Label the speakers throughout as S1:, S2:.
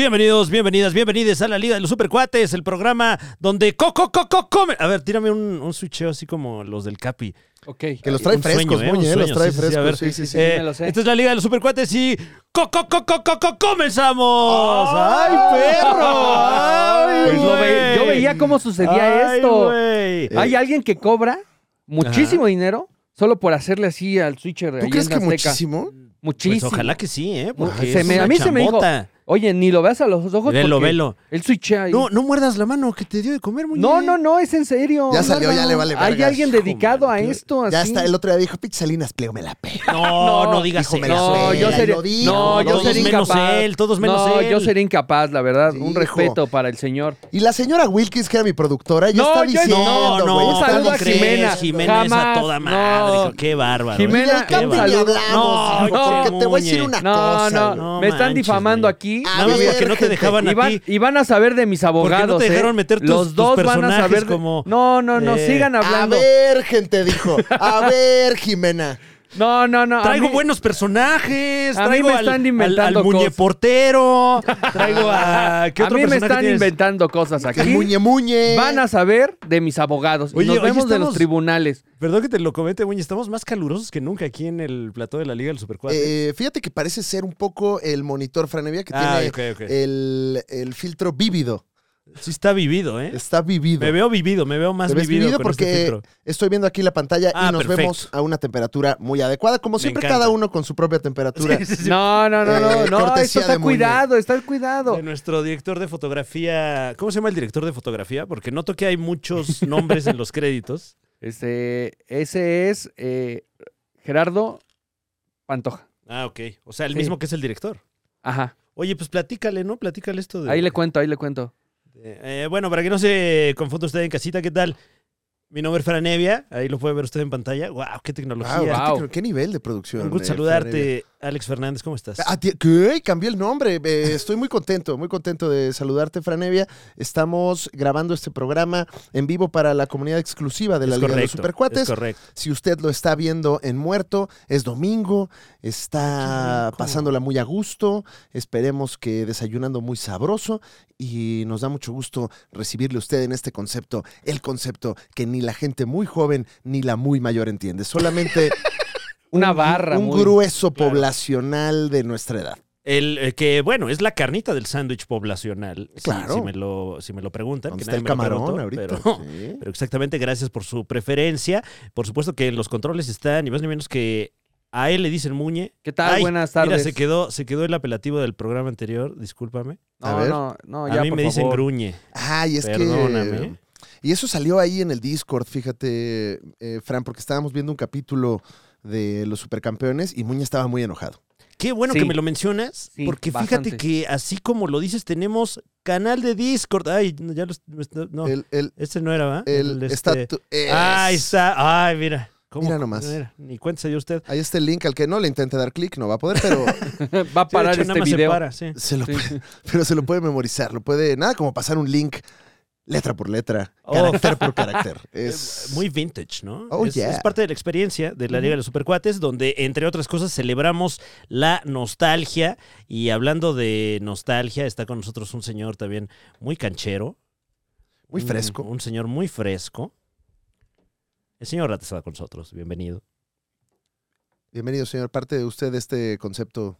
S1: Bienvenidos, bienvenidas, bienvenidos a la Liga de los Supercuates, el programa donde coco coco come. A ver, tírame un, un switcheo así como los del Capi.
S2: Ok.
S3: Que los trae
S1: Un sueño,
S3: frescos,
S1: ¿eh? Un
S3: Muñe, ¿eh? los
S1: sueño,
S3: trae
S1: sí, sí, sí, a ver.
S3: frescos. Sí, sí, sí.
S1: Eh,
S2: me lo sé.
S1: Esta es la Liga de los Supercuates y coco coco coco comenzamos. ¡Ay, perro! ¡Ay,
S2: Pues lo ve-
S1: güey!
S2: yo veía cómo sucedía
S1: Ay,
S2: esto.
S1: güey. Eh.
S2: Hay alguien que cobra muchísimo dinero solo por hacerle así al switcher. ahí
S3: ¿Tú crees
S2: en
S3: que
S2: Azteca.
S3: muchísimo?
S2: Muchísimo.
S1: Pues ojalá que sí, ¿eh? Porque
S2: Se
S1: es
S2: me-
S1: una
S2: a mí se me dijo-
S1: chambota.
S2: Oye, ni lo veas a los ojos.
S1: Velo,
S2: porque
S1: velo.
S2: Él switchea ahí.
S1: No,
S2: No,
S1: no muerdas la mano que te dio de comer, muñe.
S2: no, no, es en serio.
S3: Ya salió, ya le vale
S2: Hay
S3: verga.
S2: alguien
S1: Hijo,
S2: dedicado
S1: man,
S2: a
S1: qué-
S2: esto.
S3: Ya
S2: así.
S3: está, el otro día dijo, pinche Salinas, Pliego, me la pega.
S1: No, no,
S2: No,
S1: digas
S3: hijo, me la
S1: eso.
S2: No,
S3: suela,
S2: yo
S3: y
S2: sería,
S3: lo dijo,
S2: no, yo
S1: todos
S2: sería
S1: menos
S2: incapaz.
S1: él, todos menos
S2: no,
S1: él.
S2: yo sería incapaz, la verdad. Un
S3: Hijo.
S2: respeto para el señor.
S3: Y la señora Wilkins, que era mi productora, yo
S2: No,
S3: estaba
S2: yo-
S3: diciendo,
S1: No,
S3: güey,
S1: no,
S2: Un
S3: estaba
S2: saludo a
S1: ¿cómo crees?
S2: Jimena.
S3: diciendo-
S1: Jimena es a
S2: Jamás,
S1: toda madre.
S2: no.
S1: hijo, Qué bárbaro. ¿eh?
S3: Y del
S2: Jimena,
S1: qué
S3: Capi ni
S2: saludo.
S3: hablamos, hijo,
S2: No,
S3: porque
S1: no,
S3: te voy a decir
S1: Muñe.
S3: una
S2: No,
S3: cosa.
S2: no,
S3: güey.
S1: no
S2: me están
S1: manches,
S2: difamando
S1: güey.
S2: aquí.
S3: Ah,
S1: Nada más
S3: A ver,
S1: porque no te
S3: gente.
S1: dejaban
S2: Y
S1: a
S2: van,
S1: ti.
S2: y van a saber de mis abogados.
S1: te
S2: ¿eh?
S1: dejaron meter tus-
S2: Los
S1: tus
S2: dos van a
S1: personajes
S2: saber. de-
S1: como,
S2: No, no, no,
S1: eh,
S2: sigan
S3: A
S2: hablando.
S3: ver, gente, dijo. A ver, Jimena.
S2: No, no, no. a
S1: Traigo
S2: mí-
S1: buenos personajes.
S2: a mí
S1: traigo
S2: me
S1: al-
S2: están
S1: al- al,
S2: inventando
S1: muñe
S2: cosas.
S1: portero. Traigo a. ¿Qué
S2: a
S1: otro
S2: mí me
S1: personaje
S2: están
S1: tienes?
S2: inventando cosas
S3: Que
S2: aquí.
S3: Muñe, Muñe.
S2: Van a saber de mis abogados.
S1: Oye,
S2: y nos
S1: oye,
S2: vemos de
S1: estamos-
S2: los tribunales.
S1: Perdón que te lo comente, Muñe. Estamos más calurosos que nunca aquí en el plató de la Liga del Supercuate.
S3: Eh, fíjate que parece ser un poco el monitor Franevia que
S1: ah,
S3: tiene
S1: ok, ok.
S3: el, el filtro vívido.
S1: sí, está vivido, ¿eh?
S3: Está vivido.
S1: Me veo vivido, me veo más
S3: Te ves
S1: vivido,
S3: vivido
S1: con
S3: porque-
S1: este filtro.
S3: Estoy viendo aquí la pantalla
S1: Ah,
S3: y nos
S1: perfecto.
S3: vemos a una temperatura muy adecuada. Como
S1: Me
S3: siempre,
S1: encanta.
S3: cada uno con su propia temperatura.
S1: Sí, sí, sí.
S2: No, no, no, no.
S3: Eh,
S2: no
S3: cortesía
S2: esto
S3: de
S2: está
S3: Muñe.
S2: cuidado, está cuidado.
S1: De nuestro director de fotografía. ¿Cómo se llama el director de fotografía? Porque noto que hay muchos nombres en los créditos.
S2: Este, ese es eh, Gerardo Pantoja.
S1: Ah, ok. O sea, el
S2: Sí.
S1: mismo que es el director.
S2: Ajá.
S1: Oye, pues platícale, ¿no? Platícale esto de.
S2: Ahí le cuento, ahí le cuento.
S1: de- eh, bueno, para que no se confunda usted en casita, ¿qué tal? Mi nombre es Franevia. Ahí lo puede ver usted en pantalla. ¡Wow! ¡Qué
S3: Wow,
S1: tecnología!
S2: guau.
S3: wow. ¿Qué nivel de producción?
S1: Un gusto
S3: eh, Fran
S1: saludarte, Alex Fernández. ¿Cómo estás?
S3: Evia? Ah, ti- ¿Qué? Cambió el nombre. Eh, estoy muy contento, muy contento de saludarte, Franevia. Estamos grabando este programa en vivo para la comunidad exclusiva de la
S1: Es
S3: Liga de los
S1: correcto, es
S3: Supercuates.
S1: correcto.
S3: Si usted lo está viendo en muerto, es domingo,
S1: Qué
S3: está
S1: rico.
S3: pasándola muy a gusto, esperemos que desayunando muy sabroso y nos da mucho gusto recibirle a usted en este concepto, el concepto que ni la gente muy joven ni la muy mayor entiende, solamente
S2: Una barra
S3: un
S2: muy-
S3: grueso
S1: Claro.
S3: poblacional de nuestra edad.
S1: El eh, que, bueno, es la carnita del sándwich poblacional. si-
S3: Claro.
S1: Si, me lo, si me lo preguntan.
S3: Donde
S1: que
S3: está
S1: nadie
S3: el
S1: me lo
S3: camarón
S1: preguntó,
S3: ahorita.
S1: pero-
S3: sí.
S1: Pero exactamente, gracias por su preferencia. Por supuesto que en los controles está ni más ni menos que a él le dicen Muñe.
S2: ¿Qué tal?
S1: Ay,
S2: Buenas tardes.
S1: Mira, se quedó, se quedó el apelativo del programa anterior, discúlpame.
S2: No,
S3: A ver.
S2: no, no,
S1: a
S2: ya,
S1: mí
S2: por
S1: me dicen
S2: favor.
S1: Gruñe.
S3: Ay, es
S1: Perdóname.
S3: que... Y eso salió ahí en el Discord, fíjate, eh, Fran, porque estábamos viendo un capítulo de los supercampeones y Muña estaba muy enojado.
S1: Qué bueno
S2: Sí.
S1: que me lo mencionas,
S2: Sí,
S1: porque
S2: bastante.
S1: fíjate que así como lo dices, tenemos canal de Discord. Ay, no, ya los- me está- no,
S3: El, el,
S1: este no era, ¿va?
S3: el
S1: este-
S3: estatu- es-
S1: Ahí está. Ay, mira. ¿Cómo?
S3: Mira nomás.
S1: Mira, ni cuéntese de usted.
S3: Ahí está el link al que no le intente dar clic, no va a poder, pero
S1: Sí,
S2: Va a
S1: de
S2: parar
S1: hecho, nada
S2: este
S1: más se
S2: video.
S1: para, sí.
S3: se, lo
S2: Sí.
S3: puede, pero se lo puede memorizar. Lo puede, nada como pasar un link letra por letra,
S1: Oh.
S3: carácter por carácter. Es
S1: Muy vintage, ¿no?
S3: Oh,
S1: es,
S3: yeah.
S1: es parte de la experiencia de la Liga de los Supercuates, donde, entre otras cosas, celebramos la nostalgia. Y hablando de nostalgia, está con nosotros un señor también muy canchero.
S3: muy
S1: un-
S3: fresco.
S1: Un, señor muy fresco. El señor Rata está con nosotros. Bienvenido.
S3: Bienvenido, señor. Parte de usted de este concepto.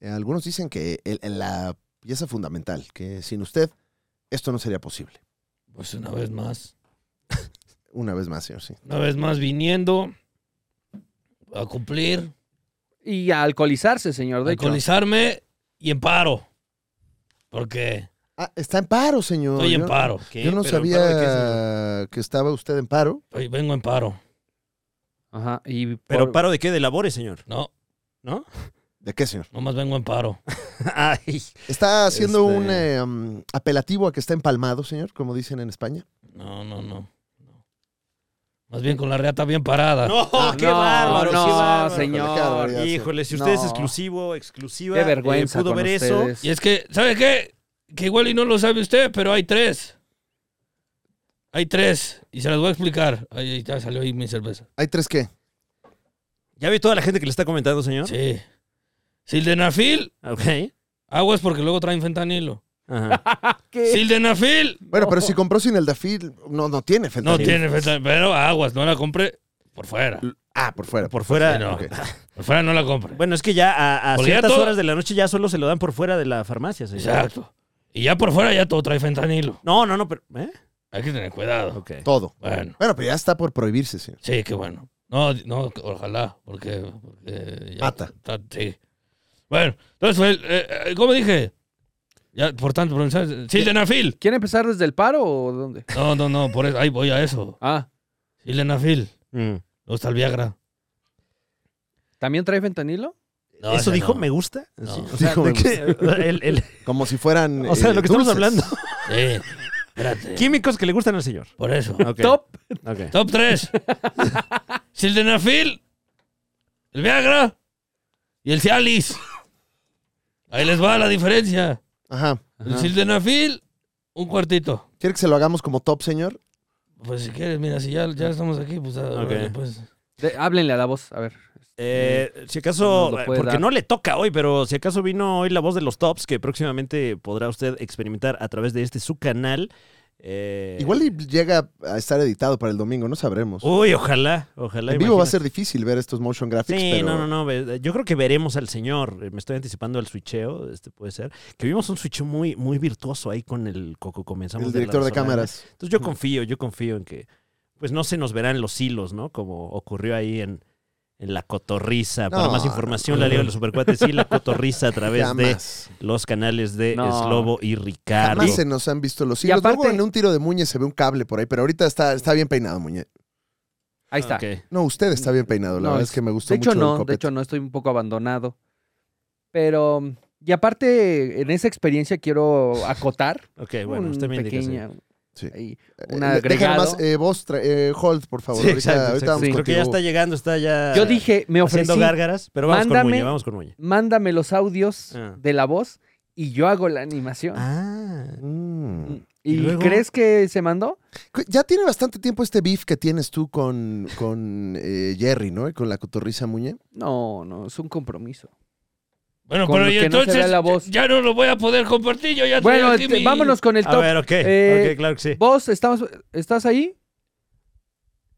S3: Eh, algunos dicen que el- en la pieza fundamental, que sin usted esto no sería posible.
S4: Pues una vez más.
S3: Una vez más, señor, sí.
S4: Una vez más viniendo a cumplir,
S2: Y a alcoholizarse, señor. De hecho.
S4: alcoholizarme y en paro. Porque
S3: Ah, está en paro, señor.
S4: estoy
S3: Yo-
S4: en paro.
S1: ¿Qué?
S3: Yo no
S1: Pero, ¿pero de qué, señor?
S3: sabía que estaba usted en paro.
S4: Hoy vengo en paro.
S2: Ajá. Y
S1: Pero
S2: por-
S1: paro de qué, de labores, señor.
S4: No,
S3: ¿De qué, señor?
S4: nomás vengo en paro.
S1: Ay.
S3: ¿Está haciendo
S1: Este-
S3: un eh, um, apelativo a que está empalmado, señor? Como dicen en España.
S4: No, no, no. no. Más bien con la reata bien parada.
S1: No, ¡Oh, qué
S2: Ah, no,
S1: bárbaro,
S2: no,
S1: qué bárbaro.
S3: Qué
S2: señor.
S3: barbaridad.
S1: Híjole, si usted es
S2: No.
S1: exclusivo, exclusiva,
S2: Qué
S1: eh,
S2: vergüenza.
S1: pudo
S2: con
S1: ver eso.
S2: ustedes.
S4: Y es que, ¿sabe qué? Que igual y no lo sabe usted, pero hay tres. Hay tres. Y se las voy a explicar. Ay, ay, ya salió ahí mi cerveza.
S3: ¿Hay tres qué?
S1: ¿Ya vi toda la gente que le está comentando, señor?
S4: Sí. Sildenafil,
S1: Ok.
S4: Aguas porque luego traen fentanilo.
S1: Ajá.
S2: ¿Qué?
S4: Sildenafil.
S3: Bueno, pero si compró sin el dafil, no, no tiene
S4: No
S3: fentanilo.
S4: tiene fentanilo, pero aguas, no la compré por fuera.
S3: Ah, por fuera.
S1: Por fuera.
S4: Sí, no.
S3: ok.
S4: Por fuera no la compré.
S1: Bueno, es que ya a, a
S4: Porque ya
S1: ciertas
S4: todo-
S1: horas de la noche ya solo se lo dan por fuera de la farmacia. señor.
S4: Exacto. Y ya por fuera ya todo trae fentanilo.
S1: No, no, no, pero. ¿eh?
S4: Hay que tener cuidado.
S1: Ok.
S3: Todo.
S4: Bueno.
S3: Bueno, pero ya está por prohibirse, señor.
S4: Sí, qué bueno. No, no, ojalá, porque... porque ya-
S3: Mata.
S4: ta- sí. Bueno, entonces fue... el- eh, eh, ¿Cómo dije? Ya, por tanto, pronunciar... Sildenafil.
S2: ¿Quieren empezar desde el paro o dónde?
S4: No, no, no, por eso, ahí voy a eso.
S2: Ah,
S4: Sildenafil.
S1: Mm.
S4: O está el Viagra.
S2: ¿también trae fentanilo?
S4: No,
S1: ¿Eso
S4: ese
S1: dijo?
S4: no.
S1: ¿Me gusta?
S4: No.
S1: Sí, o sea,
S3: Dijo,
S1: de
S3: me
S1: que- el- el-
S3: Como si fueran.
S1: o sea,
S3: eh,
S1: lo que estamos
S3: dulces.
S1: hablando.
S4: Sí, espérate.
S1: Químicos que le gustan al señor.
S4: Por eso.
S1: Ok,
S2: Top.
S1: ok.
S4: Top 3. Sildenafil, el Viagra y el Cialis. Ahí les va la diferencia.
S3: Ajá.
S4: El Sildenafil, un cuartito.
S3: ¿Quiere que se lo hagamos como top, señor?
S4: Pues si quieres, mira, si ya, ya estamos aquí, pues, ah,
S1: Ok.
S4: órale, pues.
S2: De- háblenle a la voz, a ver.
S1: Eh, si
S2: No
S1: acaso,
S2: lo
S1: eh,
S2: puede
S1: porque
S2: dar.
S1: no le toca hoy, pero si acaso vino hoy la voz de los tops, que próximamente podrá usted experimentar a través de este su canal. eh, Uh,
S3: Igual y llega a estar editado para el domingo, no sabremos.
S1: Uy, ojalá, ojalá.
S3: en vivo va a
S1: imagínate.
S3: ser difícil ver estos motion graphics,
S1: Sí,
S3: pero.
S1: no, no, no. ve- Yo creo que veremos al señor. eh, Me estoy anticipando al switcheo, este puede ser. Que vimos un switcheo muy, muy virtuoso ahí con el Coco. Comenzamos
S3: El
S1: de la
S3: director de
S1: Solana.
S3: cámaras. Mm.
S1: Entonces yo confío, yo confío en que pues no se nos verán los hilos, ¿no? Como ocurrió ahí en, en La Cotorriza. Para
S3: No,
S1: más
S3: no,
S1: información, la Liga de los Supercuates y La Cotorriza a través de
S3: Jamás.
S1: los canales de
S2: No.
S1: Slobo y Ricardo.
S3: Jamás se nos han visto los
S2: Y
S3: hilos. Luego
S2: aparte-
S3: en un tiro de Muñe se ve un cable por ahí, pero ahorita está, está bien peinado, Muñe.
S2: Ahí está.
S1: Ok.
S3: No, usted está bien peinado. La
S2: No,
S3: verdad
S2: es-
S3: es que me gustó
S2: De hecho,
S3: mucho el
S2: no, de
S3: copete.
S2: hecho, no, estoy un poco abandonado. Pero, y aparte, en esa experiencia quiero acotar.
S1: Ok, Eh, bueno,
S2: un
S1: usted me indica. sí.
S2: pequeña,
S3: Sí.
S2: ahí,
S3: Eh,
S2: un
S3: le- déjame
S2: agregado.
S3: más, eh, vos, tra- eh, hold, por favor.
S1: Sí,
S3: ahorita
S1: exacto,
S3: ahorita
S1: exacto.
S3: vamos
S2: Sí.
S1: Creo que ya
S3: contigo.
S1: está llegando, está ya
S2: Yo dije, me ofrecí,
S1: haciendo gárgaras, pero vamos con
S2: mándame-
S1: Muñe, vamos con Muñe.
S2: mándame los audios
S1: Ah.
S2: de la voz y yo hago la animación.
S1: Ah,
S3: Mm.
S2: ¿Y,
S1: ¿y luego?
S2: crees que se mandó?
S3: Cu- Ya tiene bastante tiempo este beef que tienes tú con, con eh, Jerry, ¿no? Y Con la cotorriza Muñe.
S2: No, no, es un compromiso.
S4: Bueno,
S2: Con
S4: pero
S2: lo
S4: y
S2: que no se
S4: entonces
S2: vea la voz.
S4: ya no lo voy a poder compartir. Yo ya
S2: Bueno,
S4: traía aquí
S2: este,
S4: mi-
S2: vámonos con el
S1: a
S2: top.
S1: ver, ok,
S2: Eh,
S1: ok, claro que sí.
S2: Vos, estamos, ¿estás ahí?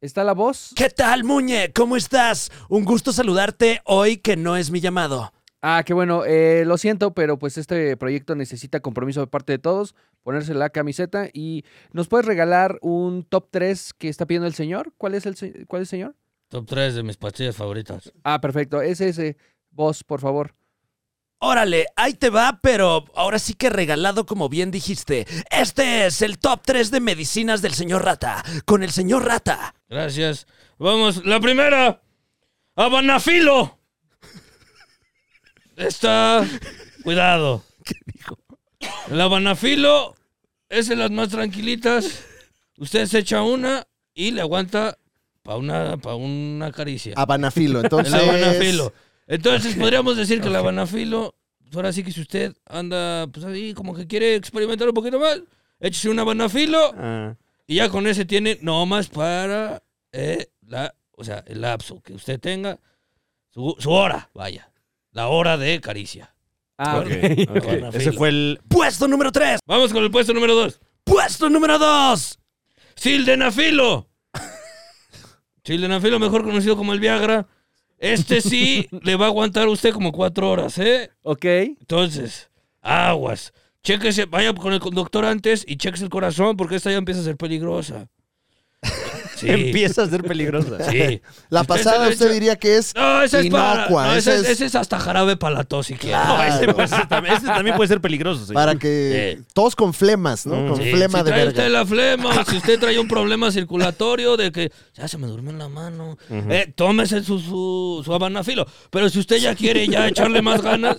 S2: ¿Está la voz?
S1: ¿Qué tal, Muñe? ¿Cómo estás? Un gusto saludarte hoy que no es mi llamado.
S2: Ah, qué bueno. eh, lo siento, pero pues este proyecto necesita compromiso de parte de todos, ponerse la camiseta y nos puedes regalar un top 3 que está pidiendo el señor. ¿Cuál es el, se- cuál es el señor?
S4: Top 3 de mis pastillas favoritas.
S2: Ah, perfecto. Ese, ese. Vos, por favor.
S1: Órale, ahí te va, pero ahora sí que regalado como bien dijiste. Este es el top 3 de medicinas del señor Rata, con el señor Rata.
S4: Gracias. Vamos, la primera. Abanafilo. Está. Cuidado. ¿Qué dijo? El abanafilo es de las más tranquilitas. Usted se echa una y le aguanta para una, pa' una caricia.
S3: Abanafilo,
S4: el
S3: entonces.
S4: abanafilo. Entonces podríamos decir que el abanafilo, pues, ahora sí que si usted anda pues ahí como que quiere experimentar un poquito más, échese un abanafilo.
S1: Ah,
S4: Y ya con ese tiene nomás para eh, la, o sea, el lapso que usted tenga, su, su hora, vaya. La hora de caricia.
S2: Ah,
S4: Ok,
S2: ok.
S4: ok. Ese fue
S1: el puesto número 3.
S4: Vamos con el puesto número 2.
S1: Puesto número 2.
S4: Sildenafilo. Sildenafilo, mejor conocido como el Viagra. Este sí le va a aguantar a usted como cuatro horas, ¿eh?
S2: Ok.
S4: Entonces, aguas. Chéquese, vaya con el doctor antes y chéquese el corazón porque esta ya empieza a ser peligrosa. Sí,
S1: Empieza a ser peligrosa.
S4: sí.
S3: La
S4: Si usted se
S3: pasada
S4: lo
S3: usted
S4: echa-
S3: diría que es.
S4: No, ese es para.
S3: Inocua,
S4: no,
S3: ese
S4: ese, es,
S3: es-
S4: ese es hasta jarabe para la tos si quiere.
S1: No, ese, pues, ese también, ese también puede ser peligroso. señor.
S3: Para que.
S4: Sí.
S3: Todos con flemas, ¿no?
S1: Mm.
S3: Con
S4: Sí,
S3: flema
S4: si
S3: de
S4: trae
S3: verga.
S4: usted la flema o si usted trae un problema circulatorio de que ya se me duerme en la mano, eh, tómese su, su, su abanafilo. Pero si usted ya quiere ya echarle más ganas,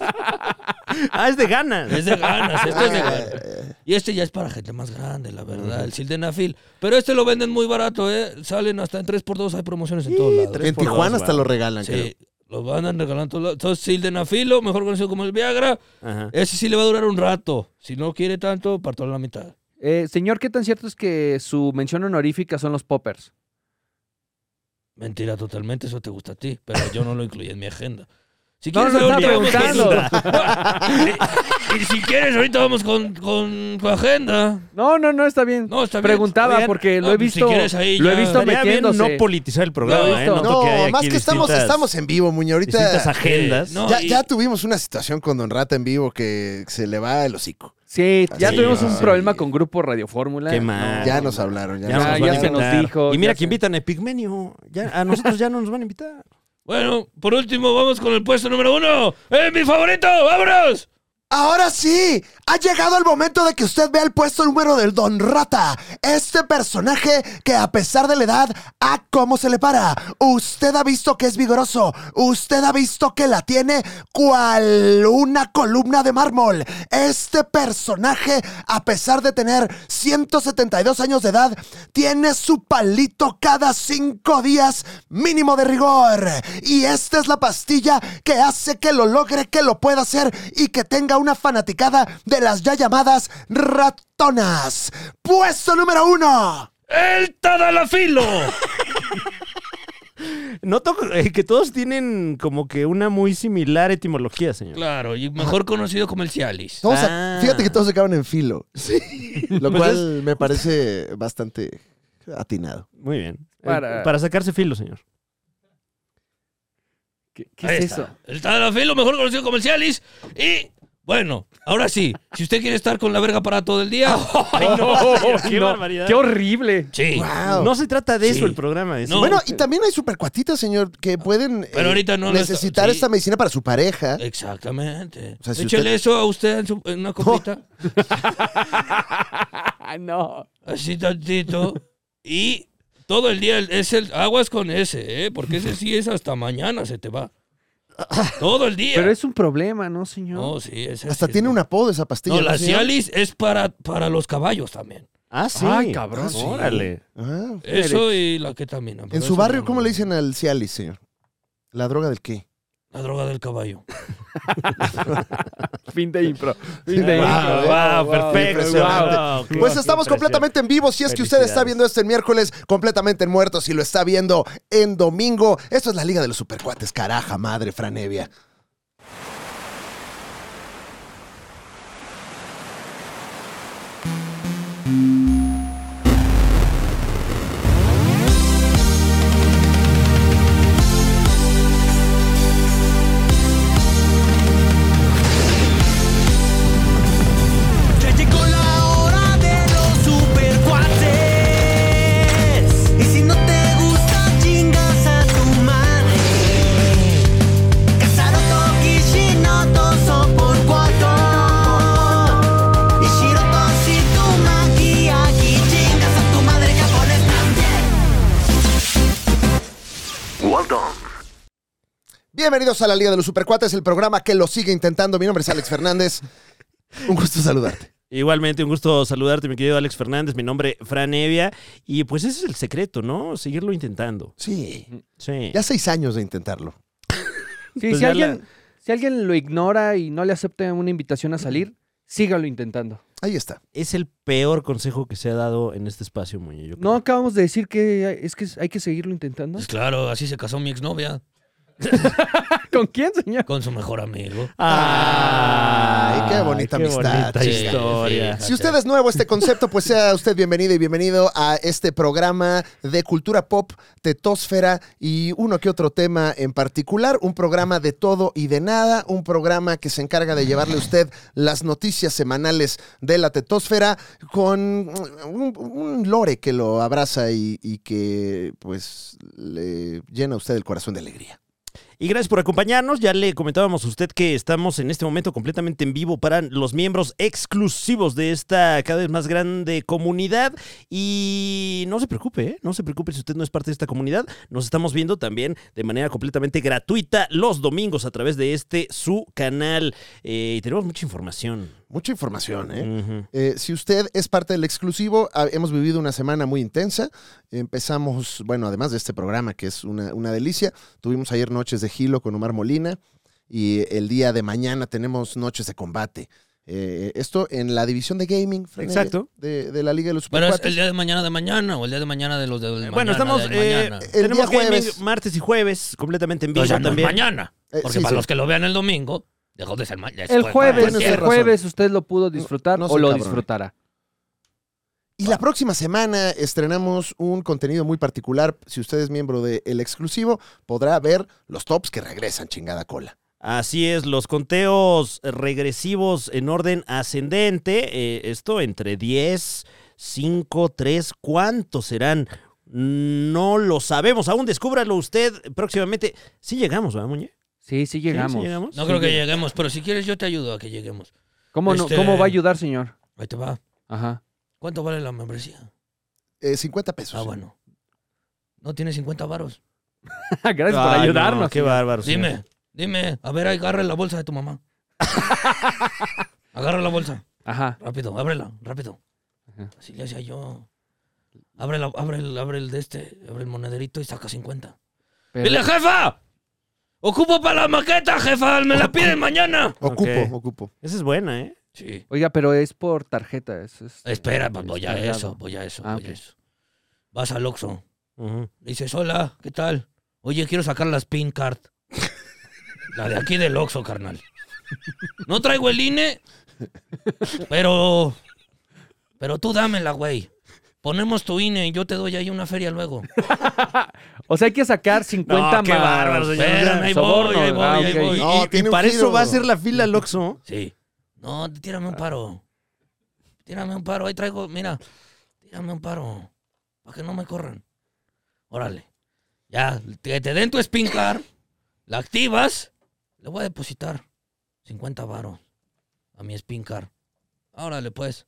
S1: Ah, es de ganas.
S4: es de ganas, este es de ganas.
S3: Eh,
S4: Y este ya es para gente más grande, la verdad, el sildenafil. Pero este lo venden muy barato, ¿eh? Salen hasta en 3x2, hay promociones en todos lados.
S1: tres
S3: en
S1: por
S3: Tijuana
S1: dos,
S3: hasta
S1: va.
S3: lo regalan, creo.
S4: Sí, los van a regalar en todos lados. Entonces, sildenafilo, mejor conocido como el Viagra,
S1: Ajá.
S4: Ese sí le va a durar un rato. Si no quiere tanto, partó la mitad.
S2: Eh, señor, ¿qué tan cierto es que su mención honorífica son los poppers?
S4: Mentira totalmente, eso te gusta a ti, pero yo no lo incluí en mi agenda. Si
S2: No,
S4: quieres,
S2: no, estaba
S4: ahorita vamos
S2: preguntando.
S4: con- y, y si quieres, ahorita vamos con, con tu agenda.
S2: No, no, no, está bien.
S4: No, está bien.
S2: Preguntaba
S1: Oigan,
S2: porque lo
S4: ah,
S2: he
S4: pues, si
S2: visto.
S4: quieres ahí
S2: lo he
S4: ya.
S2: visto
S1: Estaría bien
S2: metiéndose.
S1: no politizar el programa,
S4: No,
S1: ¿eh?
S4: esto-
S1: Noto
S3: No,
S1: hay aquí
S3: más que estamos,
S1: distintas-
S3: estamos en vivo, Muñoz.
S1: distintas
S3: Ahorita
S1: agendas.
S4: Eh, no.
S3: ya,
S4: y-
S3: ya tuvimos una situación con Don Rata en vivo que se le va el hocico.
S2: Sí, ya
S1: Sí,
S2: tuvimos un
S1: sí.
S2: problema con Grupo Radio Fórmula.
S1: Qué mal.
S3: ya nos hablaron. Ya,
S1: Ah, Ya,
S3: nos
S1: nos
S3: hablaron.
S1: van a
S2: se nos
S1: invitar.
S2: dijo,
S1: Y mira
S2: ya
S1: que
S2: se-
S1: invitan a Epigmenio. Ya, a nosotros ya no nos van a invitar.
S4: Bueno, por último, vamos con el puesto número uno. ¡Es mi favorito! ¡Vámonos!
S3: Ahora sí, ha llegado el momento de que usted vea el puesto número del Don Rata. Este personaje que a pesar de la edad, a cómo se le para. Usted ha visto que es vigoroso. Usted ha visto que la tiene cual una columna de mármol. Este personaje, a pesar de tener 172 años de edad, tiene su palito cada cinco días mínimo de rigor. Y esta es la pastilla que hace que lo logre, que lo pueda hacer y que tenga una fanaticada de las ya llamadas ratonas. Puesto número uno.
S4: ¡El Tadalafilo!
S1: Noto eh, que todos tienen como que una muy similar etimología, señor.
S4: claro, y mejor conocido como el Cialis.
S3: Todos a-
S1: Ah.
S3: fíjate que todos se acaban en filo. Lo
S1: Pues
S3: cual me parece bastante atinado.
S1: Muy bien. Eh,
S2: Para-
S1: Para... sacarse filo, señor.
S2: ¿Qué, qué
S4: Ahí
S2: es
S4: está.
S2: eso?
S4: El Tadalafilo, mejor conocido como el Cialis. Y, bueno, ahora sí, si usted quiere estar con la verga para todo el día...
S1: ¡Ay, no! ¡Qué
S2: No,
S1: barbaridad!
S2: ¡Qué horrible!
S4: Sí.
S3: Wow.
S1: No se trata de
S4: Sí.
S1: eso el programa. es-
S4: No.
S3: Bueno, y también hay supercuatitas, señor, que pueden eh,
S4: Pero ahorita no lo está-
S3: necesitar
S4: sí.
S3: esta medicina para su pareja.
S4: Exactamente.
S3: O sea, si usted-
S4: Échale eso a usted en, su- en una copita,
S2: Ah, no.
S4: así tantito. Y todo el día es el aguas con ese, ¿eh? Porque ese sí es hasta mañana se te va. Todo el día.
S2: Pero es un problema, ¿no,
S4: No,
S2: señor?
S4: sí, ese
S3: Hasta
S4: sí es-
S3: tiene un apodo esa pastilla.
S4: No, la
S3: señor?
S4: Cialis es para, para los caballos también.
S1: Ah, sí.
S2: Ay, cabrón.
S1: Ah, sí. Órale.
S3: Ah.
S4: Eso y la que también. pero
S3: En
S4: eso
S3: su barrio,
S4: no-
S3: ¿cómo le dicen al Cialis, señor? ¿La droga del qué?
S4: La droga del caballo.
S2: Fin de impro. Fin de
S3: Wow,
S2: impro. ¿eh?
S1: wow, perfecto.
S3: impresionante.
S1: Wow, qué-
S3: Pues
S1: qué
S3: estamos
S1: impresión.
S3: completamente en vivo. Si es que usted está
S1: Felicidades.
S3: viendo esto en miércoles, completamente en muerto. Si lo está viendo en domingo, esto es la Liga de los Supercuates. Caraja, madre, Franevia.
S5: Ya llegó la hora de los supercuates. Y si no te gusta, chingas a tu madre. Kazaroto, Kishinoto, son por cuatro. Y Shiroto, si tu magia, aquí chingas a tu madre japonés también.
S3: Bienvenidos a la Liga de los Supercuates, el programa que lo sigue intentando. Mi nombre es Alex Fernández. Un gusto saludarte.
S1: Igualmente, un gusto saludarte, mi querido Alex Fernández. Mi nombre, Fran Evia. Y pues ese es el secreto, ¿no? Seguirlo intentando.
S3: Sí.
S1: Sí.
S3: Ya seis años de intentarlo.
S2: Sí,
S1: Pues
S2: si,
S1: ya la-
S2: alguien, si alguien lo ignora y no le acepta una invitación a salir, sígalo intentando.
S3: Ahí está.
S1: Es el peor consejo que se ha dado en este espacio, Muñoz. yo
S2: ¿No acabamos de decir que es que hay que seguirlo intentando?
S4: Pues claro, así se casó mi exnovia
S2: ¿Con quién, señor?
S4: con su mejor amigo.
S1: ¡Ay,
S3: qué bonita amistad.
S1: Ah, bonita
S4: Sí,
S1: historia.
S4: sí.
S3: Si usted es nuevo a este concepto, pues sea usted bienvenido y bienvenido a este programa de cultura pop, tetósfera y uno que otro tema en particular. Un programa de todo y de nada. Un programa que se encarga de llevarle a usted las noticias semanales de la tetósfera con un, un lore que lo abraza y, y que pues le llena a usted el corazón de alegría.
S1: Y gracias por acompañarnos. Ya le comentábamos a usted que estamos en este momento completamente en vivo para los miembros exclusivos de esta cada vez más grande comunidad. Y no se preocupe, ¿eh? no se preocupe si usted no es parte de esta comunidad. Nos estamos viendo también de manera completamente gratuita los domingos a través de este su canal. Eh, y tenemos mucha información.
S3: Mucha información, ¿eh?
S1: Ujú.
S3: Eh, si usted es parte del exclusivo, ah, hemos vivido una semana muy intensa. Empezamos, bueno, además de este programa que es una, una delicia, tuvimos ayer noches de Gilo con Omar Molina y el día de mañana tenemos noches de combate. Eh, esto en la división de gaming Fran Evia,
S1: Exacto.
S3: de, de la Liga de los
S4: Bueno, es
S3: Supercuates.
S4: el día de mañana de mañana o el día de mañana de los de del
S1: Eh, Bueno,
S4: mañana,
S1: estamos.
S4: del
S1: eh,
S4: mañana.
S3: El
S1: tenemos
S3: día
S1: gaming
S3: jueves.
S1: martes y jueves completamente en vivo
S4: O sea, no es
S1: también.
S4: mañana.
S3: Eh,
S4: Porque
S3: sí,
S4: para
S3: sí.
S4: los que lo vean el domingo, dejó de ser mal.
S1: Pues
S4: ya es
S2: El jueves, el
S3: bueno, tienes razón.
S2: jueves usted lo pudo disfrutar
S3: no
S2: o
S3: soy
S2: lo
S3: cabrón.
S2: disfrutará.
S3: Y la próxima semana estrenamos un contenido muy particular. Si usted es miembro de El Exclusivo, podrá ver los tops que regresan, chingada cola.
S1: Así es, los conteos regresivos en orden ascendente, eh, esto entre 10, 5, 3, ¿cuántos serán? No lo sabemos, aún descúbralo usted próximamente. Sí llegamos, ¿verdad, Muñe?
S2: Sí, sí
S1: Sí,
S2: llegamos.
S1: sí llegamos.
S4: No creo que lleguemos, pero si quieres yo te ayudo a que lleguemos.
S2: ¿Cómo, no-
S4: Este-
S2: ¿Cómo va a ayudar, señor?
S4: Ahí te va.
S2: Ajá.
S4: ¿Cuánto vale la membresía?
S3: Eh, 50 pesos.
S4: Ah, bueno. No tiene 50 varos.
S2: Gracias por
S4: Ah,
S1: Ay, no,
S2: ayudarnos.
S1: qué
S2: señor.
S1: bárbaro. señor.
S4: Dime, dime. A ver, agarra la bolsa de tu mamá. Agarra la bolsa.
S2: Ajá.
S4: Rápido, ábrela, rápido.
S2: Ajá.
S4: Así le hacía yo. Abre, la- abre, el, abre el de este, abre el monederito y saca 50.
S2: Pero-
S4: ¡Dile, jefa! ¡Ocupo para la maqueta, jefa! ¡Me la piden mañana!
S3: Ocupo,
S1: Ok.
S3: ocupo.
S1: Esa es buena, ¿eh?
S4: Sí.
S2: Oiga, pero es por tarjeta. Es, es-
S4: Espera, pues, voy a
S2: Descargado.
S4: eso, voy a eso,
S2: Ah,
S4: voy
S2: ok.
S4: a eso. Vas al Oxxo.
S1: Ujú.
S4: Le dices, hola, ¿qué tal? Oye, quiero sacar las pin card. La de aquí del Oxxo, carnal. No traigo el INE, pero... Pero tú dámela, güey. Ponemos tu INE y yo te doy ahí una feria luego.
S2: O sea, hay que sacar 50
S1: No, qué
S2: más.
S1: bárbaro, señor.
S4: Espérame, ahí voy,
S2: Soborno.
S4: ahí voy,
S2: Ah,
S4: ahí
S2: ok.
S4: voy.
S3: No,
S1: Y- y- y
S3: tiene un
S1: para eso
S3: giro.
S1: va a ser la fila Loxo.
S4: Sí. No, tírame un paro. Tírame un paro. Ahí traigo, mira. Tírame un paro. Para que no me corran. Órale. Ya, que te den tu spin card, la activas, le voy a depositar 50 varos a mi spin card. Órale, pues.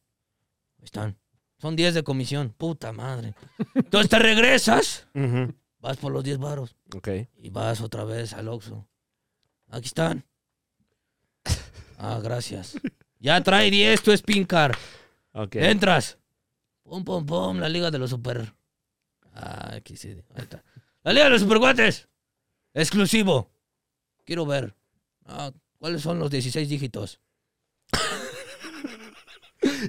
S4: Ahí están. Son 10 de comisión. Puta madre. Entonces te regresas,
S1: Ujú.
S4: vas por los 10 varos.
S1: Ok.
S4: Y vas otra vez al Oxxo. Aquí están. Ah, gracias. Ya trae 10, tu spin car.
S1: Ok.
S4: Entras. Pum, pum, pum, la liga de los super. Ah, aquí sí. Ahí está. La liga de los superguates. Exclusivo. Quiero ver. Ah, ¿Cuáles son los 16 dígitos?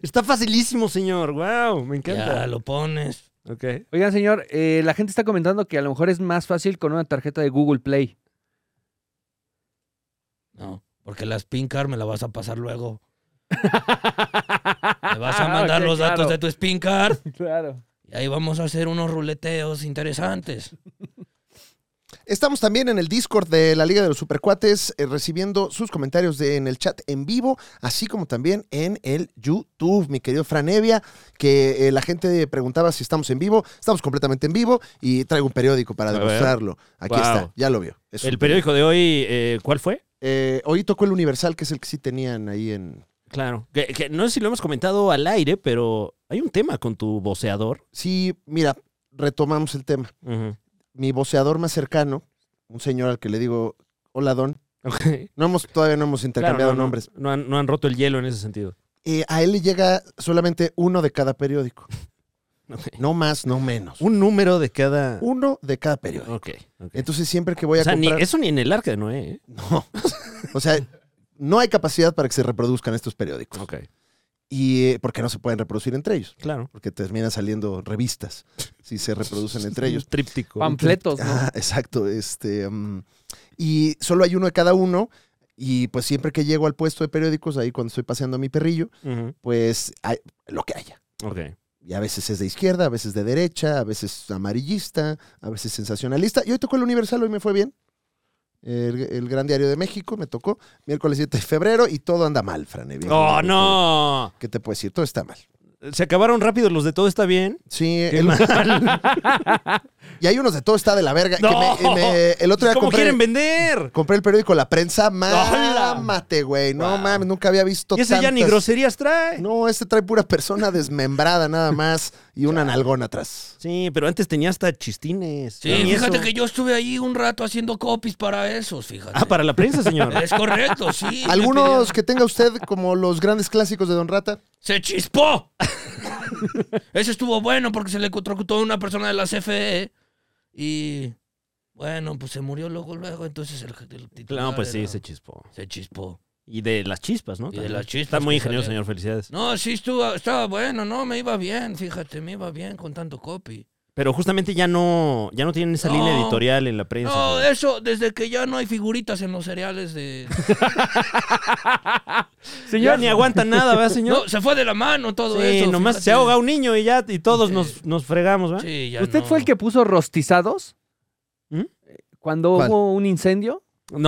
S1: Está facilísimo, señor. Wow, me
S4: Ya
S1: encanta.
S4: lo pones.
S1: Ok.
S2: Oigan, señor, eh, la gente está comentando que a lo mejor es más fácil con una tarjeta de Google Play.
S4: No, porque la spin car me la vas a pasar luego. Me vas a mandar
S2: Ok,
S4: los datos
S2: claro,
S4: de tu spin car.
S2: Claro.
S4: Y ahí vamos a hacer unos ruleteos interesantes.
S3: Estamos también en el Discord de la Liga de los Supercuates, eh, recibiendo sus comentarios de- en el chat en vivo, así como también en el YouTube, mi querido Fran Evia, que eh, la gente preguntaba si estamos en vivo. Estamos completamente en vivo y traigo un periódico para
S1: A ver.
S3: demostrarlo. Aquí
S1: Wow.
S3: está, ya lo vio. Es
S1: El
S3: un-
S1: periódico de hoy, eh, ¿cuál fue?
S3: Eh, hoy tocó el Universal, que es el que sí tenían ahí en...
S1: Claro. Que, que no sé si lo hemos comentado al aire, pero hay un tema con tu voceador.
S3: Sí, mira, retomamos el tema.
S1: Ujú.
S3: Mi voceador más cercano, un señor al que le digo, hola Don,
S1: Ok.
S3: no hemos, todavía no hemos
S1: Claro,
S3: intercambiado
S1: no, no,
S3: nombres.
S1: No, han, no han roto el hielo en ese sentido.
S3: Eh, a él le llega solamente uno de cada periódico.
S1: Ok.
S3: No más, no menos.
S1: Un número de cada.
S3: Uno de cada periódico.
S1: Ok. ok.
S3: Entonces siempre que voy a
S1: o sea, ni-
S3: comprar...
S1: eso ni en el arca de Noé. ¿eh?
S3: No. O sea, no hay capacidad para que se reproduzcan estos periódicos.
S1: Ok.
S3: Y eh, porque no se pueden reproducir entre ellos.
S1: Claro.
S3: Porque terminan saliendo revistas si se reproducen Pues entre ellos.
S1: Un tríptico.
S2: Panfletos, ¿no?
S3: Ah, exacto. Este, mm, y solo hay uno de cada uno. Y pues siempre que llego al puesto de periódicos, ahí cuando estoy paseando a mi perrillo,
S1: Ujú.
S3: pues hay lo que haya.
S1: Ok.
S3: Y a veces es de izquierda, a veces de derecha, a veces amarillista, a veces sensacionalista. Y hoy tocó el Universal, hoy me fue bien. El, el Gran Diario de México me tocó miércoles 7 de febrero y todo anda mal, Fran. Evia.
S1: ¡Oh, no!
S3: ¿Qué te puedo decir? Todo está mal.
S1: Se acabaron rápido los de todo está bien.
S3: Sí,
S1: Qué
S3: el-
S1: mal.
S3: y hay unos de todo está de la verga. que
S1: ¡No!
S3: me- me- el otro día
S1: ¿Cómo
S3: compré,
S1: quieren vender?
S3: compré el periódico La Prensa.
S1: ¡Hala!
S3: Mámate, güey. No
S1: Wow.
S3: mames, nunca había visto
S1: Y ese ya ni
S3: tantas-
S1: groserías trae.
S3: No, este trae pura persona desmembrada nada más y una nalgona atrás.
S1: Sí, pero antes tenía hasta chistines.
S4: Sí,
S1: Ni
S4: fíjate
S1: eso.
S4: que yo estuve ahí un rato haciendo copies para esos, fíjate.
S1: Ah, para la prensa, señor.
S4: Es correcto, sí. me
S3: Algunos
S4: pidieron-
S3: que tenga usted como los grandes clásicos de Don Rata.
S4: ¡Se chispó! Ese estuvo bueno porque se le electrocutó una persona de la CFE y... Bueno, pues se murió luego, luego, entonces el, el titular
S1: No, pues sí,
S4: era-
S1: se chispó.
S4: se chispó.
S1: Y de las chispas, ¿no?
S4: Y de
S1: También.
S4: las chispas
S1: Está muy
S4: que
S1: ingenioso,
S4: salían.
S1: señor. Felicidades.
S4: No, sí, estuvo, estaba bueno, no, me iba bien, fíjate, me iba bien con tanto copy.
S1: Pero justamente ya no, ya no tienen esa
S4: No.
S1: línea editorial en la prensa.
S4: No,
S1: güey.
S4: eso, desde que ya no hay figuritas en los cereales de...
S1: señor, ni aguanta nada, ¿verdad, señor?
S4: eh, No, se fue de la mano todo
S1: sí,
S4: eso.
S1: nomás
S4: fíjate.
S1: se ahoga ¿eh? un niño y ya, y todos
S4: Sí.
S1: nos, nos fregamos, ¿verdad?
S4: Sí, ya
S2: ¿Usted
S4: no.
S2: fue el que puso rostizados?
S1: ¿Mm?
S2: Eh, Cuando
S3: ¿Cuál?
S2: hubo un incendio.
S1: No,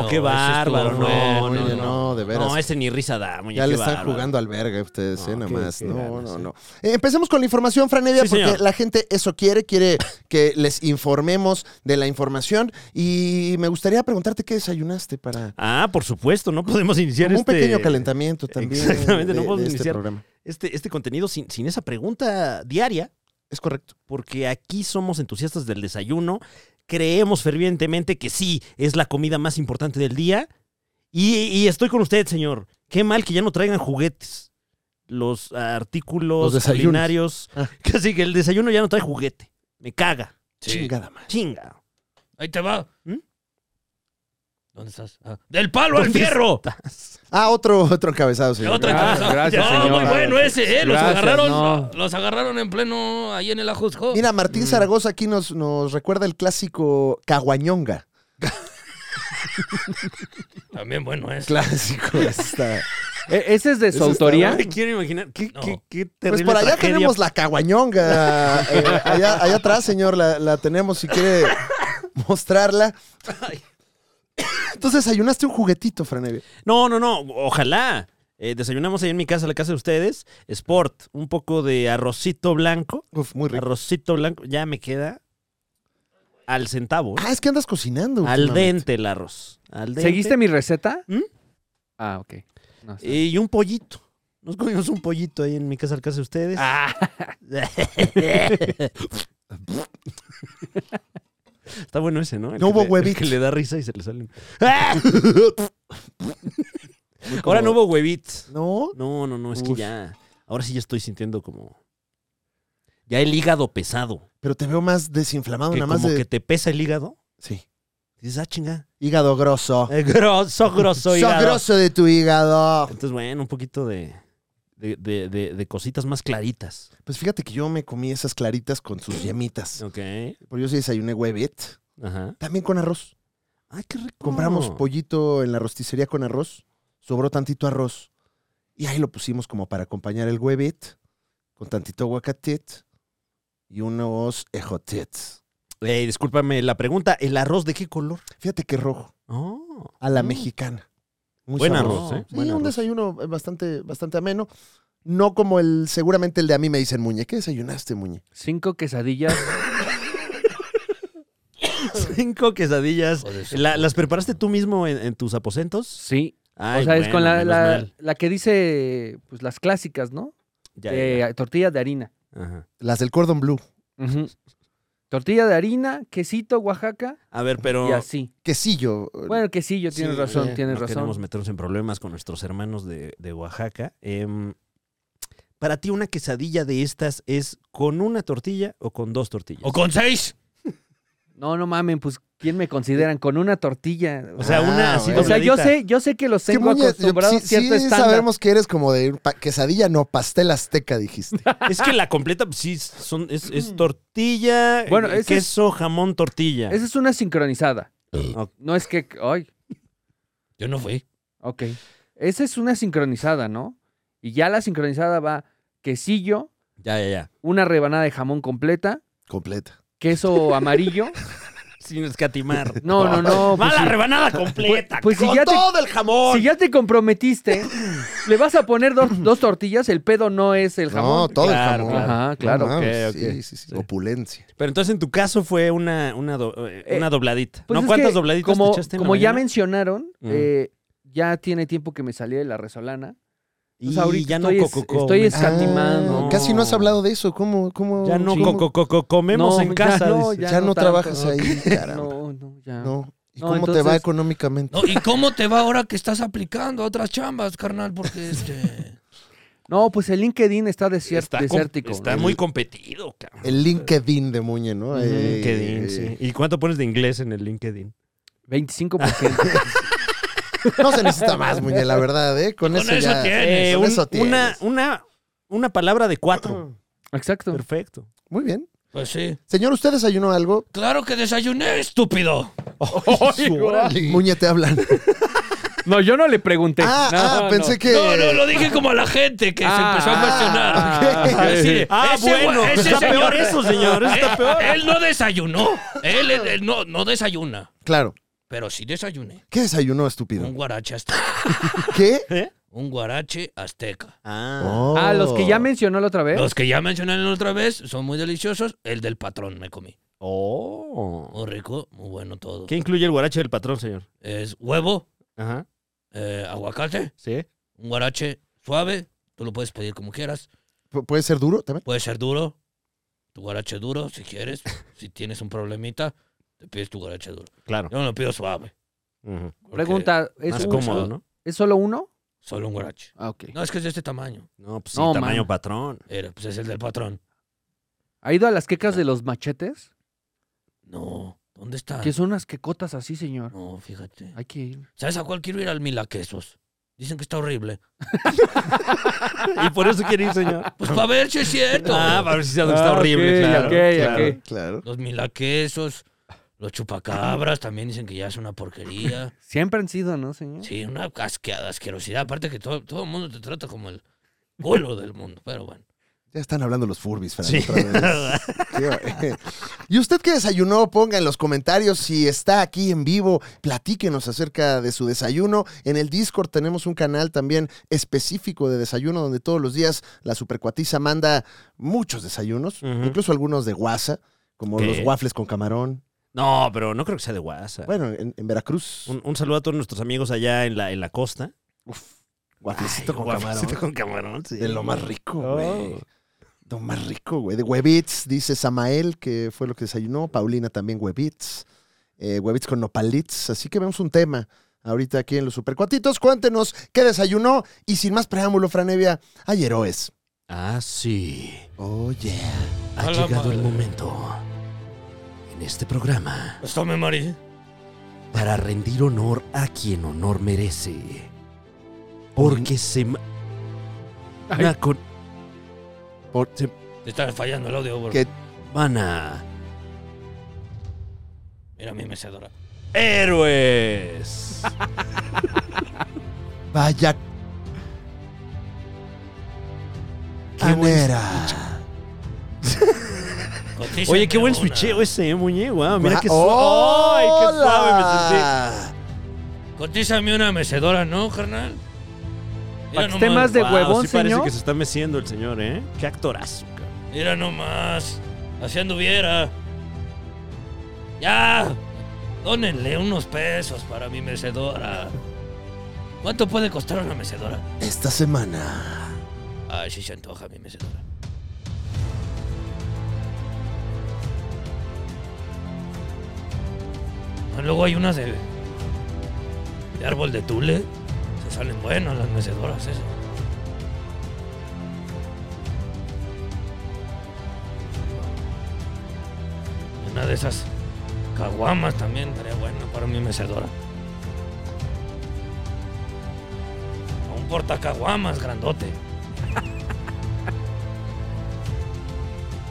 S4: No, ese
S1: qué
S4: estuvo
S1: bárbaro, no,
S4: horrible,
S1: no, no,
S3: Oye,
S1: no.
S3: no, de veras.
S1: No, ese ni risa da, muñeco.
S3: Ya le están jugando al verga ustedes,
S1: No,
S3: ¿eh? Nada
S1: qué-
S3: más.
S1: qué
S3: No,
S1: ganas,
S3: no,
S1: sí.
S3: no. Eh, empecemos con la información, Fran Evia,
S1: Sí,
S3: porque
S1: señor.
S3: la gente eso quiere, quiere que les informemos de la información. Y me gustaría preguntarte qué desayunaste para
S1: Ah, por supuesto, no podemos iniciar
S3: como un
S1: este,
S3: pequeño calentamiento también.
S1: Exactamente,
S3: de-
S1: no podemos
S3: de este
S1: iniciar.
S3: programa.
S1: este, este contenido sin, sin esa pregunta diaria,
S3: Es correcto.
S1: porque aquí somos entusiastas del desayuno, creemos fervientemente que sí, es la comida más importante del día. Y, y estoy con usted, señor. Qué mal que ya no traigan juguetes. Los artículos
S3: Los desayunos.
S1: culinarios.
S3: Ah.
S1: Casi que el desayuno ya no trae juguete. Me caga.
S4: Sí,
S3: Chingada madre.
S1: Chinga.
S4: Ahí te va.
S1: ¿Mm?
S4: ¿Dónde estás? Ah, ¡Del palo al
S1: ¿Dónde
S4: fierro!
S3: Ah, otro, otro encabezado, señor.
S4: Otro
S2: Gracias,
S4: encabezado.
S2: gracias,
S4: no,
S2: señor.
S4: muy bueno ese, ¿eh? Los
S2: Gracias,
S4: agarraron,
S2: no.
S4: los agarraron en pleno ahí en el ajusco.
S3: Mira, Martín
S2: Mm.
S3: Zaragoza aquí nos, nos recuerda el clásico Caguañonga.
S4: También bueno es.
S3: Clásico. está.
S2: E- ¿Ese es de su
S3: Eso está
S2: autoría?
S3: bueno.
S1: Me quiero imaginar. Qué,
S4: No.
S1: qué, qué
S3: Pues
S1: terrible
S3: por allá
S1: tragedia.
S3: tenemos la caguañonga. eh, allá, allá atrás, señor, la, la tenemos si quiere mostrarla. Entonces desayunaste un juguetito, Franevia.
S1: No, no, no. Ojalá. Eh, desayunamos ahí en mi casa, la casa de ustedes. Sport. Un poco de arrocito blanco.
S3: Uf, muy rico.
S1: Arrocito blanco, ya me queda al centavo. ¿eh?
S3: Ah, es que andas cocinando.
S1: al
S3: últimamente.
S1: dente el arroz. Al dente.
S2: ¿Seguiste mi receta?
S1: ¿Mm?
S2: Ah, ok. No, está bien.
S1: Y un pollito. Nos comimos un pollito ahí en mi casa, al casa de ustedes.
S2: Ah,
S1: Está bueno ese, ¿no? El
S3: No
S1: que
S3: hubo Ah,
S1: le- el
S3: huevito.
S1: que le da risa y se le salen. Ahora no hubo huevitos.
S3: No,
S1: No, no, no, es que
S3: Uf.
S1: ya. Ahora sí ya estoy sintiendo como. Ya el hígado pesado.
S3: pero te veo más desinflamado,
S1: que
S3: Ah, nada más
S1: como
S3: de.
S1: que te pesa el hígado.
S3: Sí.
S1: Dices, ah, chinga.
S3: Hígado grosso.
S1: Eh, grosso, grosso
S3: Sos
S1: hígado.
S3: Ah. grosso de tu hígado.
S1: Entonces, bueno, un poquito de, de, de- de- de cositas más claritas.
S3: Pues fíjate que yo me comí esas claritas con sus yemitas.
S1: Ok.
S3: Porque yo sí desayuné huevet.
S1: Ajá.
S3: También con arroz.
S1: Ay, qué rico.
S3: Compramos pollito en la rosticería con arroz, sobró tantito arroz y ahí lo pusimos como para acompañar el huevet con tantito aguacatet y unos ejotet.
S1: Eh, discúlpame la pregunta. ¿El arroz de qué color?
S3: Fíjate qué rojo,
S1: Oh.
S3: a la
S1: Mm.
S3: mexicana. Muy
S1: Buen
S3: sabroso.
S1: arroz, ¿eh?
S3: Sí,
S1: Buen
S3: un
S1: arroz.
S3: desayuno eh, bastante, bastante ameno. No como el, seguramente el de a mí me dicen, Muñe, ¿qué desayunaste, Muñe?
S2: cinco quesadillas.
S1: Cinco quesadillas.
S3: Oh,
S4: Joder, su
S1: La-
S4: puta.
S1: ¿Las preparaste tú mismo en, en tus aposentos?
S2: Sí.
S1: Ay,
S2: o sea, es
S1: bueno,
S2: con la,
S1: menos
S2: la-
S1: mal.
S2: la que dice pues las clásicas, ¿no?
S1: Ya,
S2: de
S1: ya,
S2: tortilla de harina.
S1: ya. Ajá.
S3: Las del cordon blue.
S2: Ujú. Tortilla de harina, quesito, Oaxaca
S1: A ver, pero...
S2: y así.
S3: Quesillo.
S2: Bueno, quesillo, tienes
S3: sí,
S2: razón,
S3: eh,
S2: tienes
S1: no queremos
S2: razón.
S1: meternos en problemas con nuestros hermanos de, de Oaxaca. Em, para ti, una quesadilla de estas es con una tortilla o con dos tortillas.
S4: O con seis.
S2: No, no mamen, pues ¿quién me consideran con una tortilla?
S1: O sea, una así
S3: bueno.
S2: Ah, O sea, yo
S1: dobladita.
S2: sé, yo sé que los
S3: Que
S2: tengo
S3: Muñe,
S2: acostumbrados
S3: sí,
S2: a cierto
S3: sí
S2: estándar.
S3: sabemos que eres como de pa- quesadilla, no, pastel azteca, dijiste.
S1: Es que la completa, pues, sí, son, es, es tortilla,
S2: Mm. Bueno,
S1: eh,
S2: ese es-
S1: queso, jamón, tortilla.
S2: Esa es una sincronizada.
S1: Ok.
S2: No es que. Ay,
S4: Yo no fui.
S2: ok. Esa es una sincronizada, ¿no? Y ya la sincronizada va quesillo,
S1: Ya, ya, ya.
S2: una rebanada de jamón completa,
S3: Completa.
S2: queso amarillo.
S1: Sin escatimar.
S2: No, no, no. Pues,
S1: ¡Va la
S2: si-
S1: rebanada completa!
S2: pues si
S3: ¡Con
S2: ya te
S3: todo el jamón!
S2: Si ya te comprometiste, le vas a poner dos, dos tortillas, el pedo no es el
S3: No,
S2: jamón.
S3: todo
S1: Claro,
S3: el jamón.
S1: claro.
S2: Ajá, claro.
S3: No mames,
S1: ok, ok.
S3: Sí, sí, sí. Opulencia.
S1: Pero entonces en tu caso fue una, una, do- eh,
S2: Eh,
S1: una dobladita.
S2: Pues
S1: ¿No?
S2: es
S1: ¿Cuántas
S2: que,
S1: dobladitas
S2: como,
S1: te echaste en la
S2: Como ya
S1: mañana?
S2: mencionaron,
S3: Mm.
S1: Ujú.
S2: eh, ya tiene tiempo que me salí de la resolana.
S1: Y
S2: Entonces, ahorita
S1: ya no
S2: estoy es-
S1: cococó.
S2: estoy
S1: men.
S2: es- Escatimando.
S3: Ah, Casi no has hablado de eso. ¿Cómo? cómo
S1: Ya no
S3: cómo-
S1: coco, coco- comemos
S2: No,
S1: en
S2: ya
S1: casa.
S2: no,
S1: dice.
S3: Ya,
S2: ya
S3: no,
S2: tanto.
S3: trabajas ahí, caramba.
S2: No, no, ya.
S3: No. ¿Y
S2: No,
S3: cómo te va
S2: entonces-
S3: económicamente?
S4: No, ¿Y cómo te va ahora que estás aplicando a otras chambas, carnal? Porque este.
S2: No, pues el LinkedIn está desier-
S1: Está, com-
S2: desértico.
S1: está
S2: El-
S1: muy competido, cabrón.
S3: El LinkedIn de Muñe, ¿no?
S2: Ujú.
S3: Eh,
S1: LinkedIn, sí. ¿Y cuánto pones de inglés en el LinkedIn?
S2: 25%.
S3: No se necesita más, Muñe, la verdad, ¿eh? Con,
S4: Con
S3: eso,
S4: eso
S3: ya.
S4: tienes,
S3: con
S1: Eh, un-
S3: eso
S1: una,
S3: tienes.
S1: una, una palabra de cuatro.
S2: Exacto.
S1: Perfecto.
S3: Muy bien.
S4: Pues sí.
S3: Señor, ¿usted desayunó algo?
S4: Claro que desayuné, estúpido.
S3: Muñe, te hablan.
S2: No, yo no le pregunté.
S3: Ah, ah,
S2: No,
S3: pensé
S2: no.
S3: que.
S4: No, no, lo dije como a la gente que se
S2: Ah,
S4: empezó
S2: ah,
S4: a
S2: ok.
S4: cuestionar. Así de,
S1: Ah,
S4: ese
S1: bueno,
S4: güey- ese
S1: está peor
S4: señor-
S1: eso, señor, eso está
S4: Él-
S1: peor.
S4: Eh, Él no desayunó. Él, él- él no, no desayuna.
S3: Claro.
S4: Pero sí desayuné.
S3: ¿Qué desayunó,
S4: Un
S3: estúpido?
S4: guarache azteca.
S3: ¿Qué?
S1: ¿Eh?
S4: Un guarache azteca.
S1: Ah.
S3: Oh.
S2: Ah, los que ya mencionó la otra
S1: ¿Eh?
S2: vez.
S4: Los que ya mencioné la otra vez son muy deliciosos. El del patrón me comí.
S1: Oh.
S4: Muy rico, muy bueno todo.
S1: ¿Qué incluye el guarache del patrón, señor?
S4: Es huevo,
S1: Ajá.
S4: eh, aguacate,
S1: Sí.
S4: un guarache suave. Tú lo puedes pedir como quieras.
S3: ¿Pu- ¿Puede ser duro también?
S4: Puede ser duro. Tu guarache duro, si quieres. si tienes un problemita, te pides tu guarache duro.
S1: Claro.
S4: Yo me lo pido suave.
S1: Ujú.
S4: porque
S2: Pregunta,
S1: Más
S2: ¿es, un-
S1: cómodo, ¿no?
S2: ¿es solo uno?
S4: Solo un guarache.
S2: Ah, ok.
S4: No, es que es de este tamaño.
S1: No, pues sí,
S2: No,
S1: tamaño
S2: man.
S1: patrón.
S4: Era, pues es el del patrón.
S2: ¿Ha ido a las quecas de los machetes?
S4: No, ¿dónde está?
S2: Que son unas quecotas así, señor.
S4: No, fíjate.
S2: Hay que ir.
S4: ¿Sabes a cuál quiero ir al Milaquesos? Dicen que está horrible.
S1: Y por eso quiere ir, señor.
S4: Pues para ver si es cierto.
S1: Ah, para ver si sabe que está horrible, claro. claro.
S3: Claro.
S4: Los milaquesos, los chupacabras, también dicen que ya es una porquería.
S2: Siempre han sido, ¿no, señor?
S4: Sí, una asqueada, asquerosidad. Aparte que todo, todo el mundo te trata como el culo del mundo, pero bueno.
S3: Ya están hablando los furbis, Fran,
S1: Sí.
S3: otra vez. Qué- ¿Y usted qué desayunó? Ponga en los comentarios si está aquí en vivo. Platíquenos acerca de su desayuno. En el Discord tenemos un canal también específico de desayuno donde todos los días la supercuatiza manda muchos desayunos,
S1: Ujú.
S3: incluso algunos de guasa, como
S1: ¿Qué?
S3: los waffles con camarón.
S1: No, pero no creo que sea de WhatsApp.
S3: Bueno, en, en Veracruz,
S1: Un, un saludo a todos nuestros amigos allá en la, en la costa.
S3: wafflecito con
S1: Guapacito
S3: camarón.
S1: con camarón, sí.
S3: De lo más rico,
S1: Oh.
S3: güey. Lo más rico, güey. De huevits, dice Samael, que fue lo que desayunó. Paulina también huevits. Eh, huevits con nopalits. Así que vemos un tema ahorita aquí en los Supercuatitos. Cuéntenos qué desayunó. Y sin más preámbulo, Franevia, hay héroes.
S1: Ah, sí.
S3: Oh, yeah.
S1: Ha
S4: A la
S1: llegado el
S4: madre.
S1: momento en este programa
S4: Pues tome, Mari.
S1: para rendir honor a quien honor merece. Porque se... ma-
S2: Ay.
S1: na- con-
S3: Por-
S1: se
S4: Te está fallando el audio, bro.
S3: ¿Qué?
S1: van a...
S4: Mira mi mecedora.
S1: Héroes.
S3: Vaya. ¿Quién
S1: buen
S3: era?
S4: Cotiza,
S1: Oye, qué buen
S4: cabrona.
S1: switcheo ese, eh, muñe. Guau,
S3: Ah,
S1: mira qué suave. ¡Ay,
S3: ¡Hola!
S1: qué suave
S4: Cotízame una mecedora, ¿no, carnal?
S2: Para que esté más de
S1: me sentí! Guau,
S2: huevón,
S1: sí parece
S2: señor.
S1: que se está meciendo el señor, ¿eh? Qué actorazo, cabrón.
S4: Mira nomás. Así anduviera. Ya. Dónenle unos pesos para mi mecedora. ¿Cuánto puede costar una mecedora?
S3: Esta semana.
S4: Ay, Ah, sí se antoja mi mecedora. Ah, Luego hay unas de, de árbol de tule. Se salen buenas las mecedoras esas. Y Una de esas caguamas también estaría buena para mi mecedora. O Un portacaguamas grandote.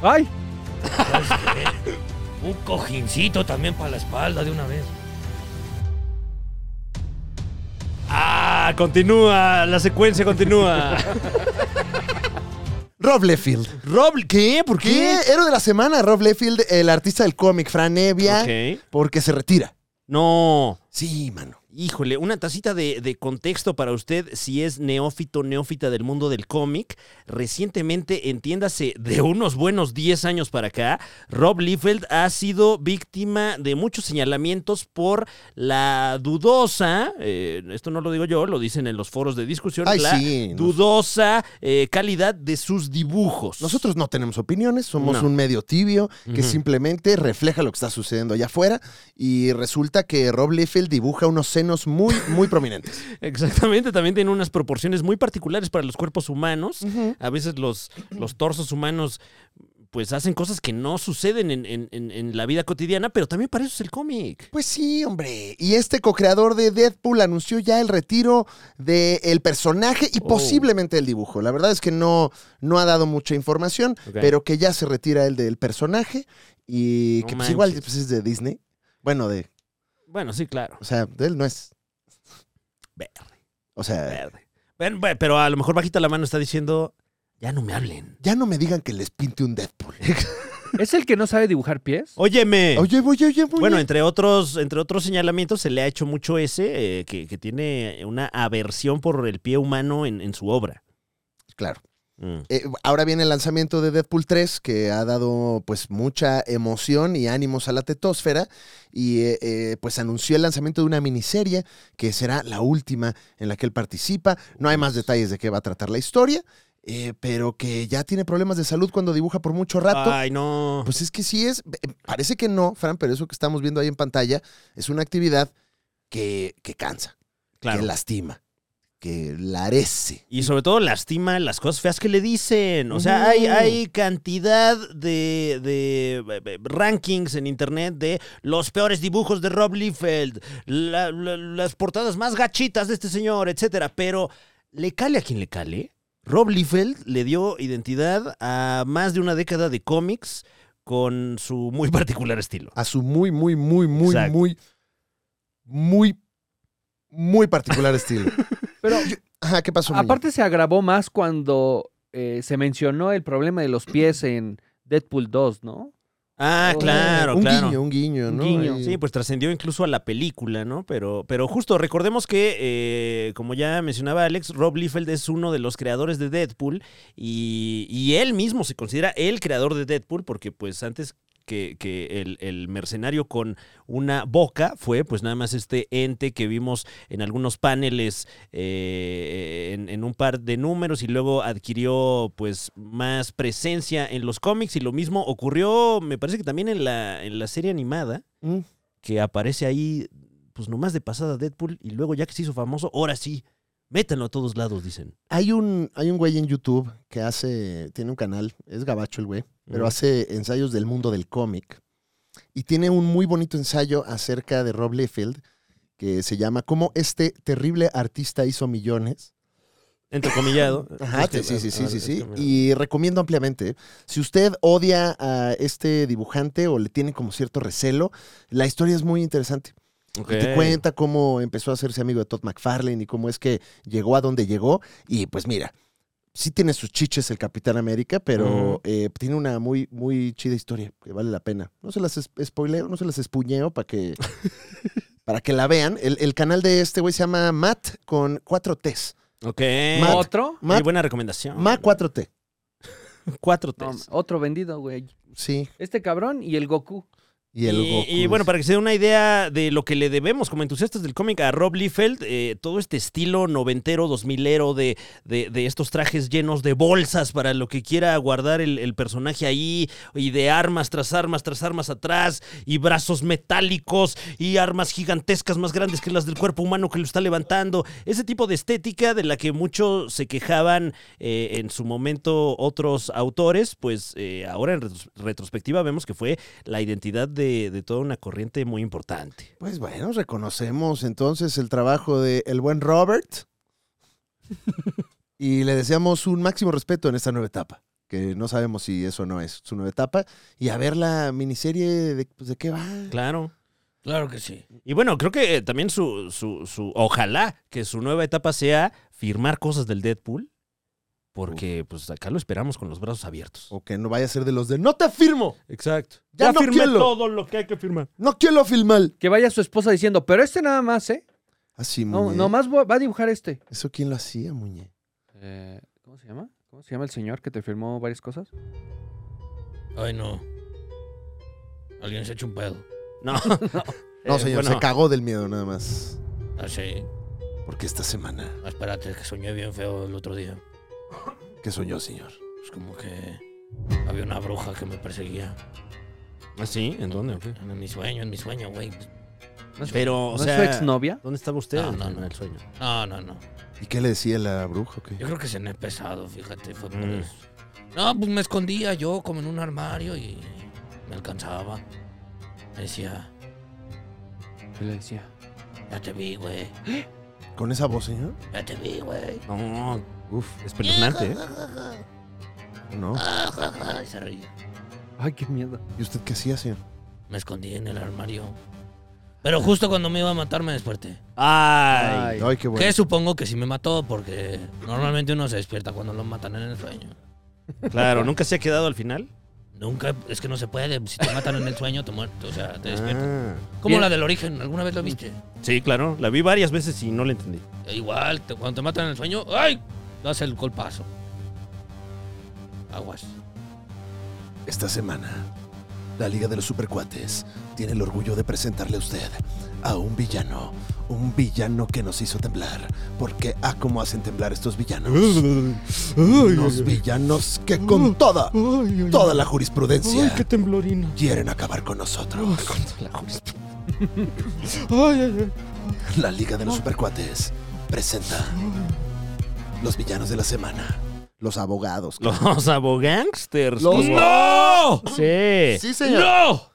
S2: ¡Ay!
S4: ¿Sabes qué? Un cojincito también para la espalda de una vez.
S1: Ah, continúa, la secuencia continúa.
S3: Rob Liefeld.
S1: Rob, ¿qué? ¿Por
S3: ¿Qué?
S1: qué?
S3: Héroe de la semana, Rob Liefeld, el artista del cómic, Franevia.
S1: Ok.
S3: Porque se retira.
S1: No.
S3: Sí, mano.
S1: Híjole, una tacita de, de contexto para usted si es neófito, neófita del mundo del cómic. Recientemente, entiéndase, de unos buenos 10 años para acá, Rob Liefeld ha sido víctima de muchos señalamientos por la dudosa, eh, esto no lo digo yo, lo dicen en los foros de discusión,
S3: Ay,
S1: la
S3: sí, nos-
S1: dudosa eh, calidad de sus dibujos.
S3: Nosotros no tenemos opiniones, somos
S1: No.
S3: un medio tibio que
S1: Ujú.
S3: simplemente refleja lo que está sucediendo allá afuera y resulta que Rob Liefeld dibuja unos senos muy, muy prominentes.
S1: Exactamente, también tiene unas proporciones muy particulares para los cuerpos humanos. A veces los, los torsos humanos pues hacen cosas que no suceden en, en- en- en la vida cotidiana, pero también para eso es el cómic.
S3: Pues sí, hombre. Y este co-creador de Deadpool anunció ya el retiro del personaje y
S1: Oh.
S3: posiblemente el dibujo. La verdad es que no, no ha dado mucha información,
S1: Ok.
S3: pero que ya se retira el del personaje y
S1: No
S3: que pues, igual
S1: manches.
S3: pues, es de Disney. Bueno, de,
S1: Bueno, sí, claro.
S3: o sea, de él no es.
S1: Verde.
S3: O sea,
S1: Verde. Ven, ve, pero a lo mejor bajita la mano está diciendo, ya no me hablen.
S3: ya no me digan que les pinte un Deadpool.
S2: ¿Es el que no sabe dibujar pies?
S1: Óyeme.
S3: Oye, oye, oye, oye.
S1: Bueno, entre otros, entre otros señalamientos se le ha hecho mucho ese, eh, que, que tiene una aversión por el pie humano en, en su obra.
S3: claro.
S1: Mm.
S3: Eh, ahora viene el lanzamiento de Deadpool 3, que ha dado pues mucha emoción y ánimos a la tetósfera. Y eh, eh, pues anunció el lanzamiento de una miniserie que será la última en la que él participa. No hay más detalles de qué va a tratar la historia, eh, pero que ya tiene problemas de salud cuando dibuja por mucho rato.
S1: Ay, no.
S3: Pues es que sí es. eh, Parece que no, Fran, pero eso que estamos viendo ahí en pantalla es una actividad que, que cansa,
S1: claro.
S3: que lastima, que larece.
S1: Y sobre todo lastima las cosas feas que le dicen. O sea, hay,
S3: Ujú.
S1: hay cantidad de, de, eh, rankings en internet de los peores dibujos de Rob Liefeld, la- la- las portadas más gachitas de este señor, etcétera. Pero le cale a quien le cale. Rob Liefeld le dio identidad a más de una década de cómics con su muy particular estilo.
S3: a su muy, muy, muy, muy,
S1: Exacto.
S3: muy, muy, muy particular estilo.
S2: Pero
S3: Ajá, ¿qué pasó? Muñe?
S2: aparte se agravó más cuando eh, se mencionó el problema de los pies en Deadpool 2, ¿no?
S1: Ah,
S2: Oh,
S1: claro,
S3: un
S1: claro.
S3: guiño, un guiño,
S2: Un
S3: ¿no?
S2: guiño.
S3: Ahí.
S1: Sí, pues trascendió incluso a la película, ¿no? Pero, pero justo, recordemos que, eh, como ya mencionaba Alex, Rob Liefeld es uno de los creadores de Deadpool y, y él mismo se considera el creador de Deadpool porque pues antes que, que el, el mercenario con una boca fue pues nada más este ente que vimos en algunos paneles eh, en, en un par de números y luego adquirió pues más presencia en los cómics y lo mismo ocurrió me parece que también en la, en la serie animada
S3: Mm.
S1: que aparece ahí, pues nomás de pasada Deadpool, y luego ya que se hizo famoso, ahora sí, métanlo a todos lados, dicen.
S3: Hay un, hay un güey en YouTube que hace, tiene un canal, es gabacho el güey, pero
S1: Mm.
S3: hace ensayos del mundo del cómic. Y tiene un muy bonito ensayo acerca de Rob Liefeld que se llama ¿Cómo este terrible artista hizo millones?
S1: Entrecomillado.
S3: Ajá,
S1: Es que-
S3: sí, sí, sí,
S1: ah,
S3: sí,
S1: es
S3: sí.
S1: que me-
S3: Y recomiendo ampliamente. Si usted odia a este dibujante o le tiene como cierto recelo, la historia es muy interesante.
S1: Ok.
S3: Te cuenta cómo empezó a hacerse amigo de Todd McFarlane y cómo es que llegó a donde llegó. Y pues mira, sí tiene sus chiches el Capitán América, pero
S1: Ujú.
S3: eh, tiene una muy, muy chida historia que vale la pena. No se las es- spoileo, no se las espuñeo para que, para que la vean. El, el canal de este güey se llama Matt con cuatro T's.
S1: Ok.
S3: Matt-
S2: ¿Otro?
S1: Muy
S3: Matt,
S1: buena recomendación.
S3: Matt 4T.
S1: Cuatro
S2: No,
S1: Ts.
S2: otro vendido, güey.
S3: Sí.
S2: Este cabrón y el Goku.
S3: Y el
S1: y,
S3: Goku
S1: y
S3: es-
S1: bueno, para que se dé una idea de lo que le debemos como entusiastas del cómic a Rob Liefeld, eh, todo este estilo noventero, dos milero de, de, de estos trajes llenos de bolsas para lo que quiera guardar el, el personaje ahí, y de armas tras armas tras armas atrás, y brazos metálicos, y armas gigantescas más grandes que las del cuerpo humano que lo está levantando. Ese tipo de estética de la que muchos se quejaban eh, en su momento otros autores, pues eh, ahora en retros- retrospectiva vemos que fue la identidad de, de toda una corriente muy importante.
S3: Pues bueno, reconocemos entonces el trabajo de el buen Robert y le deseamos un máximo respeto en esta nueva etapa, que no sabemos si eso no es su nueva etapa, y a ver la miniserie de, pues, de qué va.
S1: Claro.
S4: Claro que sí.
S1: Y bueno, creo que eh, también su, su, su- ojalá que su nueva etapa sea firmar cosas del Deadpool, porque pues acá lo esperamos con los brazos abiertos.
S3: O que no vaya a ser de los de no te firmo,
S1: Exacto.
S3: Ya no quiero.
S1: todo lo que hay que firmar.
S3: no quiero filmar.
S2: Que vaya su esposa diciendo, pero este nada más, ¿eh?
S3: Así,
S2: No,
S3: Muñe.
S2: nomás vo- va a dibujar este.
S3: ¿Eso quién lo hacía, Muñe?
S2: Eh, ¿Cómo se llama? ¿Cómo se llama el señor que te firmó varias cosas?
S4: Ay, no. Alguien se ha hecho un pedo.
S1: No.
S3: No,
S1: Eh,
S3: señor,
S1: bueno.
S3: se cagó del miedo nada más.
S4: Así.
S3: Porque esta semana,
S4: Ah, espérate, que soñé bien feo el otro día.
S3: ¿qué soñó, señor?
S4: Es como que había una bruja que me perseguía.
S1: ¿Ah, sí? ¿En dónde?
S4: En mi sueño, en mi sueño, güey. No es-
S1: Pero, o
S2: ¿No
S1: sea.
S2: es su exnovia?
S1: ¿Dónde estaba usted
S4: No, no,
S1: en
S4: no.
S1: el sueño?
S4: No, no, no.
S3: ¿Y qué le decía la bruja? o qué?
S4: Yo creo que cené pesado, fíjate, fue por
S1: Mm.
S4: eso. No, pues me escondía yo como en un armario y me alcanzaba. Me decía,
S2: ¿Qué le decía?
S4: ya te vi, güey,
S3: ¿Con esa voz, señor?
S4: ya te vi, güey.
S1: No, uf, espeluznante, ¿eh?
S3: No.
S1: Ah.
S4: Y se reía.
S2: Ay, qué miedo.
S3: ¿Y usted qué hacía, señor?
S4: Me escondí en el armario. Pero justo cuando me iba a matar me desperté.
S1: Ay.
S3: Ay, qué bueno.
S4: Que supongo que sí me mató porque normalmente uno se despierta cuando lo matan en el sueño.
S1: Claro, ¿nunca se ha quedado al final?
S4: Nunca, es que no se puede. Si te matan en el sueño, te muerto, o sea, te despiertas.
S1: Ah.
S4: Como la del origen, ¿alguna vez la viste?
S1: Sí, claro, la vi varias veces y no la entendí.
S4: E Igual, te- cuando te matan en el sueño, ¡ay! Das el golpazo. Aguas.
S3: Esta semana, la Liga de los Supercuates tiene el orgullo de presentarle a usted a un villano. Un villano que nos hizo temblar. Porque, ah, cómo hacen temblar estos villanos. Unos villanos que con toda, toda la jurisprudencia
S1: temblorina.
S3: quieren acabar con nosotros. La Liga de los Supercuates presenta los villanos de la semana. Los abogados.
S1: Los abogangsters.
S3: Los-
S4: ¡No!
S1: Sí.
S3: Sí,
S4: ¡No!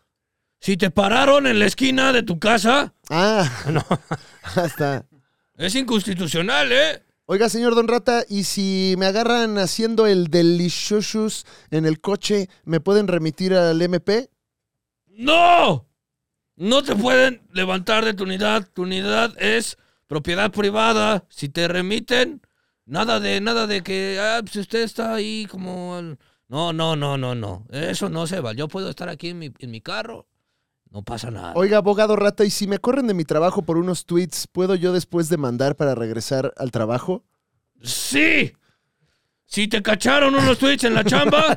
S4: Si te pararon en la esquina de tu casa,
S3: Ah,
S1: No.
S3: hasta.
S4: es inconstitucional, ¿eh?
S3: Oiga, señor Don Rata, ¿y si me agarran haciendo el deliciosus en el coche, me pueden remitir al MP?
S4: ¡No! No te pueden levantar de tu unidad. Tu unidad es propiedad privada. Si te remiten, nada de, nada de que, ah, si usted está ahí como... al- No, no, no, no, no. Eso no se va. Yo puedo estar aquí en mi, en mi carro. No pasa nada.
S3: Oiga, abogado Rata, ¿y si me corren de mi trabajo por unos tweets, puedo yo después demandar para regresar al trabajo?
S4: ¡Sí! Si te cacharon unos tweets en la chamba,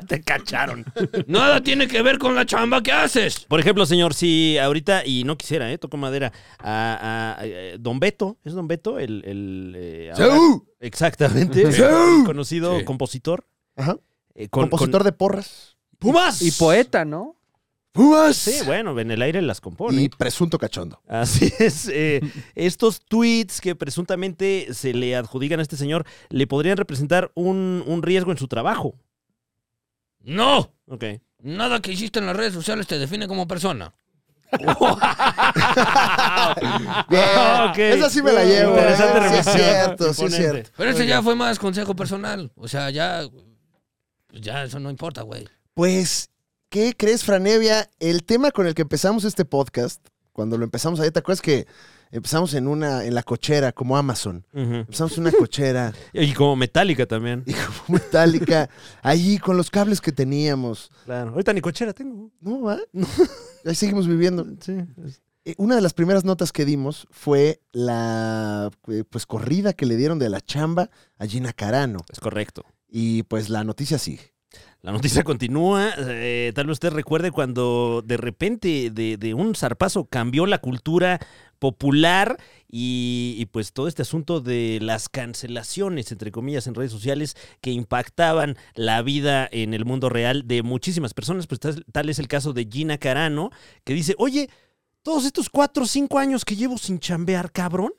S1: Te cacharon.
S4: nada tiene que ver con la chamba que haces.
S1: Por ejemplo, señor, si ahorita, y no quisiera, ¿eh? Toco madera, a, a- a- eh, Don Beto, ¿es Don Beto el... el eh, ahora- Exactamente.
S3: Sí.
S1: el Conocido
S4: Sí.
S1: compositor.
S3: Ajá.
S1: eh, con-
S3: Compositor
S1: con-
S3: de porras.
S1: ¡Pumas!
S2: Y poeta, ¿no?
S3: ¡Pumas!
S1: Sí, bueno, en el aire las compone.
S3: y presunto cachondo.
S1: Así es. eh, estos tweets que presuntamente se le adjudican a este señor le podrían representar un, un riesgo en su trabajo.
S4: ¡No!
S1: Ok.
S4: Nada que hiciste en las redes sociales te define como persona.
S1: Ah, ok.
S3: Esa sí me la llevo.
S1: Interesante
S3: ¿eh? Sí es
S1: revisión.
S3: cierto, sí es
S1: Imponente.
S3: cierto.
S4: Pero ese ya fue más consejo personal. O sea, ya. pues Ya, eso no importa, güey.
S3: Pues, ¿qué crees, Franevia? El tema con el que empezamos este podcast, cuando lo empezamos ahí, ¿te acuerdas que empezamos en una, en la cochera, como Amazon?
S1: Ujú.
S3: Empezamos en una cochera
S1: Y como metálica también.
S3: y como metálica, allí con los cables que teníamos.
S1: Claro. Ahorita ni cochera tengo.
S3: No, ¿va? Ahí seguimos viviendo.
S1: Sí.
S3: Eh, Una de las primeras notas que dimos fue la eh, pues corrida que le dieron de la chamba a Gina Carano.
S1: Es correcto.
S3: Y pues la noticia sigue.
S1: La noticia continúa. eh, tal vez usted recuerde cuando de repente, de, de un zarpazo, cambió la cultura popular y, y pues todo este asunto de las cancelaciones, entre comillas, en redes sociales que impactaban la vida en el mundo real de muchísimas personas. Pues tal, tal es el caso de Gina Carano, que dice, oye, todos estos cuatro o cinco años que llevo sin chambear, cabrón,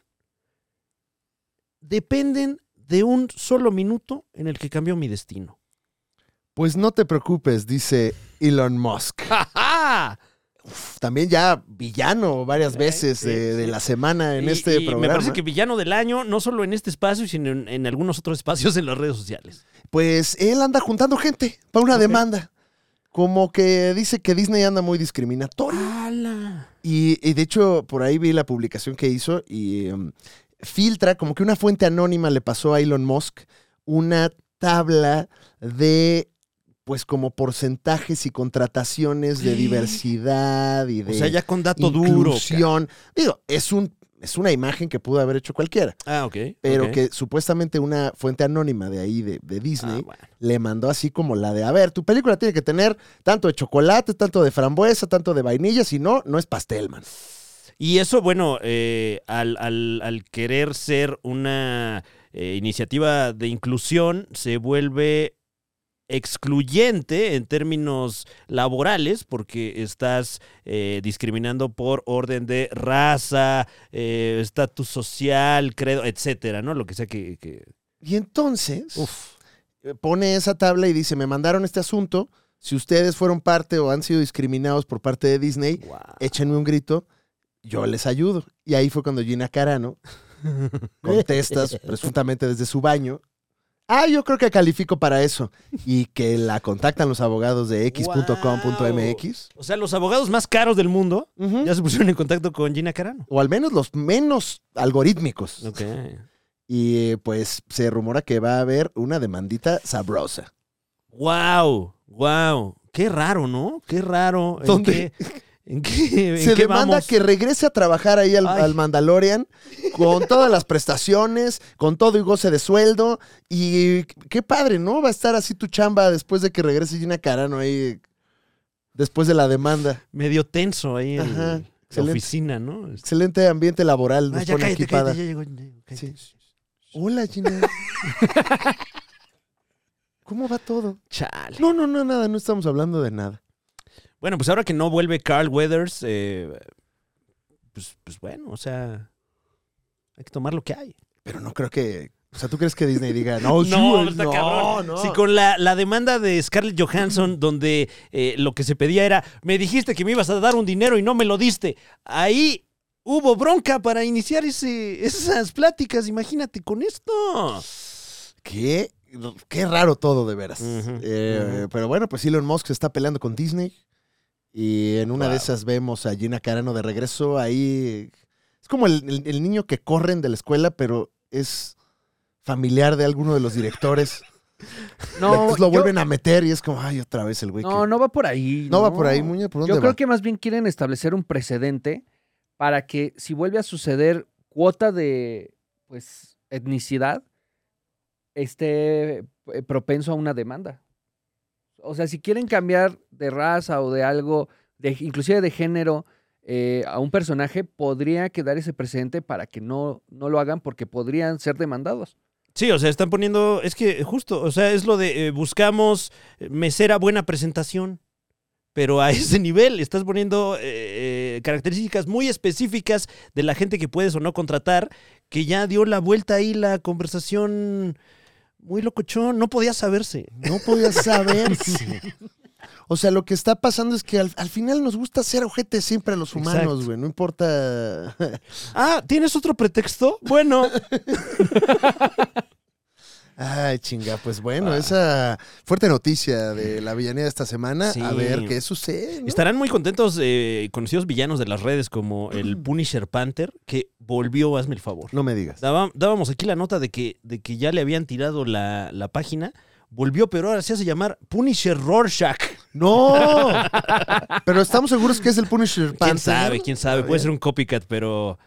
S1: dependen de un solo minuto en el que cambió mi destino.
S3: Pues no te preocupes, dice Elon Musk.
S1: ¡Ajá!
S3: también ya villano varias veces
S1: sí,
S3: de,
S1: sí.
S3: de la semana en
S1: Y-
S3: este
S1: y Me
S3: programa.
S1: parece que villano del año, no solo en este espacio, sino en, en algunos otros espacios en las redes sociales.
S3: Pues él anda juntando gente para una demanda. Como que dice que Disney anda muy discriminatorio.
S1: ¡Hala!
S3: Y, y de hecho, por ahí vi la publicación que hizo y em, filtra, como que una fuente anónima le pasó a Elon Musk una tabla de, pues como porcentajes y contrataciones de diversidad y de...
S1: O sea, ya con dato duro. ca-
S3: inclusión. Digo, es, un, es una imagen que pudo haber hecho cualquiera.
S1: Ah, ok.
S3: pero
S1: ok.
S3: que supuestamente una fuente anónima de ahí, de, de Disney,
S1: Ah, bueno.
S3: le mandó así como la de, a ver, tu película tiene que tener tanto de chocolate, tanto de frambuesa, tanto de vainilla, si no, no es pastel, man.
S1: Y eso, bueno, eh, al, al- al querer ser una eh, iniciativa de inclusión, se vuelve excluyente en términos laborales porque estás eh, discriminando por orden de raza, eh, estatus social, credo, etcétera, ¿no? Lo que sea que... que-
S3: Y entonces
S1: Uf.
S3: eh, pone esa tabla y dice, me mandaron este asunto, si ustedes fueron parte o han sido discriminados por parte de Disney, échenme un grito, yo les ayudo. Y ahí fue cuando Gina Carano contestas presuntamente desde su baño. Ah, yo creo que califico para eso. Y que la contactan los abogados de x.com.mx.
S1: O sea, los abogados más caros del mundo
S3: Ujú.
S1: ya se pusieron en contacto con Gina Carano.
S3: O al menos los menos algorítmicos.
S1: Ok.
S3: Y eh, pues se rumora que va a haber una demandita sabrosa.
S1: Wow, wow. Qué raro, ¿no? Qué raro. ¿En
S3: ¿Dónde?
S1: qué- ¿En qué, en
S3: Se
S1: qué
S3: demanda
S1: vamos?
S3: que regrese a trabajar ahí al,
S1: Ay.
S3: al Mandalorian con todas las prestaciones, con todo y goce de sueldo. Y qué padre, ¿no? Va a estar así tu chamba después de que regrese Gina Carano ahí, después de la demanda.
S1: Medio tenso ahí en
S3: Ajá,
S1: la
S3: excelente.
S1: oficina, ¿no?
S3: Excelente ambiente laboral. nos
S1: Ah, ya
S3: pone
S1: cállate,
S3: aquí Pada.
S1: cállate, ya llegó, ya llegó, cállate.
S3: Sí. Hola, Gina. ¿Cómo va todo?
S1: Chale.
S3: No, no, no, nada, no estamos hablando de nada.
S1: Bueno, pues ahora que no vuelve Carl Weathers, eh, pues, pues bueno, o sea, hay que tomar lo que hay.
S3: Pero no creo que. O sea, ¿tú crees que Disney diga, no, sí, güey,
S1: está
S3: no,
S1: cabrón.
S3: no?
S1: Si con la, la demanda de Scarlett Johansson, donde eh, lo que se pedía era, me dijiste que me ibas a dar un dinero y no me lo diste, ahí hubo bronca para iniciar ese, esas pláticas, imagínate con esto.
S3: ¿Qué? Qué raro todo, de veras.
S1: Ujú,
S3: Eh, Pero bueno, pues Elon Musk se está peleando con Disney. Y en una de esas vemos a Gina Carano de regreso ahí. Es como el, el- el niño que corren de la escuela, pero es familiar de alguno de los directores.
S2: No,
S3: Entonces lo
S2: yo-
S3: vuelven a meter y es como, ay, otra vez el güey.
S2: no,
S3: que-
S2: no va por ahí.
S3: No va por ahí, Muñe, ¿por dónde
S2: Yo creo
S3: va?
S2: que más bien quieren establecer un precedente para que si vuelve a suceder cuota de pues etnicidad esté eh, propenso a una demanda. O sea, si quieren cambiar de raza o de algo, de, inclusive de género, eh, a un personaje, podría quedar ese precedente para que no, no lo hagan porque podrían ser demandados.
S1: Sí, o sea, están poniendo, es que justo, o sea, es lo de eh, buscamos mesera buena presentación, pero a ese nivel estás poniendo eh, eh, características muy específicas de la gente que puedes o no contratar, que ya dio la vuelta ahí la conversación muy locochón, no podía saberse.
S3: No podía saberse. O sea, lo que está pasando es que al, al final nos gusta ser ojete siempre a los humanos,
S1: Exacto.
S3: güey. No importa.
S1: Ah, ¿tienes otro pretexto? Bueno,
S3: Ay, chinga, pues bueno, esa fuerte noticia de la villanía de esta semana.
S1: Sí.
S3: A ver qué sucede. ¿no?
S1: estarán muy contentos eh, conocidos villanos de las redes como el Punisher Panther, que volvió, hazme el favor.
S3: No me digas.
S1: Daba- dábamos aquí la nota de que, de que ya le habían tirado la, la página. Volvió, pero ahora se hace llamar Punisher Rorschach.
S3: ¡No! Pero estamos seguros que es el Punisher
S1: ¿Quién
S3: Panther.
S1: sabe? ¿Quién sabe? Puede ser un copycat, pero,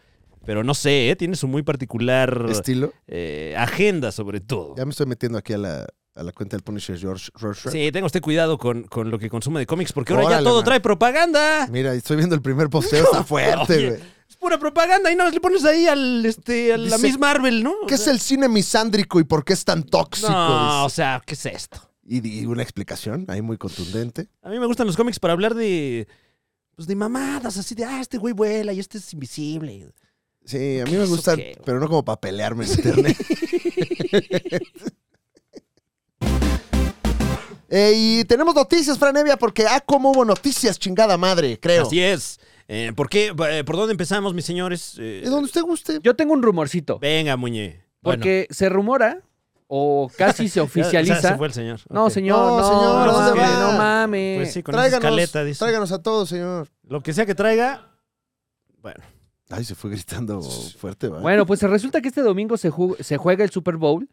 S1: pero no sé, ¿eh? tiene su muy particular
S3: Estilo.
S1: eh, agenda sobre todo.
S3: Ya me estoy metiendo aquí a la, a la cuenta del Punisher George Rorschach.
S1: Sí, tenga usted cuidado con, con lo que consume de cómics, porque ahora ya
S3: Órale,
S1: todo
S3: man.
S1: trae propaganda.
S3: Mira, estoy viendo el primer posteo, está fuerte,
S1: Oye,
S3: güey.
S1: Es pura propaganda y no le pones ahí al, este, a la
S3: Dice,
S1: Miss Marvel, ¿no? O
S3: ¿Qué es
S1: sea,
S3: el cine misándrico y por qué es tan tóxico?
S1: No, o
S3: Dice.
S1: sea, ¿qué es esto?
S3: Y, y una explicación ahí muy contundente.
S1: A mí me gustan los cómics para hablar de. Pues de mamadas, así de, ah, este güey vuela y este es invisible.
S3: Sí, a mí
S1: ¿Qué
S3: me
S1: es o
S3: gustan,
S1: qué, güey?
S3: pero no como para pelearme en internet. Eh, y tenemos noticias, Franevia, porque ah, cómo hubo noticias, chingada madre, creo.
S1: Así es. Eh, ¿Por qué? Eh, ¿Por dónde empezamos, mis señores? Eh,
S3: De donde usted guste.
S2: Yo tengo un rumorcito,
S1: Venga, Muñe.
S2: porque se rumora o casi se
S1: Bueno, ya-
S2: oficializa.
S1: ya se fue el señor.
S2: No,
S1: Ok.
S2: señor,
S3: No,
S2: no,
S3: señor,
S2: no,
S1: ¿dónde
S2: mames,
S1: va?
S2: no mames.
S1: Pues sí, con esa
S3: Tráiganos,
S1: escaleta, dice.
S3: tráiganos a todos, señor.
S1: Lo que sea que traiga. Bueno,
S3: Ay, se fue gritando fuerte, ¿va?
S2: Bueno, pues resulta que este domingo se, ju- se juega el Super Bowl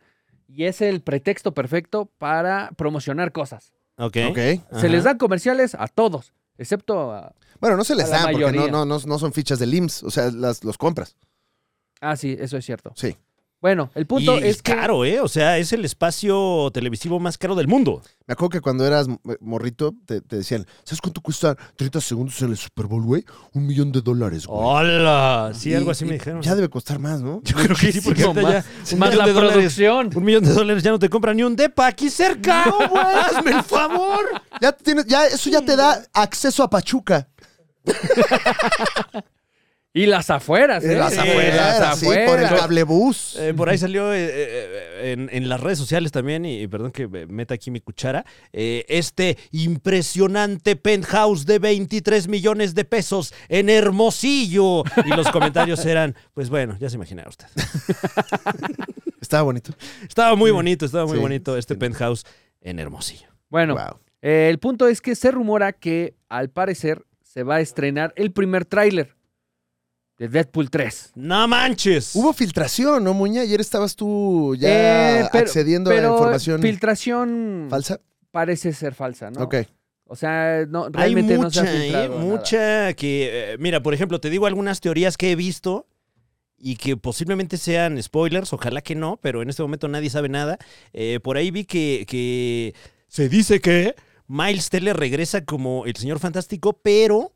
S2: y es el pretexto perfecto para promocionar cosas.
S1: ok.
S3: Ok.
S1: Ajá.
S2: Se les dan comerciales a todos, excepto a...
S3: Bueno, no se les
S2: A la
S3: dan porque no,
S2: mayoría.
S3: no, no, no son fichas del IMSS, o sea, las, los compras.
S2: Ah, sí, eso es cierto.
S3: Sí.
S2: Bueno, el punto
S1: y
S2: es que
S1: caro, ¿eh? O sea, es el espacio televisivo más caro del mundo.
S3: Me acuerdo que cuando eras mo- morrito te, te decían, ¿sabes cuánto cuesta 30 segundos en el Super Bowl, güey? Un millón de dólares, güey.
S1: ¡Hola! Sí,
S3: Y-
S1: algo así
S3: y
S1: me dijeron.
S3: Ya debe costar más, ¿no?
S1: Yo creo que sí, porque
S2: muchísimo
S1: ahorita
S2: más,
S1: ya
S2: más
S1: millón
S2: la
S1: de dólares.
S2: producción.
S1: Un millón de dólares ya no te compra ni un depa aquí cerca. ¡oh,
S3: ¡No, güey! ¡Hazme el favor! Ya tienes, ya, eso ya te da acceso a Pachuca.
S2: Y las afueras, ¿eh?
S3: En las
S1: Sí,
S3: afueras,
S2: las
S3: sí, por el
S2: afueras.
S3: cablebús.
S1: Eh, por ahí salió eh, eh, en, en las redes sociales también, y perdón que me- meta aquí mi cuchara, eh, este impresionante penthouse de 23 millones de pesos en Hermosillo. Y los comentarios eran, pues bueno, ya se imaginará usted.
S3: Estaba bonito.
S1: Estaba muy bonito, estaba muy
S3: Sí,
S1: bonito este
S3: sí.
S1: penthouse en Hermosillo.
S2: Bueno,
S3: Wow.
S2: eh, el punto es que se rumora que al parecer se va a estrenar el primer tráiler de Deadpool 3.
S1: ¡No manches!
S3: Hubo filtración, ¿no, Muña? Ayer estabas tú ya
S2: Eh, pero-
S3: accediendo a
S2: pero
S3: información
S2: Filtración
S3: falsa.
S2: parece ser falsa, ¿no?
S3: Ok.
S2: O sea, no,
S1: Hay
S2: realmente
S1: mucha,
S2: no se ha
S1: ¿eh?
S2: filtrado nada.
S1: mucha que, eh, mira, por ejemplo, te digo algunas teorías que he visto y que posiblemente sean spoilers, ojalá que no, pero en este momento nadie sabe nada. Eh, por ahí vi que, que se dice que Miles Teller regresa como el Señor Fantástico, pero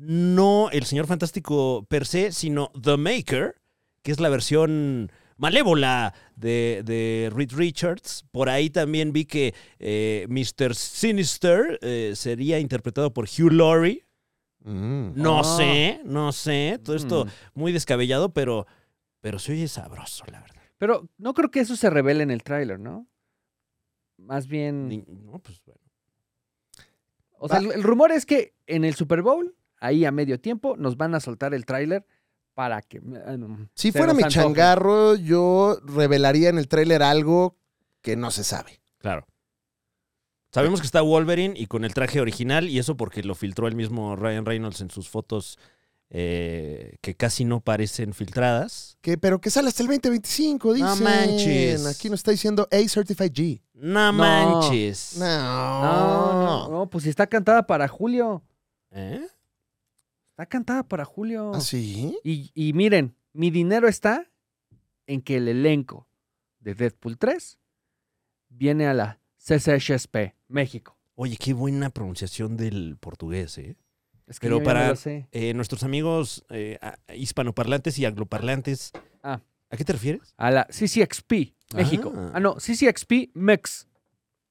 S1: no el Señor Fantástico per se, sino The Maker, que es la versión malévola de, de Reed Richards. Por ahí también vi que eh, Mr. Sinister eh, sería interpretado por Hugh Laurie.
S3: Mm.
S1: No
S2: Ah.
S1: sé, no sé. Todo esto
S2: Mm.
S1: muy descabellado, pero, pero se oye sabroso, la verdad.
S2: Pero no creo que eso se revele en el tráiler, ¿no? Más bien...
S1: Ni- No, pues bueno.
S2: O sea, el, el rumor es que en el Super Bowl, ahí a medio tiempo, nos van a soltar el tráiler para que... mm, ah,
S3: Si fuera mi
S2: changar
S3: changarro, yo revelaría en el tráiler algo que no se sabe.
S1: Claro. Sabemos que está Wolverine y con el traje original, y eso porque lo filtró el mismo Ryan Reynolds en sus fotos eh, que casi no parecen filtradas.
S3: Que, pero que sale hasta el 2025, dicen.
S1: No manches.
S3: Aquí nos está diciendo A Certified G.
S1: No manches.
S3: No.
S2: No, no, no, pues si está cantada para julio.
S1: ¿Eh?
S2: Está cantada para julio.
S3: ¿Ah, sí?
S2: y, y miren, mi dinero está en que el elenco de Deadpool 3 viene a la CCHSP, México.
S1: Oye, qué buena pronunciación del portugués, ¿eh?
S2: Es que
S1: Pero
S2: yo ya me
S1: para-
S2: lo sé.
S1: Eh, nuestros amigos eh, a- hispanoparlantes y angloparlantes.
S2: Ah.
S1: ¿A qué te refieres?
S2: A la CCXP, México.
S1: Ah.
S2: Ah, no, CCXP, Mex.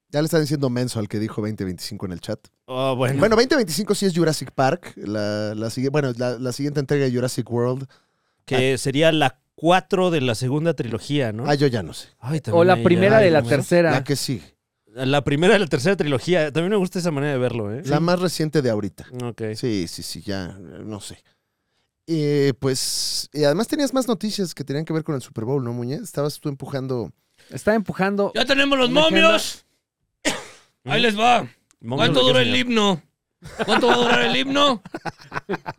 S3: Ya le están diciendo menso al que dijo 2025 en el chat.
S1: Oh, bueno.
S3: Bueno, 2025 sí es Jurassic Park. La, la sigue- bueno, la, la siguiente entrega de Jurassic World.
S1: que sería la 4 de la segunda trilogía, ¿no?
S3: Ah, yo ya no sé.
S1: ah. Ay, también
S2: O la
S1: hay-
S2: primera
S1: ay,
S2: de la
S1: ¿cómo
S2: tercera.
S3: La que sigue.
S1: es? La primera de la tercera trilogía. También me gusta esa manera de verlo, ¿eh?
S3: La más reciente de ahorita.
S1: Ok.
S3: Sí, sí, sí, ya, eh, no sé. Eh, pues, y además tenías más noticias que tenían que ver con el Super Bowl, ¿no, Muñe? Estabas tú empujando.
S2: Está empujando.
S4: Ya tenemos los
S2: Una agenda.
S4: momios. Ahí les va.
S1: Mongo,
S4: ¿Cuánto
S1: ¿de qué
S4: dura el
S1: señor?
S4: himno? ¿Cuánto va a durar el himno?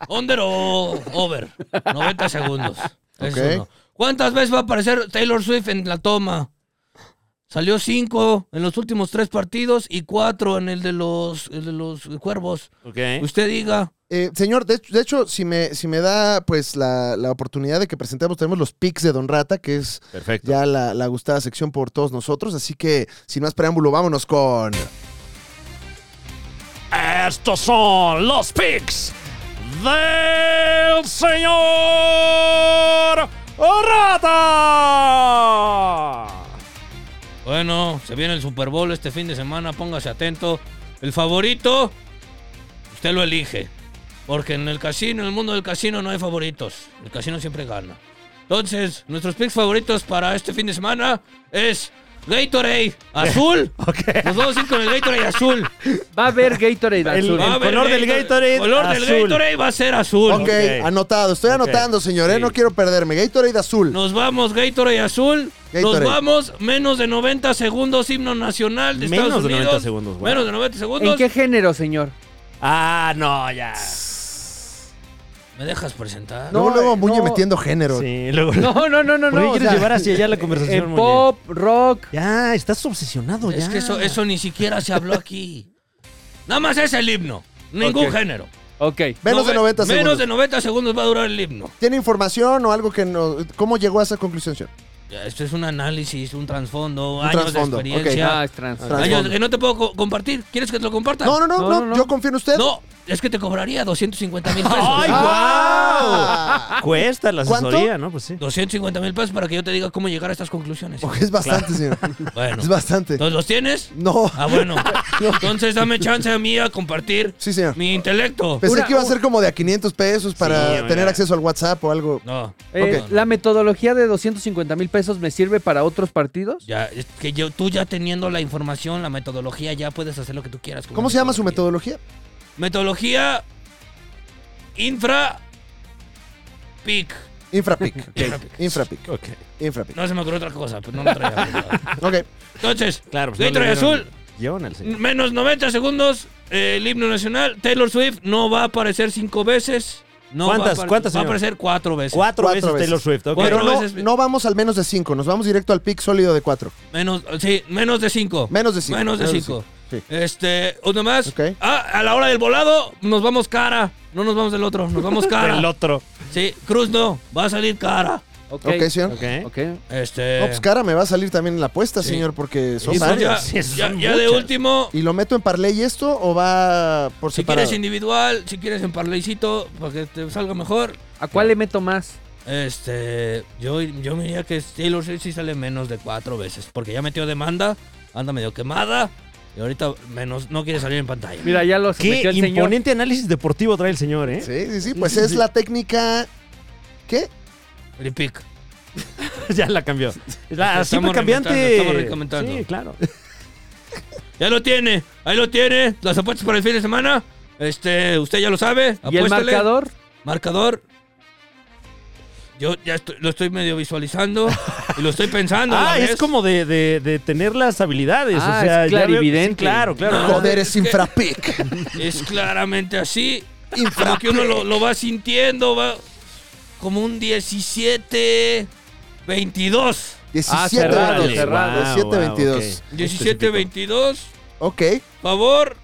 S4: ¿Under o over? 90 segundos. Es
S3: Ok.
S4: uno. ¿Cuántas veces va a aparecer Taylor Swift en la toma? Salió cinco en los últimos tres partidos y cuatro en el de los, el de los cuervos.
S1: Ok.
S4: Usted diga.
S3: Eh, señor, de, de hecho, si me, si me da pues la, la oportunidad de que presentemos, tenemos los pics de Don Rata, que es
S1: Perfecto.
S3: ya la, la gustada sección por todos nosotros. Así que, sin más preámbulo, vámonos con.
S1: Estos son los picks del señor Rata.
S4: Bueno, se viene el Super Bowl este fin de semana, póngase atento. El favorito, usted lo elige. Porque en el casino, en el mundo del casino no hay favoritos. El casino siempre gana. Entonces, nuestros picks favoritos para este fin de semana es Gatorade azul. Nos vamos a ir con el Gatorade azul.
S2: Va a haber Gatorade
S1: El-
S2: azul.
S1: el-
S4: Va a haber
S1: color del Gatorade
S4: color del
S1: azul.
S4: Gatorade va a ser azul.
S3: Ok,
S1: Ok.
S3: anotado. Estoy
S1: Ok.
S3: anotando, señor, ¿eh?
S1: Sí.
S3: No quiero perderme. Gatorade azul.
S4: Nos vamos Gatorade azul.
S3: Gatorade.
S4: Nos vamos menos de 90 segundos himno nacional de
S1: Menos
S4: Estados
S1: de 90
S4: Unidos.
S1: segundos, güey.
S4: Menos de 90 segundos.
S2: ¿En qué género, señor?
S1: Ah, no, ya.
S4: ¿Me dejas presentar?
S3: Luego,
S2: No,
S3: luego
S2: eh,
S3: Muñe
S2: no.
S3: metiendo género.
S1: Sí, luego.
S2: No, no, no, no,
S1: ¿Por qué
S2: no. o
S1: quieres
S2: sea,
S1: llevar hacia allá la conversación,
S2: eh,
S1: Muñe?
S2: pop, rock.
S1: Ya, estás obsesionado ya.
S4: Es que eso, eso ni siquiera se habló aquí. Nada más es el himno. Ningún
S2: Ok.
S4: género.
S2: Ok.
S3: Menos de
S4: Nove-
S3: 90 segundos.
S4: Menos de 90 segundos va a durar el himno.
S3: ¿Tiene información o algo que no... ¿Cómo llegó a esa conclusión, señor?
S4: Esto es un análisis, un trasfondo,
S3: Un
S4: años
S3: trasfondo, ok.
S4: de experiencia.
S2: Ah, es trans.
S3: Ah.
S4: Años
S3: trasfondo.
S4: que no te puedo co- compartir. ¿Quieres que te lo comparta?
S3: No, no, no,
S2: No,
S3: no,
S2: no, no.
S3: yo confío en usted.
S4: No, es que te cobraría 250 mil pesos. Ah,
S1: ¡Ay, guau!
S3: Ah.
S1: Cuesta la
S3: ¿Cuánto?
S1: asesoría, ¿no? Pues sí.
S4: 250 mil pesos para que yo te diga cómo llegar a estas conclusiones.
S3: Porque Oh, es bastante, señor.
S4: Bueno,
S3: Es bastante.
S4: ¿entonces los tienes?
S3: No.
S4: Ah, bueno. Entonces dame chance a mí a compartir
S3: Sí, Pues señor.
S4: mi intelecto.
S3: Pensé
S2: Una-
S3: que iba a ser como de a 500 pesos para
S1: oiga.
S3: tener acceso al WhatsApp o algo.
S4: No,
S2: Eh,
S4: Ok.
S2: La metodología de 250 mil pesos me sirve para otros partidos.
S4: ya, es que yo, tú ya teniendo la información, la metodología, ya puedes hacer lo que tú quieras. con
S3: ¿Cómo
S4: la
S3: se llama su metodología?
S4: Metodología infra pic.
S3: Infrapic.
S4: Infrapic.
S3: Infrapic.
S1: Ok.
S3: Infrapic.
S4: No se me ocurrió otra cosa, pues no lo traía. ¿verdad?
S3: Ok.
S4: Entonces,
S1: Claro, pues
S4: Soy
S1: le dieron
S4: Azul.
S1: guión al señor.
S4: menos 90 segundos, eh, el himno nacional. Taylor Swift no va a aparecer cinco veces. No va a
S1: ¿Cuántas?
S4: apare-
S1: ¿Cuántas,
S4: Va a
S1: señor?
S4: aparecer cuatro veces.
S1: Cuatro,
S3: Cuatro
S1: veces
S3: veces.
S1: Taylor Swift. ok.
S4: Cuatro
S3: Pero no,
S4: veces-
S3: no vamos al menos de 5, nos vamos directo al pic sólido de 4.
S4: Menos, sí, menos de cinco.
S3: Menos de 5.
S4: Menos de cinco.
S3: Sí.
S4: Este, uno más.
S3: Ok.
S4: Ah, a la hora del volado, nos vamos cara. No nos vamos del otro, nos vamos
S1: Del
S4: cara.
S1: otro.
S4: sí, Cruz no, va a salir cara.
S2: Ok. ¿Eh?
S3: Ok, señor.
S1: Ok.
S2: Ok.
S4: Este.
S3: No, pues cara, me va a salir también en la apuesta,
S4: Sí.
S3: señor, porque son
S4: y pues ya,
S3: varias.
S1: Sí, son
S4: ya- ya de
S1: muchas.
S4: último,
S3: ¿Y lo meto en parlay esto o va por
S4: si
S3: separado?
S4: quieres individual, si quieres en parleycito, para que te salga mejor.
S2: ¿A cuál le meto más?
S4: Este, yo, yo me diría que Taylor Swift sí sale menos de cuatro veces, porque ya metió demanda, anda medio quemada, y ahorita menos, no quiere salir en pantalla.
S2: Mira, ya los
S1: Qué
S2: metió el señor.
S1: imponente análisis deportivo trae el señor, ¿eh?
S3: Sí, sí, sí, pues es la técnica... ¿Qué?
S4: El pick.
S1: ya la cambió. La
S4: Estamos
S1: siempre cambiante.
S4: recomendando, estamos recomendando.
S1: Sí, claro.
S4: Ya lo tiene, ahí lo tiene, las apuestas para el fin de semana. Este, usted ya lo sabe,
S2: ¿Y el
S4: apuéstele.
S2: marcador?
S4: Marcador. Yo ya estoy- lo estoy medio visualizando y lo estoy pensando. a la
S1: ah, es
S4: vez.
S1: como de, de- de tener las habilidades.
S2: Ah,
S1: o sea,
S2: es
S1: ya veo- sí,
S2: clarividente.
S1: claro, claro. ¿no?
S3: Joder, es infrapic.
S4: Es claramente así.
S3: Infra-
S4: Como que uno lo, lo va sintiendo, va como un 17, 22.
S3: 17
S2: cerrado,
S3: veintidós.
S2: cerrado.
S3: 17,
S1: Wow, wow,
S3: 22.
S1: ok.
S4: 17, 22.
S3: Ok.
S4: Favor,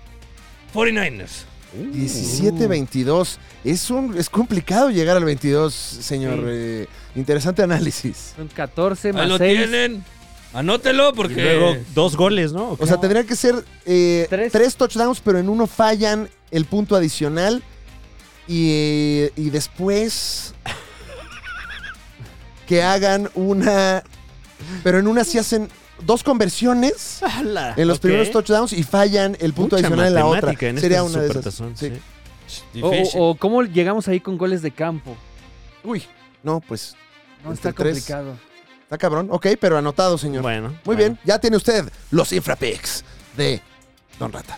S4: 49ers.
S3: Uh. 17, 22. Es, un, es complicado llegar al 22, señor.
S2: Sí.
S3: eh, interesante análisis.
S2: Son 14
S4: Ahí
S2: más
S4: lo
S2: 6.
S4: tienen. Anótelo
S1: Y
S4: porque.
S1: luego dos goles, ¿no?
S3: O sea, tendría que ser eh,
S2: Tres.
S3: tres. touchdowns, pero en uno fallan el punto adicional. Y, eh, y después que hagan una... Pero en una sí hacen dos conversiones en los primeros touchdowns y fallan el punto adicional en la otra.
S1: este
S3: Sería una de esas. Sí.
S1: oh,
S2: O,
S4: Difícil.
S2: o- o cómo llegamos ahí con goles de campo.
S3: Uy, no, pues
S2: No,
S3: Entre
S2: está
S3: tres.
S2: complicado.
S3: está cabrón. Ok, pero anotado, señor.
S1: Bueno.
S3: Muy bien, ya tiene usted los infrapicks de Don Rata.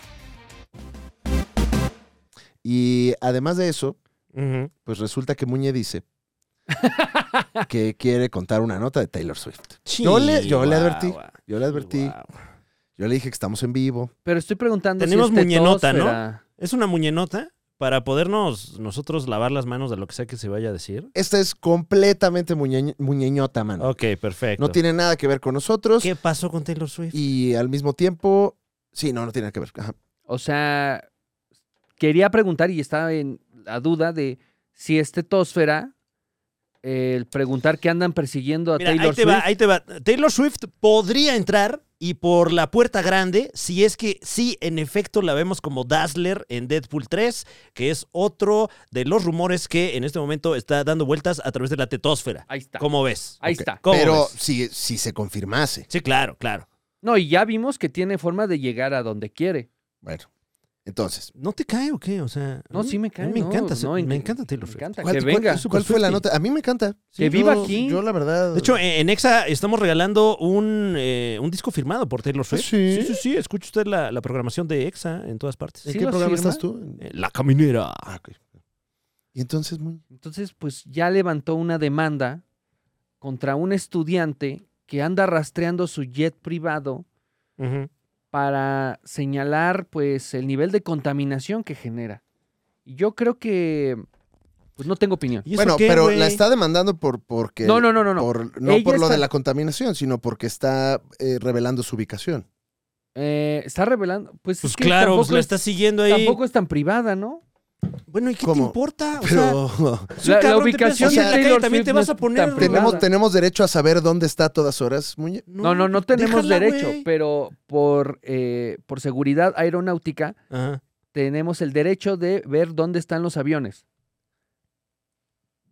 S3: Y además de eso,
S1: bien.
S3: pues resulta que Muñe dice que quiere contar una nota de Taylor Swift. Yo le, yo le advertí, yo le advertí, yo le dije que estamos en vivo.
S2: Pero estoy preguntando
S1: Tenemos
S2: si este es
S1: muñenota, ¿no?
S2: tetósfera.
S1: Es una muñenota para podernos nosotros lavar las manos de lo que sea que se vaya a decir.
S3: Esta es completamente muñe- muñeñota, mano.
S1: Ok, perfecto.
S3: No tiene nada que ver con nosotros
S1: ¿Qué pasó con Taylor Swift?
S3: y al mismo tiempo, sí, no, no tiene nada que ver. Ajá.
S2: O sea, quería preguntar y estaba en la duda de si es tetósfera el preguntar qué andan persiguiendo a
S1: Mira,
S2: Taylor
S1: ahí te
S2: Swift.
S1: va, ahí te va. Taylor Swift podría entrar y por la puerta grande, si es que sí, en efecto, la vemos como Dazzler en Deadpool 3, que es otro de los rumores que en este momento está dando vueltas a través de la tetósfera.
S2: Ahí está.
S1: ¿Cómo ves?
S2: Ahí
S3: Ok.
S2: está.
S1: ¿Cómo
S3: Pero
S1: ves?
S3: si, si se confirmase.
S1: Sí, claro, claro.
S2: No, y ya vimos que tiene forma de llegar a donde quiere.
S3: Bueno, entonces,
S1: ¿No te cae o qué? O sea,
S2: No,
S1: a mí-
S2: sí me
S1: a
S2: cae.
S1: mí me
S2: no,
S1: encanta,
S2: no,
S1: me encanta Taylor Swift.
S2: Me encanta,
S3: ¿cuál,
S2: que
S3: cuál-
S2: venga.
S3: cuál fue la nota? A mí me encanta.
S2: Que
S3: yo-
S2: viva aquí.
S3: Yo la verdad.
S1: De hecho, en en Exa estamos regalando un, eh, un disco firmado por Taylor Swift.
S3: ¿Sí?
S1: sí, sí. Escucha usted la, la programación de Exa en todas partes.
S3: ¿en
S2: ¿sí
S3: qué
S2: lo
S3: programa
S2: firma?
S3: estás tú?
S1: Eh, La caminera.
S3: Ah, ok. Y entonces, Muñe.
S2: Entonces, pues ya levantó una demanda contra un estudiante que anda rastreando su jet privado
S1: Ujú.
S2: para señalar pues el nivel de contaminación que genera. Y yo creo que pues no tengo opinión.
S1: ¿Y eso
S3: Bueno,
S1: qué,
S3: pero
S1: güey?
S3: la está demandando por porque
S2: No, no, no, no, no.
S3: por, no
S2: Ella
S3: por lo
S2: está-
S3: de la contaminación, sino porque está eh, revelando su ubicación.
S2: Eh, está revelando, pues, es
S1: Pues
S2: que
S1: claro, pues
S2: tampoco,
S1: la
S2: es,
S1: está siguiendo ahí.
S2: tampoco es tan privada, ¿no?
S1: Bueno, ¿y qué te
S3: ¿Cómo?
S1: importa? Ah, O sea,
S3: Pero
S1: sí,
S2: la, la
S1: cabrón, te
S2: ubicación
S1: empiezas a ir en
S2: de
S1: la calle,
S2: Taylor
S1: también
S2: Swift
S1: te
S2: no
S1: vas a
S2: es
S1: poner...
S2: tan
S3: ¿tenemos,
S2: privada.
S3: tenemos derecho a saber dónde está a todas horas, Muñe.
S2: No, no, no tenemos
S1: déjala,
S2: derecho,
S1: güey.
S2: pero por, eh, por seguridad aeronáutica
S1: Ajá.
S2: tenemos el derecho de ver dónde están los aviones.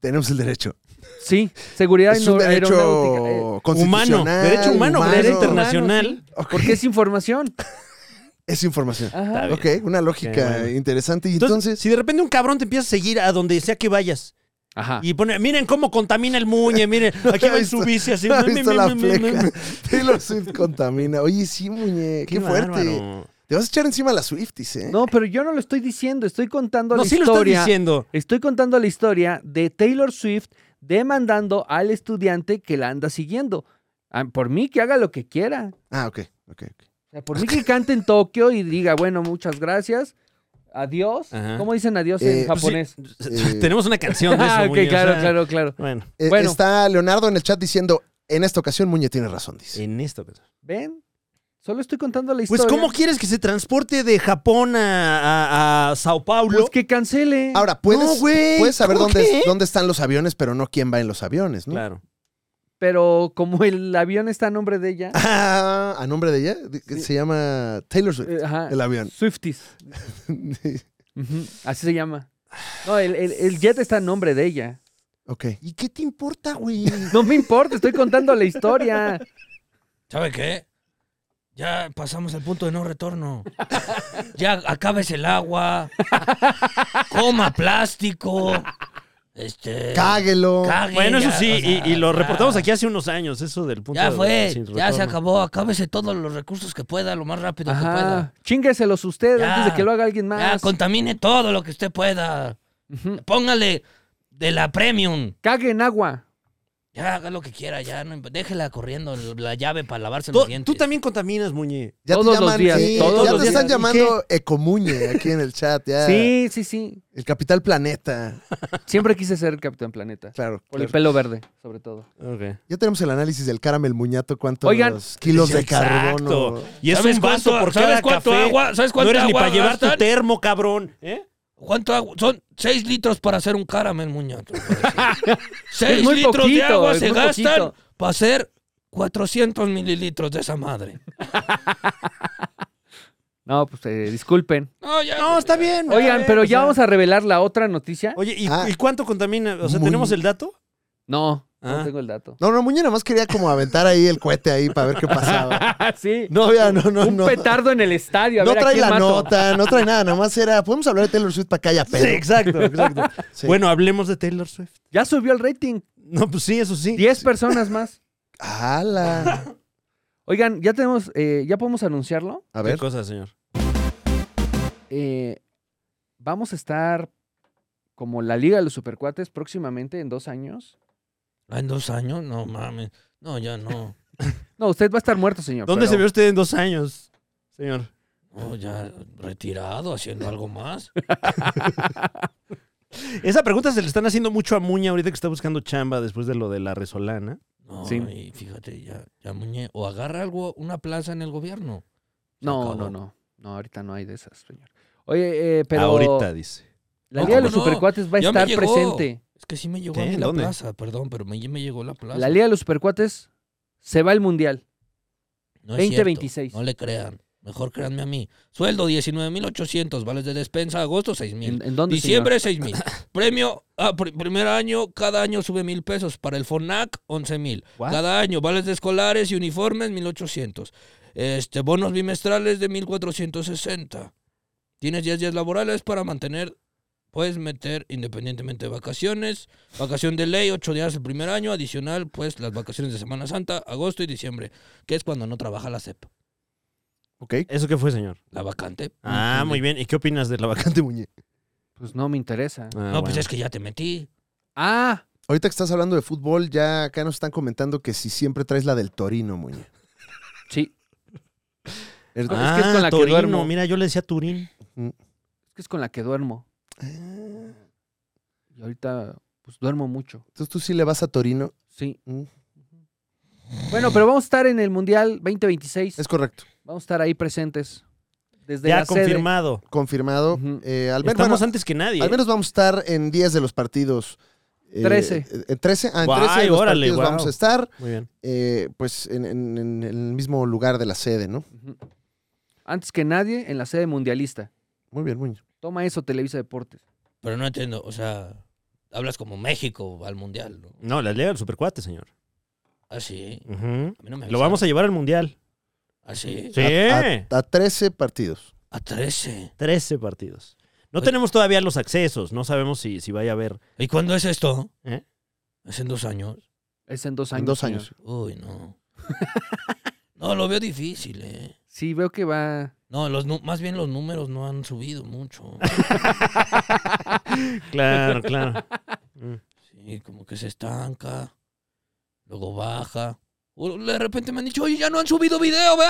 S3: Tenemos el derecho.
S2: Sí, seguridad
S3: es un
S2: no- aeronáutica. eh,
S3: derecho constitucional.
S1: Humano, derecho humano, derecho
S2: Derecho humano,
S1: internacional.
S2: sí,
S3: Ok,
S2: Porque es información.
S3: Es información.
S2: Ajá.
S1: Ah, bien.
S3: Ok, una lógica
S1: Ok, bueno.
S3: interesante. Y
S1: Entonces,
S3: entonces,
S1: si de repente un cabrón te empieza a seguir a donde sea que vayas
S2: Ajá.
S1: y pone, miren cómo contamina el muñe, miren, aquí va en su bici así.
S3: ¿no has
S1: me,
S3: visto
S1: me,
S3: la
S1: me, me, me.
S3: fleca? Taylor Swift contamina. Oye, sí, Muñe, qué, fuerte.
S1: bárbaro.
S3: Te vas a echar encima a la Swifties, ¿eh?
S2: No, pero yo no lo estoy diciendo, estoy contando
S1: No,
S2: la
S1: sí lo estoy
S2: historia.
S1: diciendo.
S2: estoy contando la historia de Taylor Swift demandando al estudiante que la anda siguiendo. Ah, Por mí que haga lo que quiera.
S3: Ah, ok, ok, ok.
S2: O sea, por mí que cante en Tokio y diga, bueno, muchas gracias. Adiós.
S1: Ajá.
S2: ¿Cómo dicen adiós
S3: Eh,
S2: en
S3: pues
S1: sí.
S2: japonés?
S3: Eh,
S1: Tenemos una canción de eso,
S2: Ah, ok,
S1: Muñe, o
S2: claro,
S1: sea,
S2: claro, claro.
S1: Bueno,
S3: Eh,
S2: Bueno.
S3: Está Leonardo en el chat diciendo, en esta ocasión Muñe tiene razón,
S2: Eh,
S3: dice.
S1: en esto. pues.
S2: ¿Ven? Solo estoy contando la
S1: Pues,
S2: historia.
S1: ¿cómo quieres que se transporte de Japón a, a- a Sao Paulo?
S2: Pues que cancele.
S1: Ah.
S3: Ahora, puedes,
S1: No, güey,
S3: puedes saber
S1: ¿cómo
S3: dónde,
S1: qué?
S3: dónde están los aviones, pero no quién va en los aviones, ¿no?
S1: Claro.
S2: Pero como el avión está a nombre de ella.
S3: Ah, a nombre de ella, de- que
S2: Sí.
S3: se llama Taylor Swift,
S2: eh, Ajá.
S3: el avión.
S2: Swifties. Ujú, Así se llama. No, el, el- el jet está a nombre de ella.
S3: ok.
S1: ¿Y qué te importa, güey?
S2: No me importa, estoy contando la historia.
S4: ¿Sabe qué? Ya pasamos al punto de no retorno. Ya acabes el agua. Coma plástico. Este.
S3: Cáguelo.
S4: cague,
S1: bueno, eso
S4: ya,
S1: sí,
S4: o
S1: y,
S4: sea,
S1: y lo
S4: ya.
S1: reportamos aquí hace unos años, eso del punto
S4: Ya
S1: de-
S4: fue,
S1: sin
S4: ya se
S1: retorno.
S4: acabó. Acábese todos los recursos que pueda, lo más rápido que
S2: Ajá.
S4: pueda.
S2: Chíngueselos usted
S4: Ya.
S2: antes de que lo haga alguien
S4: Ya
S2: más.
S4: contamine todo lo que usted pueda.
S2: Ujú.
S4: Póngale de la premium.
S2: Cague en agua.
S4: Ya haga lo que quiera, ya no, déjela corriendo la llave para lavarse
S1: Tú,
S4: los dientes.
S1: tú también contaminas, Muñe.
S3: Ya
S2: Todos los días,
S3: sí,
S2: todos
S3: ya
S1: los
S3: te están
S1: días.
S3: llamando Ecomuñe aquí en el chat.
S1: Eh.
S3: Ya.
S2: Sí, sí, sí.
S3: El Capital Planeta.
S2: Siempre quise ser Capitán Planeta.
S3: Claro.
S2: Por el
S3: claro.
S2: pelo verde, sobre todo.
S1: Ok.
S3: Ya tenemos el análisis del caramel muñato, cuántos
S2: Oigan,
S3: kilos de
S1: Exacto.
S3: carbono.
S1: Y es
S4: ¿Sabes
S1: un vaso
S4: cuánto-
S1: por
S4: sabes
S1: cada
S4: cuánto
S1: café.
S4: agua- sabes
S1: no
S4: cuánta
S1: eres ni
S4: agua
S1: para llevar tu
S4: gastan?
S1: termo, cabrón. ¿Eh?
S4: ¿Cuánto agua? Son 6 litros para hacer un caramel, muñeco.
S2: Es
S4: 6
S2: muy
S4: litros de
S2: poquito,
S4: agua
S2: es
S4: se
S2: muy
S4: gastan
S2: poquito.
S4: para hacer 400 mililitros de esa madre.
S2: No, pues eh, disculpen.
S4: No, ya.
S1: No, Ah, está bien.
S2: Oigan, pero ya
S1: vamos
S2: vamos a revelar la otra noticia.
S1: eh, Oye, ¿y,
S3: Ah.
S1: y cuánto contamina? O sea,
S3: Muy-
S1: ¿tenemos el dato?
S2: No,
S1: Ah.
S2: no tengo el dato.
S3: No, no, Muñe nada más quería como aventar ahí el cohete ahí para ver qué pasaba.
S2: sí.
S3: No, ya, no, no,
S2: un
S3: no.
S2: petardo en el estadio. A
S3: No
S2: ver, ¿a
S3: trae
S2: quién
S3: la
S2: mato?
S3: nota, no trae nada. Nada más era, podemos hablar de Taylor Swift para que haya pedo.
S1: Sí, exacto, exacto.
S3: Sí.
S1: Bueno, hablemos de Taylor Swift.
S2: Ya subió el rating.
S1: No, pues sí, eso sí.
S2: 10 personas más.
S3: ¡Hala!
S2: Oigan, ya tenemos, eh, ya podemos anunciarlo.
S3: A
S1: ¿Qué
S3: ver.
S1: cosa, señor?
S2: Eh, vamos a estar como la Liga de los Supercuates próximamente en dos años.
S4: Ah, En dos años, no mames. No, ya no.
S2: No, usted va a estar muerto, señor.
S1: ¿Dónde
S2: pero-
S1: se ve usted en dos años, señor?
S4: No, ya retirado, haciendo algo más.
S1: Esa pregunta se le están haciendo mucho a Muña ahorita que está buscando chamba después de lo de la resolana.
S4: No,
S2: Sí.
S4: y fíjate, ya, ya muñe. O agarra algo, una plaza en el gobierno. Se
S2: No,
S4: acabó.
S2: no, no. No, ahorita no hay de esas, señor. Oye, eh, pero
S1: Ahorita, dice.
S2: la
S4: No,
S2: Liga de los
S4: ¿cómo no?
S2: Supercuates va a
S4: Ya me
S2: estar
S4: llegó.
S2: presente.
S4: Es que sí me llegó a
S1: ¿Qué?
S4: mí la
S1: ¿Dónde?
S4: plaza, perdón, pero me, me llegó la plaza.
S2: La Liga de los Supercuates se va al Mundial.
S4: No es cierto,
S2: 2026.
S4: No le crean. Mejor créanme a mí. Sueldo 19.800, vales de despensa, agosto 6.000.
S2: ¿En, en dónde,
S4: Diciembre 6.000. Premio, ah, pr- primer año, cada año sube 1.000 pesos. Para el FONAC, 11.000.
S1: What?
S4: Cada año, vales de escolares y uniformes, 1.800. Este, bonos bimestrales de 1.460. Tienes 10 días laborales para mantener, puedes meter independientemente de vacaciones. Vacación de ley, 8 días el primer año. Adicional, pues las vacaciones de Semana Santa, agosto y diciembre, que es cuando no trabaja la CEP.
S3: Ok.
S1: ¿Eso qué fue, señor?
S4: La vacante.
S1: Ah, muy bien. ¿Y qué opinas de la vacante, Muñe?
S2: señor? Pues no me interesa.
S1: Ah,
S4: No, pues
S1: bueno.
S4: es que ya te metí.
S2: Ah,
S3: Ahorita que estás hablando de fútbol, ya acá nos están comentando que si siempre traes la del Torino, Muñe.
S2: sí.
S3: Es-
S2: Ah. es que es con la que
S1: Torino.
S2: duermo.
S1: Mira, yo le decía Turín.
S2: Es que es con la que duermo. Y ahorita, pues duermo mucho.
S3: Entonces tú sí le vas a Torino.
S2: Sí.
S3: Mm.
S2: Bueno, pero vamos a estar en el Mundial 2026.
S3: Es correcto.
S2: Vamos a estar ahí presentes. desde
S1: Ya
S2: la sede.
S1: confirmado.
S3: Confirmado.
S2: Ujú.
S3: Eh, al, menos,
S1: Estamos
S3: bueno,
S1: antes que nadie. ¿eh?
S3: al menos vamos a estar en 10 de los partidos. eh,
S2: Trece.
S3: en 13. Ah, en
S1: Guay,
S3: 13 de los
S1: órale,
S3: partidos
S1: guau.
S3: vamos a estar.
S1: Muy bien.
S3: eh, pues en, en- en el mismo lugar de la sede, ¿no?
S2: Ujú. Antes que nadie en la sede mundialista.
S3: Muy bien, muy bien.
S2: Toma eso, Televisa Deportes.
S4: Pero no entiendo, o sea, hablas como México al mundial, ¿no?
S1: No, la Liga del Supercuate, señor.
S4: Así.
S1: Ujú.
S4: A mí no me
S1: Lo vamos a llevar al mundial.
S4: Así.
S1: Sí.
S3: A, a- a 13 partidos.
S4: A 13.
S1: 13 partidos. No
S4: Oye.
S1: tenemos todavía los accesos. No sabemos si, si vaya a haber.
S4: ¿Y cuándo es esto?
S1: ¿Eh?
S4: ¿Es en dos años?
S2: Es en dos años.
S3: En dos
S2: señor.
S3: años.
S4: Uy, no. no, lo veo difícil, ¿eh?
S2: Sí, veo que va.
S4: No, los, nu- más bien los números no han subido mucho.
S1: Claro, claro. Mm.
S4: Sí, como que se estanca. Luego baja. O De repente me han dicho, oye, ya no han subido video, vea.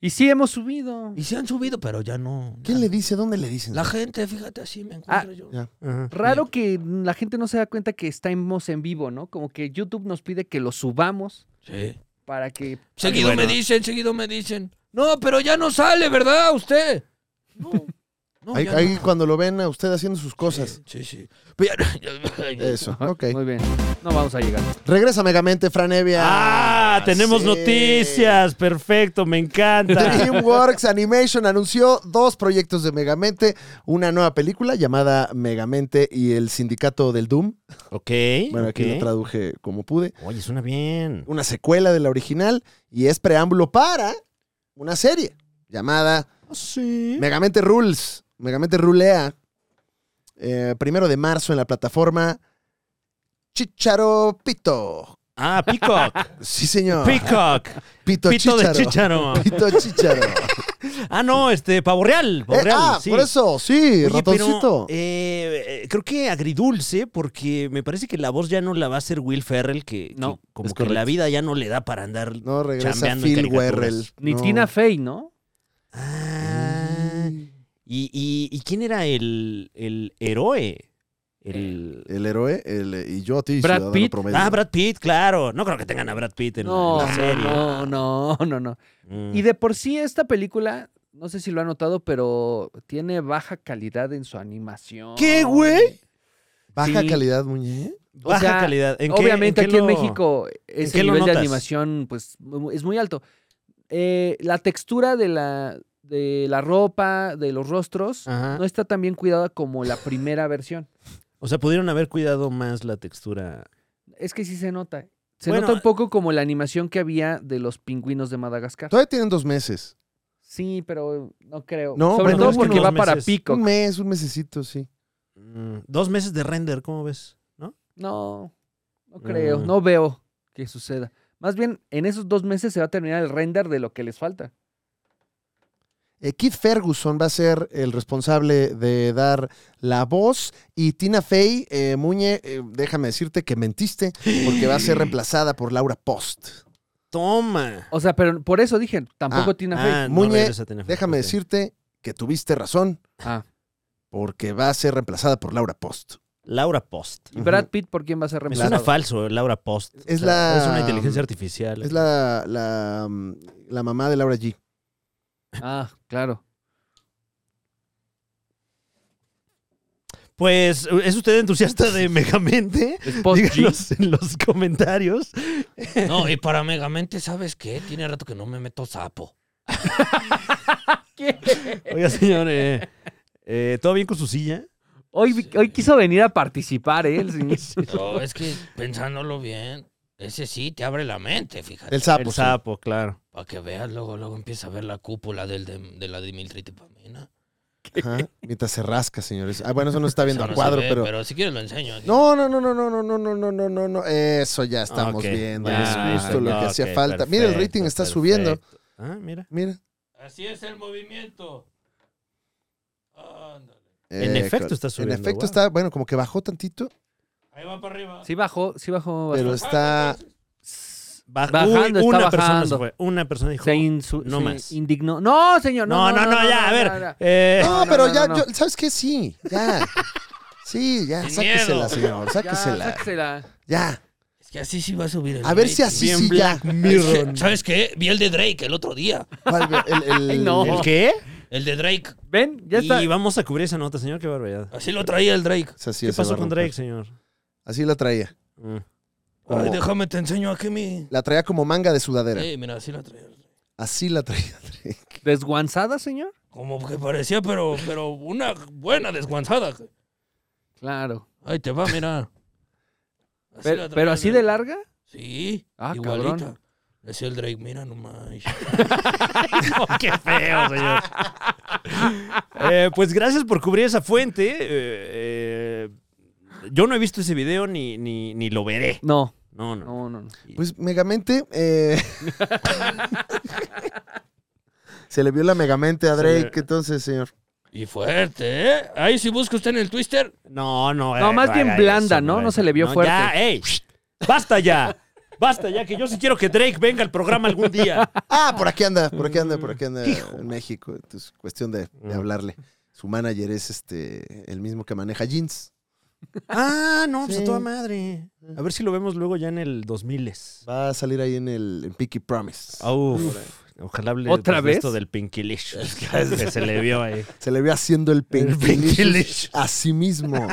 S2: Y sí hemos subido.
S4: Y sí han subido, pero ya no.
S3: ¿Quién
S4: ya
S3: le
S4: no.
S3: dice? ¿Dónde le dicen?
S4: La gente, fíjate, así
S1: Ah.
S4: me encuentro yo.
S3: ya.
S1: Ajá.
S2: Raro que la gente no se da cuenta que estamos en vivo, ¿no? Como que YouTube nos pide que lo subamos
S4: Sí.
S2: para que.
S4: Seguido
S1: bueno.
S4: me dicen, seguido me dicen. No, pero ya no sale, ¿verdad? Usted. No. no,
S3: ahí
S4: ya
S3: ahí
S4: no.
S3: cuando lo ven a usted haciendo sus cosas.
S4: Sí, sí. Pero ya-
S3: Eso, Ah, ok.
S2: Muy bien. No vamos a llegar.
S3: Regresa Megamente, Fran Evia.
S1: Ah, tenemos
S3: Sí.
S1: noticias. Perfecto, me encanta.
S3: DreamWorks Animation anunció dos proyectos de Megamente, una nueva película llamada Megamente y el Sindicato del Doom.
S1: ok.
S3: Bueno, aquí
S1: ok.
S3: lo traduje como pude.
S1: Oye, suena bien.
S3: Una secuela de la original y es preámbulo para una serie llamada
S1: Sí.
S3: Megamente Rules. Megamente Rulea. Eh, primero de marzo en la plataforma Chicharo Pito.
S1: Ah, Peacock.
S3: Sí, señor.
S1: Peacock.
S3: Pito,
S1: Pito de
S3: Chicharo.
S1: chicharo.
S3: Pito Chicharo.
S1: Ah, no, este, pavo real. Pavo
S3: Eh,
S1: real,
S3: ah,
S1: sí.
S3: por eso, sí,
S1: Oye, pero,
S3: ratoncito.
S1: eh, eh, creo que agridulce, porque me parece que la voz ya no la va a hacer Will Ferrell, que, que
S2: No,
S1: como
S3: es
S1: que la
S3: correcto.
S1: vida ya no le da para andar.
S3: no regresa
S1: chambeando en
S3: Phil
S1: caricaturas.
S3: Werrell.
S2: Ni
S3: no.
S2: Tina Fey, ¿no?
S1: Ah, y, y- y quién era el, el héroe? El...
S3: El héroe el, eh, y yo a ti,
S2: Brad
S3: ciudadano
S2: Pitt.
S3: promedio.
S1: Ah, Brad Pitt, claro. No creo que tengan a Brad Pitt en, la-
S2: No,
S1: en la serie.
S2: no, no, no, no.
S1: Mm.
S2: Y de por sí esta película, no sé si lo han notado, pero tiene baja calidad en su animación.
S1: ¿Qué, güey?
S3: Baja
S2: Sí.
S3: calidad, muñe.
S2: O
S1: Baja
S2: sea,
S1: calidad. ¿En qué-
S2: Obviamente
S1: qué
S2: aquí en
S1: lo-
S2: México ese
S1: qué lo
S2: nivel de
S1: notas?
S2: animación pues mu- es muy alto. Eh, la textura de la, de la ropa, de los rostros,
S1: Ajá.
S2: no está tan bien cuidada como la primera versión.
S1: O sea, pudieron haber cuidado más la textura.
S2: Es que sí se nota. Se
S1: Bueno,
S3: eh,
S2: nota un poco como la animación que había de los pingüinos de Madagascar.
S3: Todavía tienen dos meses.
S2: Sí, pero no creo.
S3: No,
S2: Sobre
S3: bueno,
S2: todo
S3: es que
S2: porque
S1: unos
S2: va para
S1: meses.
S2: Peacock.
S3: Un mes, un mesecito, sí.
S1: Mm, Dos meses de render, ¿cómo ves? ¿No?
S2: No, no creo,
S1: Mm.
S2: no veo que suceda. Más bien, en esos dos meses se va a terminar el render de lo que les falta.
S3: Eh, Keith Ferguson va a ser el responsable de dar la voz y Tina Fey, eh, Muñe, eh, déjame decirte que mentiste porque va a ser reemplazada por Laura Post.
S1: Toma.
S2: O sea, pero por eso dije, tampoco
S3: Ah,
S2: Tina Fey.
S1: Ah, no
S3: Muñe,
S1: regresa Tina Fey,
S3: Déjame
S1: ok.
S3: decirte que tuviste razón
S2: Ah,
S3: porque va a ser reemplazada por Laura Post.
S1: Laura Post.
S2: ¿Y Brad Pitt por quién va a ser
S1: Me
S2: reemplazado?
S1: suena falso, eh, Laura Post.
S3: Es la-
S1: Es una inteligencia artificial.
S3: Es la, la, mm, la mamá de Laura G.
S2: Ah, claro.
S1: Pues, ¿es usted entusiasta de Megamente?
S2: Es post
S1: Díganos en los comentarios.
S4: No, y para Megamente, ¿sabes qué? Tiene rato que no me meto sapo.
S1: Oiga, señor, eh, eh, ¿todo bien con su silla?
S2: Hoy, vi- hoy quiso venir a participar, ¿eh? el señor.
S3: Oh,
S4: No, es que pensándolo bien, ese sí te abre la mente, fíjate.
S3: El sapo.
S1: El
S3: sí.
S1: sapo, claro.
S4: Para que veas, luego, luego empieza a ver la cúpula del, de, de la dimiltritipamina.
S3: Ajá, Mientras se rasca, señores. Ah, bueno, eso no está viendo
S4: Eso no
S3: a
S4: se
S3: cuadro,
S4: ve,
S3: pero...
S4: si quieres lo enseño. aquí.
S3: No, no, no, no, no, no, no, no, no, no, no, no. Eso ya estamos
S1: Ok,
S3: viendo.
S1: ya,
S3: es justo lo que
S1: ok,
S3: hacía falta. Mira, el
S1: perfecto,
S3: rating está
S1: perfecto.
S3: subiendo.
S1: Ah, mira.
S3: Mira.
S4: Así es el movimiento. Ándale.
S1: En efecto está subiendo,
S3: Eh, En efecto
S1: wow.
S3: está, bueno, como que bajó tantito,
S4: Ahí va para arriba.
S2: Sí bajó, sí bajó.
S3: pero
S2: bastante.
S3: está.
S1: Baj-
S2: Bajando,
S1: Uy,
S2: está
S1: una persona se
S2: bajando.
S1: fue. Una persona dijo.
S2: Se, insu-
S1: No
S2: se
S1: más.
S2: indignó. No, señor.
S1: no,
S2: No,
S1: no, no, ya, a ver.
S2: no, no.
S1: eh,
S3: No,
S2: no,
S3: pero
S2: no,
S3: ya,
S2: no,
S3: yo- ¿sabes qué? Sí, ya. Sí, ya,
S4: Sin
S3: sáquesela,
S4: miedo.
S3: señor,
S2: Ya,
S3: sáquesela.
S2: sáquesela.
S3: Ya.
S4: Es que así sí va a subir el
S3: A ver si
S4: rating.
S3: así
S1: Bien
S3: sí ya.
S4: Es que, ¿Sabes qué? Vi el de Drake el otro día.
S3: ¿Cuál? El, el-
S2: Ay, no.
S1: ¿El qué?
S4: El de Drake.
S2: ¿Ven? Ya está.
S1: Y vamos a cubrir esa nota, señor, qué barbaridad.
S4: Así lo traía el Drake.
S3: Esa sí
S1: ¿Qué
S3: esa va
S1: pasó
S3: a
S1: con
S3: romper.
S1: Drake, señor?
S3: Así la traía.
S1: Mm.
S3: Como-
S4: Ay, déjame, te enseño aquí mi...
S3: la traía como manga de sudadera.
S4: Sí, mira, así la traía.
S3: Así la traía Drake.
S2: ¿Desguanzada, señor?
S4: Como que parecía, pero, pero una buena desguanzada.
S2: Claro.
S4: Ahí te va, mira. Así la
S2: Pero,
S4: traía
S2: pero
S4: el
S2: así
S4: Drake.
S2: de larga.
S4: Sí,
S2: Ah,
S4: igualita.
S2: cabrón.
S4: Decía el Drake, mira nomás.
S1: No, qué feo, señor. Eh, pues gracias por cubrir esa fuente. eh, eh, yo no he visto ese video ni, ni, ni lo veré.
S2: No,
S1: No, no.
S2: no, no. no.
S3: Pues Megamente. eh, se le vio la Megamente a
S1: Se le-
S3: Drake, entonces, señor.
S4: Y fuerte, ¿eh? Ahí si busca usted en el Twister.
S1: No, no.
S2: No,
S1: eh,
S2: más bien
S1: haga
S2: blanda,
S1: eso,
S2: ¿no?
S1: haga
S2: No se
S1: eso.
S2: le vio fuerte.
S1: Ya, ey. Basta ya. Basta ya, que yo sí quiero que Drake venga al programa algún día.
S3: Ah, por aquí anda, por aquí anda, por aquí anda en México. Entonces, cuestión de, de
S1: Ah.
S3: hablarle. Su manager es este el mismo que maneja jeans.
S1: Ah, no, pues
S3: Sí.
S1: a toda madre. A ver si lo vemos luego ya en el 2000.
S3: Va a salir ahí en el en Peaky Promise.
S1: Ah, Uf. Ojalá hable pues,
S2: ¿Otra
S1: de
S2: vez?
S1: esto del Pinkilicious que se le vio ahí.
S3: Se le ve haciendo el
S1: Pinkilicious.
S3: Pinkilicious a sí mismo.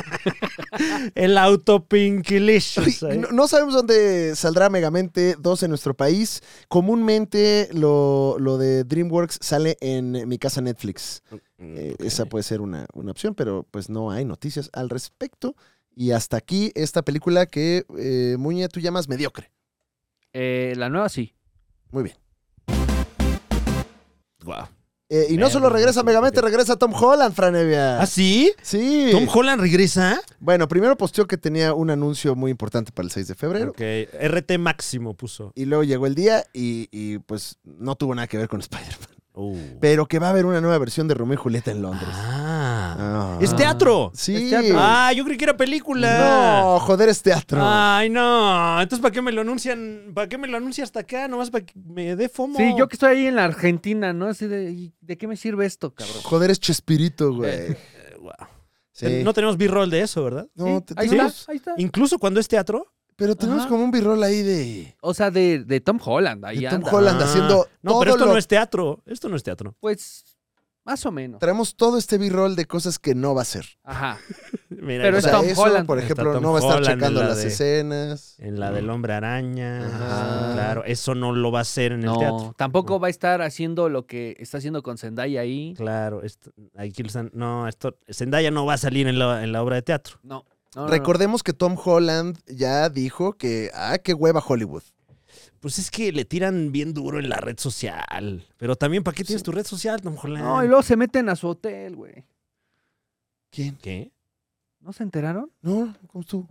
S1: El auto Pinkilicious.
S3: Oye,
S1: ahí.
S3: No, no sabemos dónde saldrá Megamente 2 en nuestro país. Comúnmente lo, lo de DreamWorks sale en Mi Casa Netflix. Eh, Esa puede ser una, una opción, pero pues no hay noticias al respecto. Y hasta aquí esta película que, eh, Muñe, tú llamas mediocre.
S2: Eh, la nueva sí.
S3: Muy bien.
S1: Guau.
S3: Eh, y no
S1: Vean,
S3: solo regresa
S1: sí,
S3: Megamente,
S1: sí.
S3: regresa Tom Holland, Franevia.
S1: ¿Ah, sí?
S3: Sí.
S1: ¿Tom Holland regresa?
S3: Bueno, primero posteó que tenía un anuncio muy importante para el 6 de febrero.
S1: Ok, RT máximo puso.
S3: Y luego llegó el día y, y, pues no tuvo nada que ver con Spider-Man.
S1: Uh.
S3: Pero que va a haber una nueva versión de Romeo y Julieta en Londres.
S1: Ah.
S3: Ah.
S1: ¿Es teatro?
S3: Sí.
S2: es teatro.
S1: Ah, yo creí que era película.
S3: No, joder, es teatro.
S1: Ay, no. Entonces, ¿para qué me lo anuncian? ¿Para qué me lo anuncia hasta acá? Nomás para que me dé fomo.
S2: Sí, yo que estoy ahí en la Argentina, ¿no? Así de, ¿y ¿de qué me sirve esto, cabrón?
S3: Joder, es Chespirito, güey.
S1: Eh, guau.
S3: Sí.
S1: No tenemos B-roll de eso, ¿verdad?
S3: No,
S2: Sí,
S3: te-
S2: ahí
S3: tenemos-
S2: está, ahí está.
S1: Incluso cuando es teatro.
S3: pero tenemos
S2: Ajá.
S3: como un birrol ahí de,
S2: O sea, de, de Tom Holland, ahí
S3: de Tom
S2: anda.
S3: Holland haciendo
S1: No,
S3: todo
S1: pero esto
S3: lo-
S1: no es teatro. Esto no es teatro.
S2: Pues, más o menos.
S3: Traemos todo este birrol de cosas que no va a ser.
S2: Ajá.
S1: Mira,
S2: Pero
S1: ahí
S3: O
S2: es
S1: está.
S3: sea,
S2: Tom
S3: eso,
S2: Holland.
S3: por
S1: Está
S3: ejemplo,
S1: Tom
S3: no va a estar
S1: Holland en
S3: checando
S1: la
S3: las
S1: de- Eh,
S3: escenas.
S1: en la del hombre araña.
S3: Ajá.
S1: Claro, eso no lo va a hacer en el teatro.
S2: No, tampoco va a estar haciendo lo que está haciendo con Zendaya ahí.
S1: Claro, esto, aquí lo están- no, esto, Zendaya no va a salir en la, en la obra de teatro.
S2: No. no, no, no.
S3: Recordemos que Tom Holland ya dijo que, ah, qué hueva Hollywood.
S1: Pues es que le tiran bien duro en la red social. Pero también, ¿para qué tienes tu red social, Tom Holland?
S2: No, y luego se meten a su hotel, güey.
S3: ¿Quién?
S1: ¿Qué?
S2: ¿No se enteraron?
S3: No, ¿cómo tú?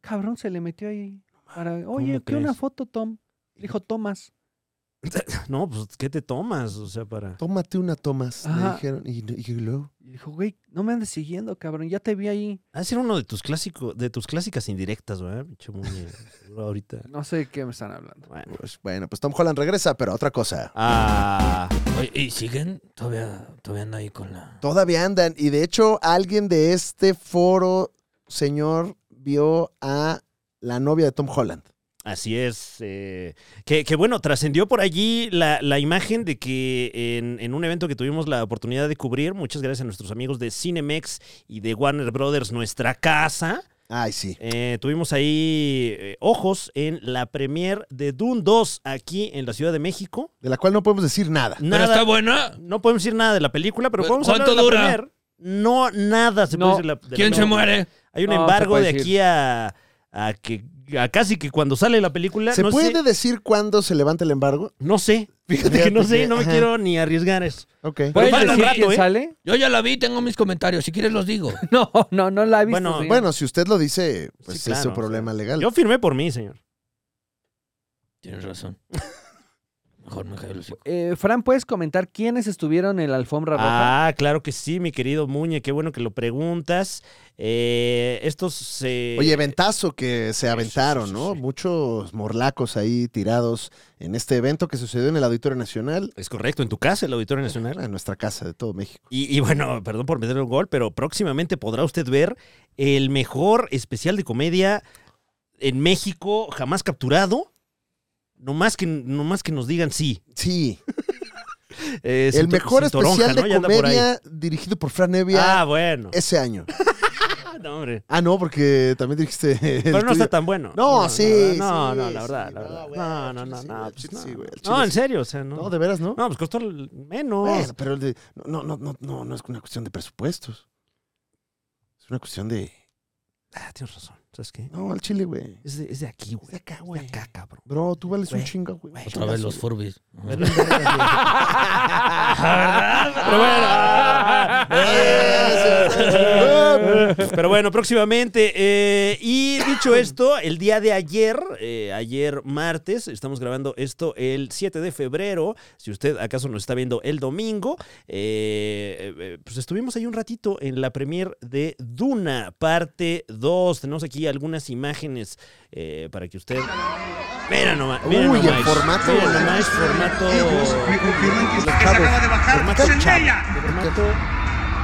S2: Cabrón, se le metió ahí. para- Oye, ¿qué
S1: crees?
S2: una foto, Tom? Dijo Tomás.
S1: No, pues, ¿qué te tomas? O sea, para...
S3: Tómate una, Tomás. le
S2: Ajá.
S3: dijeron. Y, y luego.
S2: Y dijo, güey, no me andes siguiendo, cabrón. Ya te vi ahí.
S1: Ha de ser uno de tus clásicos, de tus clásicas indirectas, ¿verdad? pinche Muñe? Seguro ahorita.
S2: No sé de qué me están hablando.
S1: Bueno.
S3: Pues, bueno, pues Tom Holland regresa, pero a otra cosa.
S1: Ah,
S4: Oye, ¿Y siguen? Todavía, todavía anda ahí con la...
S3: Todavía andan. Y de hecho, alguien de este foro, señor, vio a la novia de Tom Holland.
S1: así es. eh, que, que bueno, trascendió por allí la, la imagen de que en, en un evento que tuvimos la oportunidad de cubrir, muchas gracias a nuestros amigos de Cinemex y de Warner Brothers, nuestra casa.
S3: Ay, sí.
S1: Eh, tuvimos ahí eh, ojos en la premier de Dune 2 aquí en la Ciudad de México.
S3: De la cual no podemos decir nada.
S1: Nada,
S4: ¿Pero está buena?
S1: No podemos decir nada de la película, pero
S4: Pero,
S1: podemos hablar de la
S4: ¿cuánto dura?
S1: premier. No, nada se
S2: No.
S1: puede decir de la, de la
S4: ¿Quién se
S1: película.
S4: muere?
S1: Hay un
S2: No, se
S1: embargo de
S2: puede
S1: aquí a, a que a casi que cuando sale la película.
S3: ¿Se
S1: no
S3: puede
S1: Sé,
S3: decir cuándo se levanta el embargo?
S1: no sé. Fíjate que no sé, no me
S3: Ajá.
S1: quiero ni arriesgar eso.
S3: Ok.
S2: ¿Puedes
S4: falta un
S2: decir
S4: rato,
S2: quién
S1: ¿eh?
S2: sale?
S4: Yo ya la vi, tengo mis comentarios. Si quieres los digo.
S2: No, no, no la he visto.
S1: Bueno,
S2: señor.
S3: Bueno, si usted lo dice, pues
S1: Sí, claro,
S3: es
S1: o
S3: su
S1: sea,
S3: problema legal.
S1: Yo firmé por mí, señor.
S4: Tienes razón. Mejor me callo el hocico.
S2: Eh, Fran, ¿puedes comentar quiénes estuvieron en la alfombra roja?
S1: Ah, claro que sí, mi querido Muñe, qué bueno que lo preguntas. Eh, estos se.
S3: Oye, ventazo que se aventaron,
S1: sí,
S3: ¿no?
S1: sí.
S3: Muchos morlacos ahí tirados en este evento que sucedió en el Auditorio Nacional,
S1: Es correcto, en tu casa, el Auditorio Nacional.
S3: en nuestra casa de todo México.
S1: Y, y bueno, perdón por meter un gol, pero próximamente podrá usted ver el mejor especial de comedia en México jamás capturado. No más que, no más que nos digan sí.
S3: Sí.
S1: Eh,
S3: El
S1: Cintu-
S3: mejor
S1: Cinturonja,
S3: especial
S1: ¿no?
S3: de
S1: Ya anda por ahí.
S3: comedia dirigido por Fran Evia
S1: Ah, bueno.
S3: ese año.
S1: Ah, no, hombre.
S3: Ah, no, porque también dijiste. el
S1: Pero no
S3: tuyo.
S1: está tan bueno.
S3: No, sí,
S1: No,
S3: sí,
S1: no, la verdad,
S3: sí,
S1: la
S3: no,
S1: verdad.
S3: güey,
S1: No,
S3: al
S1: no,
S3: chile
S1: no,
S3: sí,
S1: no.
S3: al
S1: pues
S3: chile
S1: no.
S3: sí, güey, al
S1: No,
S3: chile
S1: en
S3: sí.
S1: serio, o sea, no.
S3: No, de veras, ¿no?
S1: No, pues costó el- menos.
S3: Bueno, pero el de- no, no, no, no, no es una cuestión de presupuestos. Es una cuestión de.
S1: Ah, tienes razón. ¿Sabes qué?
S3: No, al chile, güey.
S1: Es de, es de aquí, güey.
S3: Es de acá,
S1: Es de acá, cabrón.
S3: Bro, tú vales
S1: Güey,
S3: un chingo, güey.
S1: güey.
S4: Otra vez los Forbis.
S1: Pero bueno. Pero bueno, próximamente. eh, y dicho esto, el día de ayer, eh, ayer martes, estamos grabando esto el 7 de febrero. Si usted acaso nos está viendo el domingo, eh, eh, pues estuvimos ahí un ratito en la premier de Duna, parte 2. Tenemos aquí algunas imágenes eh, para que usted. Mira nomás. Mira
S3: Uy, en
S1: nomás.
S3: formato.
S1: Mira nomás, formato.
S6: Me confirman que usted se acaba de
S3: Ah,
S6: bajar.
S1: Formato
S6: ¡Zendaya!
S1: chavo. Formato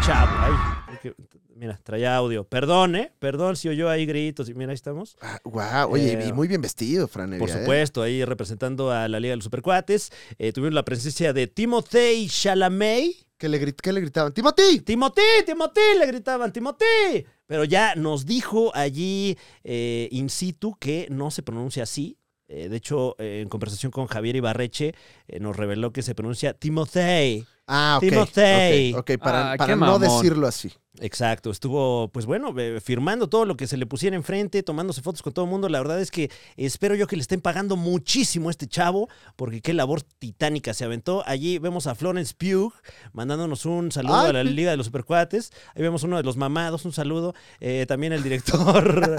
S1: chavo. Ay, es que- mira, traía audio. Perdón, ¿eh? Perdón si oyó ahí gritos. Y mira, ahí estamos.
S3: Guau, oye,
S1: Eh,
S3: y muy bien vestido, Fran
S1: Por
S3: Evia, ¿eh?
S1: supuesto, ahí representando a la Liga de los Supercuates. Eh, tuvimos la presencia de Timothée Chalamet.
S3: Que le, grit- que le gritaban, ¡Timothy!
S1: ¡Timothy! ¡Timothy! Le gritaban, ¡Timothy! Pero ya nos dijo allí eh, in situ que no se pronuncia así. Eh, de hecho, eh, en conversación con Javier Ibarreche, eh, nos reveló que se pronuncia Timothée.
S3: Ah, ok.
S1: Timothy.
S3: Ok, ok, para,
S2: Ah,
S3: para
S2: qué
S3: no
S2: mamón.
S3: decirlo así.
S1: Exacto, estuvo, pues bueno, eh, firmando todo lo que se le pusiera enfrente, tomándose fotos con todo el mundo. La verdad es que espero yo que le estén pagando muchísimo a este chavo, porque qué labor titánica se aventó. Allí vemos a Florence Pugh mandándonos un saludo
S3: Ay,
S1: a la
S3: sí.
S1: Liga de los Supercuates. Ahí vemos uno de los mamados, un saludo. Eh, también el director,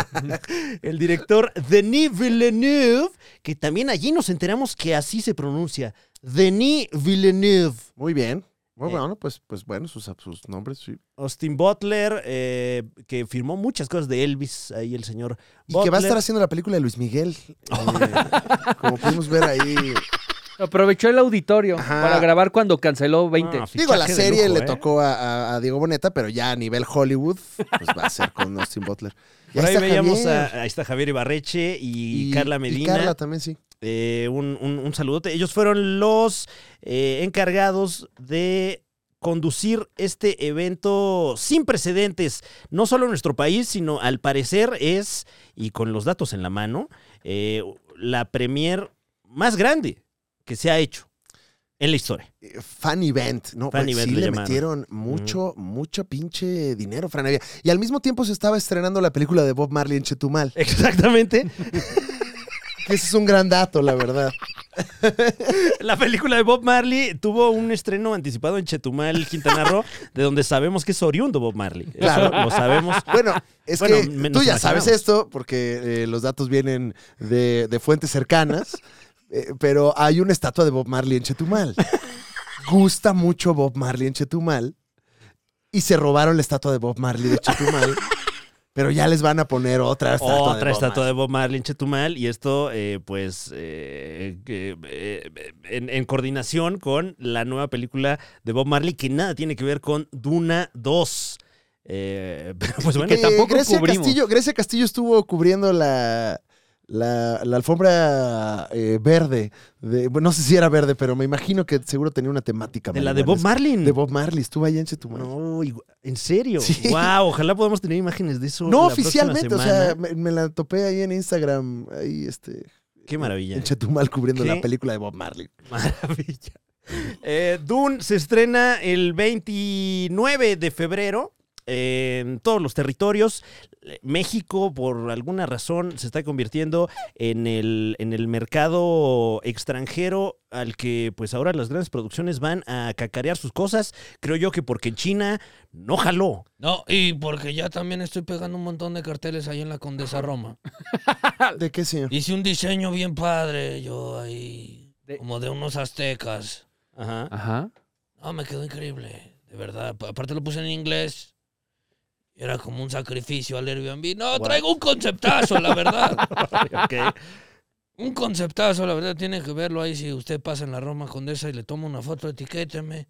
S1: el director Denis Villeneuve, que también allí nos enteramos que así se pronuncia. Denis Villeneuve.
S3: Muy bien. Muy
S1: Eh.
S3: bueno, pues, pues bueno, sus, sus nombres, sí.
S1: Austin Butler, eh, que firmó muchas cosas de Elvis, ahí el señor
S3: Y que va a
S1: Butler.
S3: estar haciendo la película de Luis Miguel. eh, como pudimos ver ahí.
S2: Aprovechó el auditorio
S3: Ajá.
S2: para grabar cuando canceló 20.
S1: Ah, fichaje
S3: Digo, la
S1: de
S3: serie
S1: lujo,
S3: le
S1: ¿eh?
S3: tocó a, a- a Diego Boneta, pero ya a nivel Hollywood, pues va a ser con Austin Butler. Y
S1: Por ahí
S3: está
S1: veíamos
S3: Javier.
S1: a, ahí está Javier Ibarreche y, Carla Medina.
S3: Y Carla también, sí.
S1: Eh, un, un, un saludote. Ellos fueron los eh, encargados de conducir este evento sin precedentes, no solo en nuestro país, sino al parecer es, y con los datos en la mano, eh, la premier más grande que se ha hecho en la historia.
S3: Eh, Fan event, ¿no?
S1: Fan
S3: Güey,
S1: event
S3: sí
S1: le
S3: le
S1: llamaron.
S3: metieron mucho, mucho pinche dinero, Fran Evia. Y al mismo tiempo se estaba estrenando la película de Bob Marley en Chetumal.
S1: Exactamente.
S3: Que ese es un gran dato, la verdad.
S1: La película de Bob Marley tuvo un estreno anticipado en Chetumal, Quintana Roo, de donde sabemos que es oriundo Bob Marley. Eso
S3: Claro.
S1: lo sabemos.
S3: Bueno, es
S1: Bueno,
S3: que
S1: me- nos
S3: tú ya sabes
S1: imaginamos.
S3: esto, porque eh, los datos vienen de, de fuentes cercanas, eh, pero hay una estatua de Bob Marley en Chetumal. Gusta mucho Bob Marley en Chetumal y se robaron la estatua de Bob Marley de Chetumal, pero ya les van a poner otra estatua. de
S1: Otra
S3: Bob
S1: estatua
S3: Marley.
S1: de Bob Marley en Chetumal y esto, eh, pues, eh, que, eh, en, en coordinación con la nueva película de Bob Marley que nada tiene que ver con Duna 2. Eh, pero pues bueno,
S3: Que
S1: tampoco
S3: Grecia
S1: cubrimos.
S3: Castillo, Grecia Castillo estuvo cubriendo la, la, la alfombra eh, verde. de- bueno, no sé si era verde, pero me imagino que seguro tenía una temática.
S1: de la de Bob
S3: marihuanesca.
S1: Marley.
S3: De Bob Marley, estuvo ahí en Chetumal.
S1: No, igu- en serio.
S3: Sí.
S1: Wow, ojalá podamos tener imágenes de eso.
S3: No
S1: la próxima
S3: oficialmente, o sea,
S1: semana.
S3: me, me la topé ahí en Instagram, ahí este,
S1: Qué maravilla.
S3: en Chetumal cubriendo
S1: ¿Qué?
S3: la película de Bob Marley.
S1: Maravilla. Eh, Dune se estrena el 29 de febrero eh, en todos los territorios. Eh, México, por alguna razón, se está convirtiendo en el, en el mercado extranjero al que pues ahora las grandes producciones van a cacarear sus cosas. Creo yo que porque en China no jaló.
S4: No, y porque ya también estoy pegando un montón de carteles ahí en la Condesa Roma.
S3: ¿De qué, señor?
S4: Hice un diseño bien padre, yo ahí.
S2: De-
S4: Como de unos aztecas.
S1: Ajá.
S2: Ajá.
S4: No, me quedó increíble, de verdad. Pa- Aparte lo puse en inglés. Era como un sacrificio al Airbnb. No,
S1: Guau.
S4: traigo un conceptazo, la verdad.
S1: Ok.
S4: Un conceptazo, la verdad, tiene que verlo ahí si usted pasa en la Roma Condesa y le toma una foto, etiquéteme.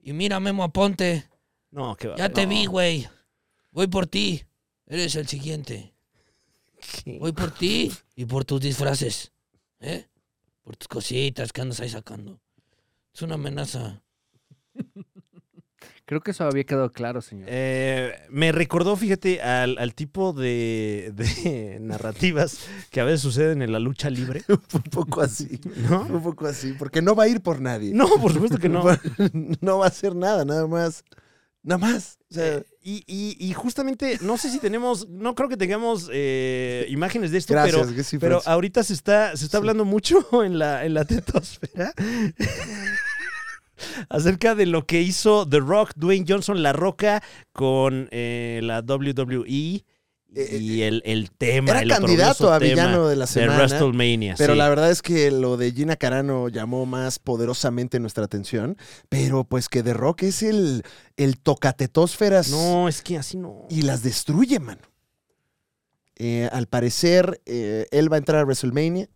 S4: Y mira, Memo Aponte,
S1: No, qué va-
S4: ya te
S1: no.
S4: vi, güey. Voy por ti. Eres el siguiente. Voy por ti y por tus disfraces. ¿Eh? Por tus cositas que andas ahí sacando. Es una amenaza.
S2: Creo que eso había quedado claro, señor.
S1: Eh, me recordó, fíjate, al, al tipo de, de narrativas que a veces suceden en la lucha libre,
S3: Un poco así.
S1: ¿no?
S3: Un poco así. Porque no va a ir por nadie.
S1: No, por supuesto que no.
S3: no va a hacer nada, nada más. Nada más. O sea,
S1: Eh, y, y- y justamente, no sé si tenemos, no creo que tengamos eh, imágenes de esto,
S3: gracias.
S1: pero,
S3: que sí,
S1: pero
S3: Francis.
S1: ahorita se está, se está
S3: Sí.
S1: hablando mucho en la, en la tetosfera acerca de lo que hizo The Rock, Dwayne Johnson, La Roca con eh, la WWE
S3: Eh,
S1: y el, el tema.
S3: Era
S1: el
S3: candidato
S1: oprobioso
S3: a
S1: tema
S3: villano de la
S1: de
S3: semana.
S1: WrestleMania.
S3: Pero
S1: sí.
S3: la verdad es que lo de Gina Carano llamó más poderosamente nuestra atención. Pero pues que The Rock es el, el tocatetósferas
S1: No, es que así no.
S3: y las destruye, mano. Eh, al parecer, eh, él va a entrar a
S1: Eh.
S3: WrestleMania,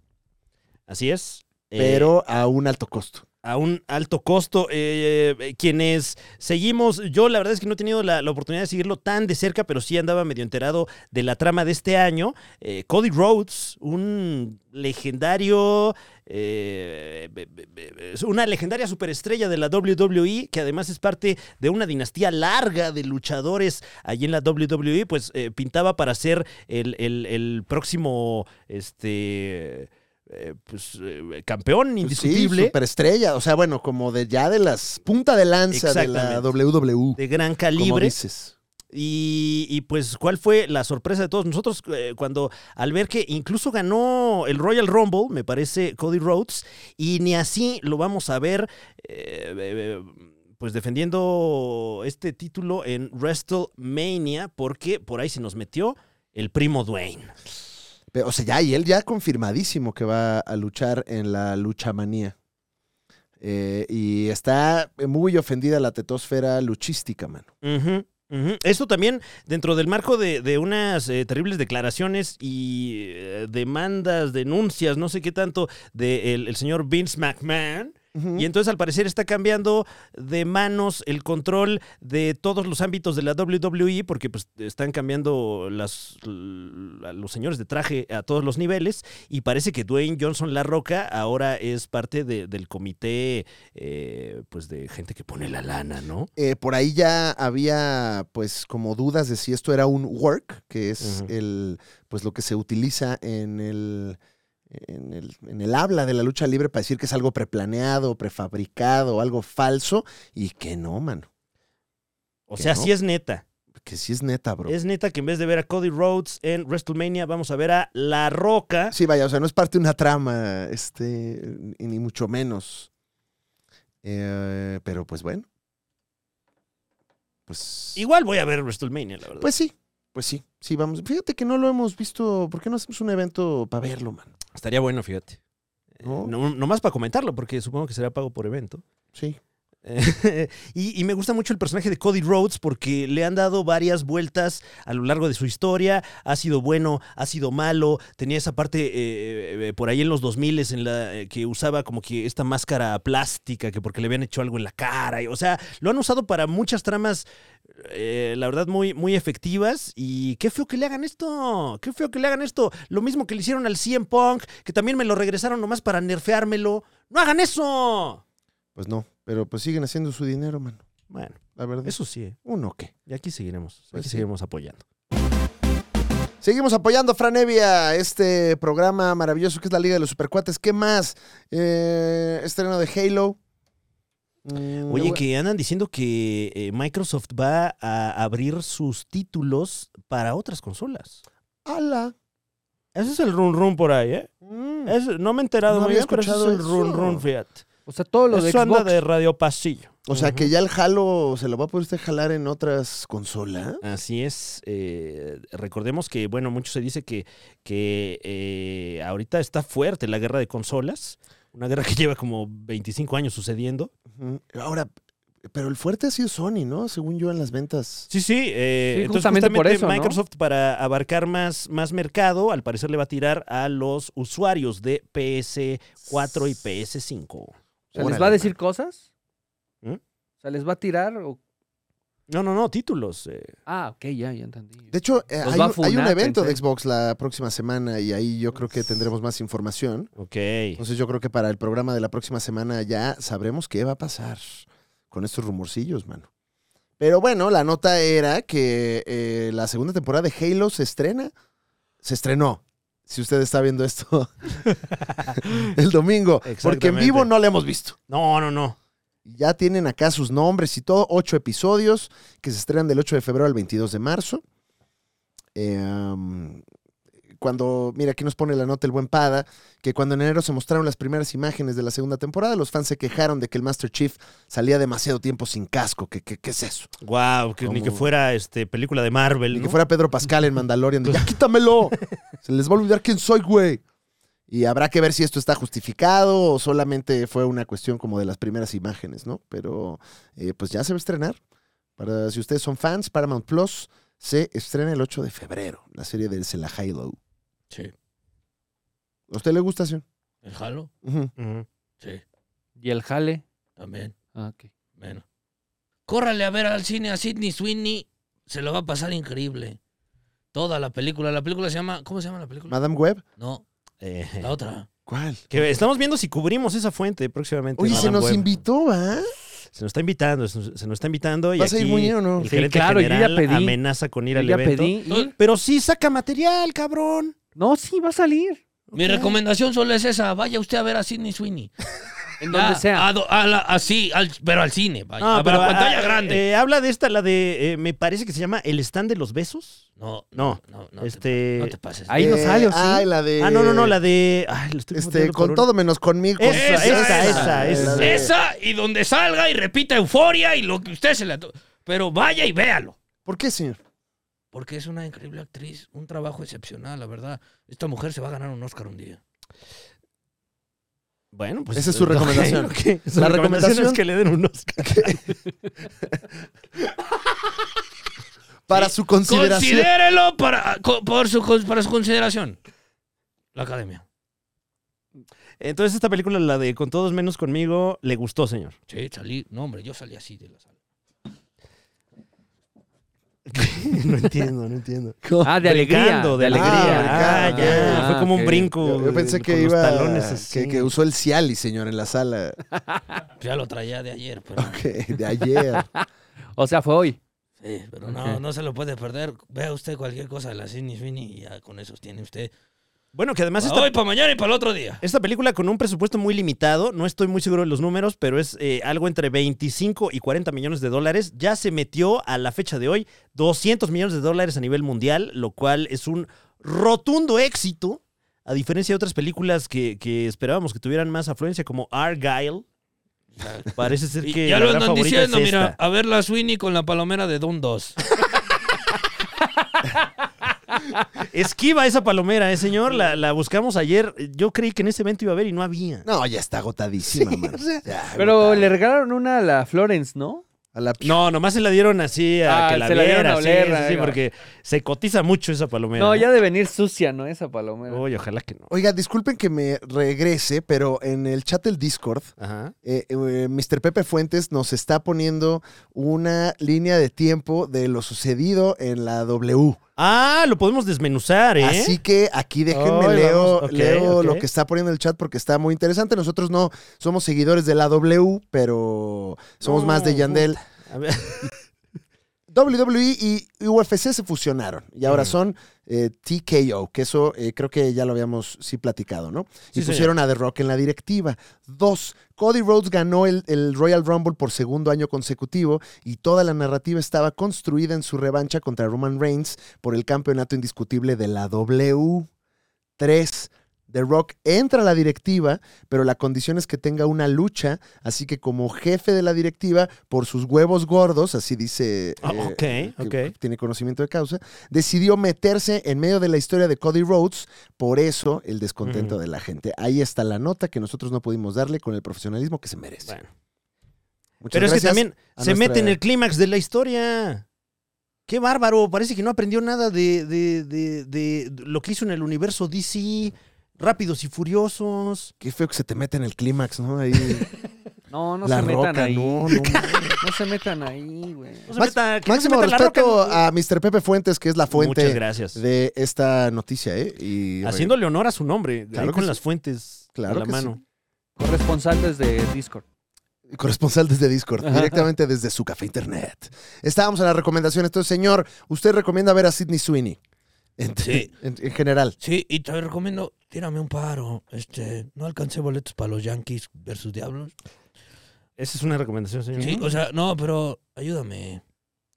S1: Así es. Eh,
S3: pero a un alto costo.
S1: a un alto costo. Eh, eh, quienes seguimos, yo la verdad es que no he tenido la, la oportunidad de seguirlo tan de cerca, pero sí andaba medio enterado de la trama de este año. Eh, Cody Rhodes, un legendario, eh, be- be- be- es una legendaria superestrella de la WWE, que además es parte de una dinastía larga de luchadores allí en la WWE, pues eh, pintaba para ser el, el- el próximo, este... eh, pues, eh, campeón indiscutible
S3: Sí, superestrella. O sea, bueno, como de ya de las punta de lanza de la
S1: Exactamente.
S3: WWE.
S1: de gran
S3: como
S1: calibre.
S3: dices.
S1: Y, y, pues, ¿cuál fue la sorpresa de todos nosotros eh, cuando al ver que incluso ganó el Royal Rumble, me parece, Cody Rhodes, y ni así lo vamos a ver, eh, eh, pues defendiendo este título en WrestleMania, porque por ahí se nos metió el primo Dwayne.
S3: Pero, o sea, ya, y él ya confirmadísimo que va a luchar en la lucha manía. Eh, y está muy ofendida la tetosfera luchística, mano.
S1: Ujú, ujú. Esto también dentro del marco de, de unas eh, terribles declaraciones y eh, demandas, denuncias, no sé qué tanto, del el señor Vince McMahon. Y entonces al parecer está cambiando de manos el control de todos los ámbitos de la WWE porque pues están cambiando las, l- a los señores de traje a todos los niveles y parece que Dwayne Johnson La Roca ahora es parte de- del comité eh, pues de gente que pone la lana, ¿no?
S3: Eh, por ahí ya había, pues, como dudas de si esto era un work, que es
S1: Ujú.
S3: el, pues, lo que se utiliza en el, en el, en el habla de la lucha libre para decir que es algo preplaneado, prefabricado, algo falso, y que no, mano.
S1: O
S3: Que
S1: sea,
S3: no.
S1: sí es neta.
S3: Que sí es neta, bro.
S1: Es neta que en vez de ver a Cody Rhodes en WrestleMania, vamos a ver a La Roca.
S3: Sí, vaya, o sea, no es parte de una trama, este, y ni mucho menos. Eh, pero pues bueno. Pues.
S1: Igual voy a ver WrestleMania, la verdad.
S3: Pues sí, pues sí, sí, vamos. Fíjate que no lo hemos visto. ¿Por qué no hacemos un evento para verlo, man?
S1: Estaría bueno, fíjate. Eh,
S3: ¿No?
S1: No, nomás para comentarlo, porque supongo que será pago por evento.
S3: Sí.
S1: Eh, y, y me gusta mucho el personaje de Cody Rhodes porque le han dado varias vueltas a lo largo de su historia. Ha sido bueno, ha sido malo. Tenía esa parte eh, eh, por ahí en los 2000 en la eh, que usaba como que esta máscara plástica que porque le habían hecho algo en la cara. y- o sea, lo han usado para muchas tramas, eh, la verdad, muy, muy efectivas. Y qué feo que le hagan esto. Qué feo que le hagan esto. Lo mismo que le hicieron al CM Punk, que también me lo regresaron nomás para nerfeármelo. ¡No hagan eso!
S3: Pues no, pero pues siguen haciendo su dinero, man.
S1: Bueno,
S3: La verdad.
S1: eso sí. eh.
S3: uno que.
S1: Y aquí seguiremos,
S3: Pues
S1: aquí
S3: sí.
S1: seguiremos apoyando.
S3: Seguimos apoyando, Franevia, este programa maravilloso que es la Liga de los Supercuates. ¿Qué más? Eh, estreno de Halo. Mm,
S1: Oye, que andan diciendo que eh, Microsoft va a abrir sus títulos para otras consolas.
S3: ala.
S1: Ese es el run run por ahí, ¿eh?
S3: Mm.
S1: Ese- no me he enterado
S3: No
S1: muy
S3: había
S1: bien, pero ese es el
S3: escuchado
S1: run
S3: eso.
S1: run, fíjate.
S2: O sea, todo lo de
S1: Eso anda
S2: Xbox.
S1: de Radio Pasillo.
S3: O sea
S1: Ujú.
S3: que ya el Halo se lo va a poder usted jalar en otras consolas.
S1: Así es. eh, recordemos que, bueno, mucho se dice que, que eh, ahorita está fuerte la guerra de consolas. Una guerra que lleva como 25 años sucediendo.
S3: Ujú. Ahora, pero el fuerte ha sido Sony, ¿no? Según yo en las ventas.
S1: Sí, sí. eh,
S2: Sí,
S1: entonces,
S2: justamente
S1: justamente,
S2: por eso, ¿no?
S1: Microsoft, para abarcar más, más mercado, al parecer le va a tirar a los usuarios de PS4 y PS5.
S2: O sea, ¿Les va a
S3: Órale,
S2: decir cosas?
S1: ¿Mm?
S2: O sea, ¿les va a tirar? O...
S1: No, no, no, títulos. eh.
S2: Ah, ok, ya, ya entendí.
S3: De hecho, eh,
S2: Los
S3: hay,
S2: va a
S3: un- hay un
S2: funar,
S3: evento de
S2: pensé.
S3: Xbox la próxima semana y ahí yo creo que tendremos más información.
S1: Ok.
S3: Entonces yo creo que para el programa de la próxima semana ya sabremos qué va a pasar con estos rumorcillos, mano. Pero bueno, la nota era que eh, la segunda temporada de Halo se estrena. Se estrenó. Si usted está viendo esto el domingo. Porque en
S1: Exactamente.
S3: vivo no la hemos visto.
S1: No, no, no.
S3: Ya tienen acá sus nombres y todo. Ocho episodios que se estrenan del 8 de febrero al 22 de marzo. Eh, um, cuando, mira, aquí nos pone la nota el buen Pada, que cuando en enero se mostraron las primeras imágenes de la segunda temporada, los fans se quejaron de que el Master Chief salía demasiado tiempo sin casco. ¿Qué, qué, qué es eso?
S1: Wow, que ni
S3: Como-
S1: que fuera este película de Marvel.
S3: Ni
S1: ¿no? Pues
S3: que fuera Pedro Pascal en Mandalorian. de, ¡Ya quítamelo! Se les va a olvidar quién soy, güey. Y habrá que ver si esto está justificado o solamente fue una cuestión como de las primeras imágenes, ¿no? Pero eh, pues ya se va a estrenar. Para, si ustedes son fans, Paramount Plus se estrena el 8 de febrero, la serie de Sela Halo.
S4: Sí.
S3: ¿A usted le gusta, señor?
S4: ¿El jalo?
S3: Ujú.
S1: Ujú.
S4: Sí,
S2: ¿Y el jale?
S4: también.
S2: Ah, ok.
S4: Menos. Córrale a ver al cine a Sidney Sweeney. Se lo va a pasar increíble. Toda la película. La película se llama. ¿Cómo se llama la película?
S3: ¿Madame Web?
S4: No,
S1: Eh,
S4: la otra.
S3: ¿Cuál?
S1: que estamos viendo si cubrimos esa fuente próximamente.
S3: Oye, se
S1: Madame
S3: nos
S1: Web.
S3: invitó, ¿va?
S1: Se nos está invitando, se nos se nos está invitando. Y
S3: ¿Vas a ir,
S1: aquí
S3: Muñe, o no?
S1: El
S2: Sí,
S1: gerente
S2: claro, yo ya
S1: general
S2: pedí.
S1: amenaza con ir
S2: Yo
S1: al
S2: ya
S1: evento.
S2: pedí. y-
S1: Pero sí saca material, cabrón.
S2: No, sí, va a salir.
S4: Mi recomendación solo es esa. Vaya usted a ver a Sidney Sweeney.
S2: En
S4: Ya,
S2: donde sea.
S4: a do- a la- así, al- pero al cine. Vaya.
S1: No,
S4: a ver, a
S1: pero,
S4: pantalla
S1: ah,
S4: grande.
S1: eh, habla de esta, la de, eh, me parece que se llama El Stand de los Besos.
S4: no,
S1: no,
S4: no, no. te-
S1: este...
S4: no te pases.
S2: Ahí no sale, ¿o sí?
S3: Eh, Ay, la de...
S1: Ah, no, no, no, la de... Ay, lo estoy
S3: Este,
S1: confundiendo
S3: con
S1: una-
S3: todo menos conmigo. con-
S1: Esa, esa, esa,
S3: la
S1: esa.
S3: de-
S4: Esa y donde salga y repita euforia y lo que usted se le... ato- Pero vaya y véalo.
S3: ¿Por qué, señor?
S4: Porque es una increíble actriz, un trabajo excepcional, la verdad. Esta mujer se va a ganar un Oscar un día.
S1: Bueno, pues...
S3: Esa es su
S1: ok,
S3: recomendación.
S1: ok. Su recomendación
S3: La recomendación-
S1: es que le den un Oscar.
S3: Para
S4: Sí.
S3: su consideración.
S4: Considérelo para, co- por su, cons- para su consideración. La academia.
S1: Entonces esta película, la de Con todos menos conmigo, le gustó, señor.
S4: Sí, salí. No, hombre, yo salí así de la sala.
S1: no entiendo, no entiendo.
S2: Ah, de alegría.
S1: Brincando, de alegría. Ah,
S3: Ah,
S1: ya.
S2: ah,
S1: Fue como
S2: ok.
S1: un brinco.
S3: Yo, yo pensé
S1: de-
S3: que
S1: con los
S3: iba.
S1: talones así.
S3: que, que usó el Ciali, señor, en la sala
S4: Ya lo traía de ayer, pero,
S3: que- de ayer.
S2: O sea, fue hoy.
S4: sí, pero no, no se lo puede perder. Vea usted cualquier cosa de la Sidney Sweeney y ya con eso tiene usted.
S1: Bueno, que además
S4: Para
S1: esta,
S4: hoy, para mañana y para el otro día.
S1: esta película con un presupuesto muy limitado, no estoy muy seguro de los números, pero es eh, algo entre 25 y 40 millones de dólares. Ya se metió a la fecha de hoy 200 millones de dólares a nivel mundial, lo cual es un rotundo éxito. A diferencia de otras películas que, que esperábamos que tuvieran más afluencia, como Argyle, parece ser
S4: Y
S1: que
S4: ya
S1: la
S4: lo
S1: gran
S4: andan
S1: favorita es
S4: diciendo, mira,
S1: esta.
S4: a ver la Sweeney con la palomera de Doom 2.
S1: Esquiva esa palomera, ¿eh, señor? La, la buscamos ayer. Yo creí que en ese evento iba a haber y no había.
S3: No, ya está agotadísima, man. Ya,
S2: Pero
S3: agotada.
S2: le regalaron una a la Florence, ¿no?
S3: A la-
S1: No, nomás se la dieron así a
S2: Ah,
S1: que la
S2: se la
S1: viera.
S2: dieron a
S1: sí,
S2: oler,
S1: sí, sí,
S2: ¿no?
S1: porque se cotiza mucho esa palomera.
S2: No, ya de venir sucia, ¿no? Esa palomera.
S1: Uy, ojalá que no.
S3: Oiga, disculpen que me regrese, pero en el chat del Discord,
S1: Ajá.
S3: eh, eh, Mr. Pepe Fuentes nos está poniendo una línea de tiempo de lo sucedido en la W.
S1: Ah, lo podemos desmenuzar, ¿eh?
S3: Así que aquí déjenme
S1: Ay,
S3: leo,
S1: vamos, ok,
S3: leo
S1: ok.
S3: lo que está poniendo el chat porque está muy interesante. Nosotros no somos seguidores de la W, pero somos
S1: No,
S3: más de Yandel.
S1: A ver,
S3: WWE y UFC se fusionaron y ahora
S1: Mm.
S3: son eh, TKO, que eso eh, creo que ya lo habíamos sí platicado, ¿no? Y
S1: Sí,
S3: pusieron a The Rock en la directiva. Dos, Cody Rhodes ganó el, el Royal Rumble por segundo año consecutivo y toda la narrativa estaba construida en su revancha contra Roman Reigns por el campeonato indiscutible de la W. Tres, The Rock entra a la directiva, pero la condición es que tenga una lucha, así que como jefe de la directiva, por sus huevos gordos, así dice...
S1: Ah,
S3: eh,
S1: ok,
S3: que
S1: ok.
S3: Tiene conocimiento de causa, decidió meterse en medio de la historia de Cody Rhodes, por eso el descontento
S1: Ujú.
S3: de la gente. Ahí está la nota que nosotros no pudimos darle con el profesionalismo que se merece.
S1: bueno.
S3: Muchas
S1: Pero es que
S3: gracias.
S1: también
S3: a
S1: se
S3: nuestra-
S1: mete en el clímax de la historia. Qué bárbaro, parece que no aprendió nada de, de- de- de lo que hizo en el universo DC, Rápidos y Furiosos.
S3: Qué feo que se te mete en el clímax, ¿no? Ahí
S2: No, no
S3: la
S2: se metan
S3: roca,
S2: ahí.
S3: no, no.
S2: No se metan ahí, güey.
S1: No se
S3: Max-
S1: meta- que no se
S3: Máximo
S1: meta la
S3: respeto
S1: roca.
S3: a Mr. Pepe Fuentes, que es la
S1: Muchas
S3: fuente
S1: gracias.
S3: de esta noticia, ¿eh? Y
S1: Haciéndole honor a su nombre,
S3: Claro
S1: ahí
S3: que
S1: con
S3: sí.
S1: las fuentes
S3: Claro
S1: a la
S3: que
S1: mano.
S2: Corresponsal desde Discord.
S3: Corresponsal desde Discord,
S2: Ajá.
S3: directamente desde su café internet. Estábamos en las recomendaciones. Entonces, señor, usted recomienda ver a Sidney Sweeney. En,
S4: Sí.
S3: en- en general.
S4: Sí, y te recomiendo, tírame un paro. Este, no alcancé boletos para los Yankees versus Diablos.
S1: Esa es una recomendación, señor.
S4: Sí, o sea, no, pero ayúdame.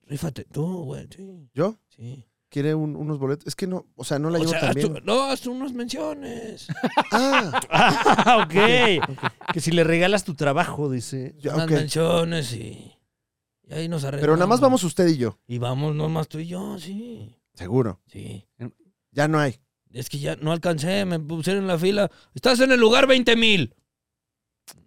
S4: Rífate tú, güey. Sí,
S3: ¿Yo?
S4: sí.
S3: ¿Quiere un- unos boletos? Es que no, o sea, no la
S4: O
S3: llevo
S4: sea,
S3: tan
S4: haz tu-
S3: bien.
S4: no, haz tú unas menciones.
S3: Ah,
S1: Ah, ok. que si le regalas tu trabajo, dice.
S3: ya,
S4: Unas
S3: ok.
S4: menciones y, y ahí nos arreglamos.
S3: Pero nada más vamos usted y yo.
S4: Y vamos nomás tú y yo, sí.
S3: Seguro.
S4: Sí.
S3: Ya no hay.
S4: Es que ya no alcancé, me pusieron en la fila. Estás en el lugar 20 mil.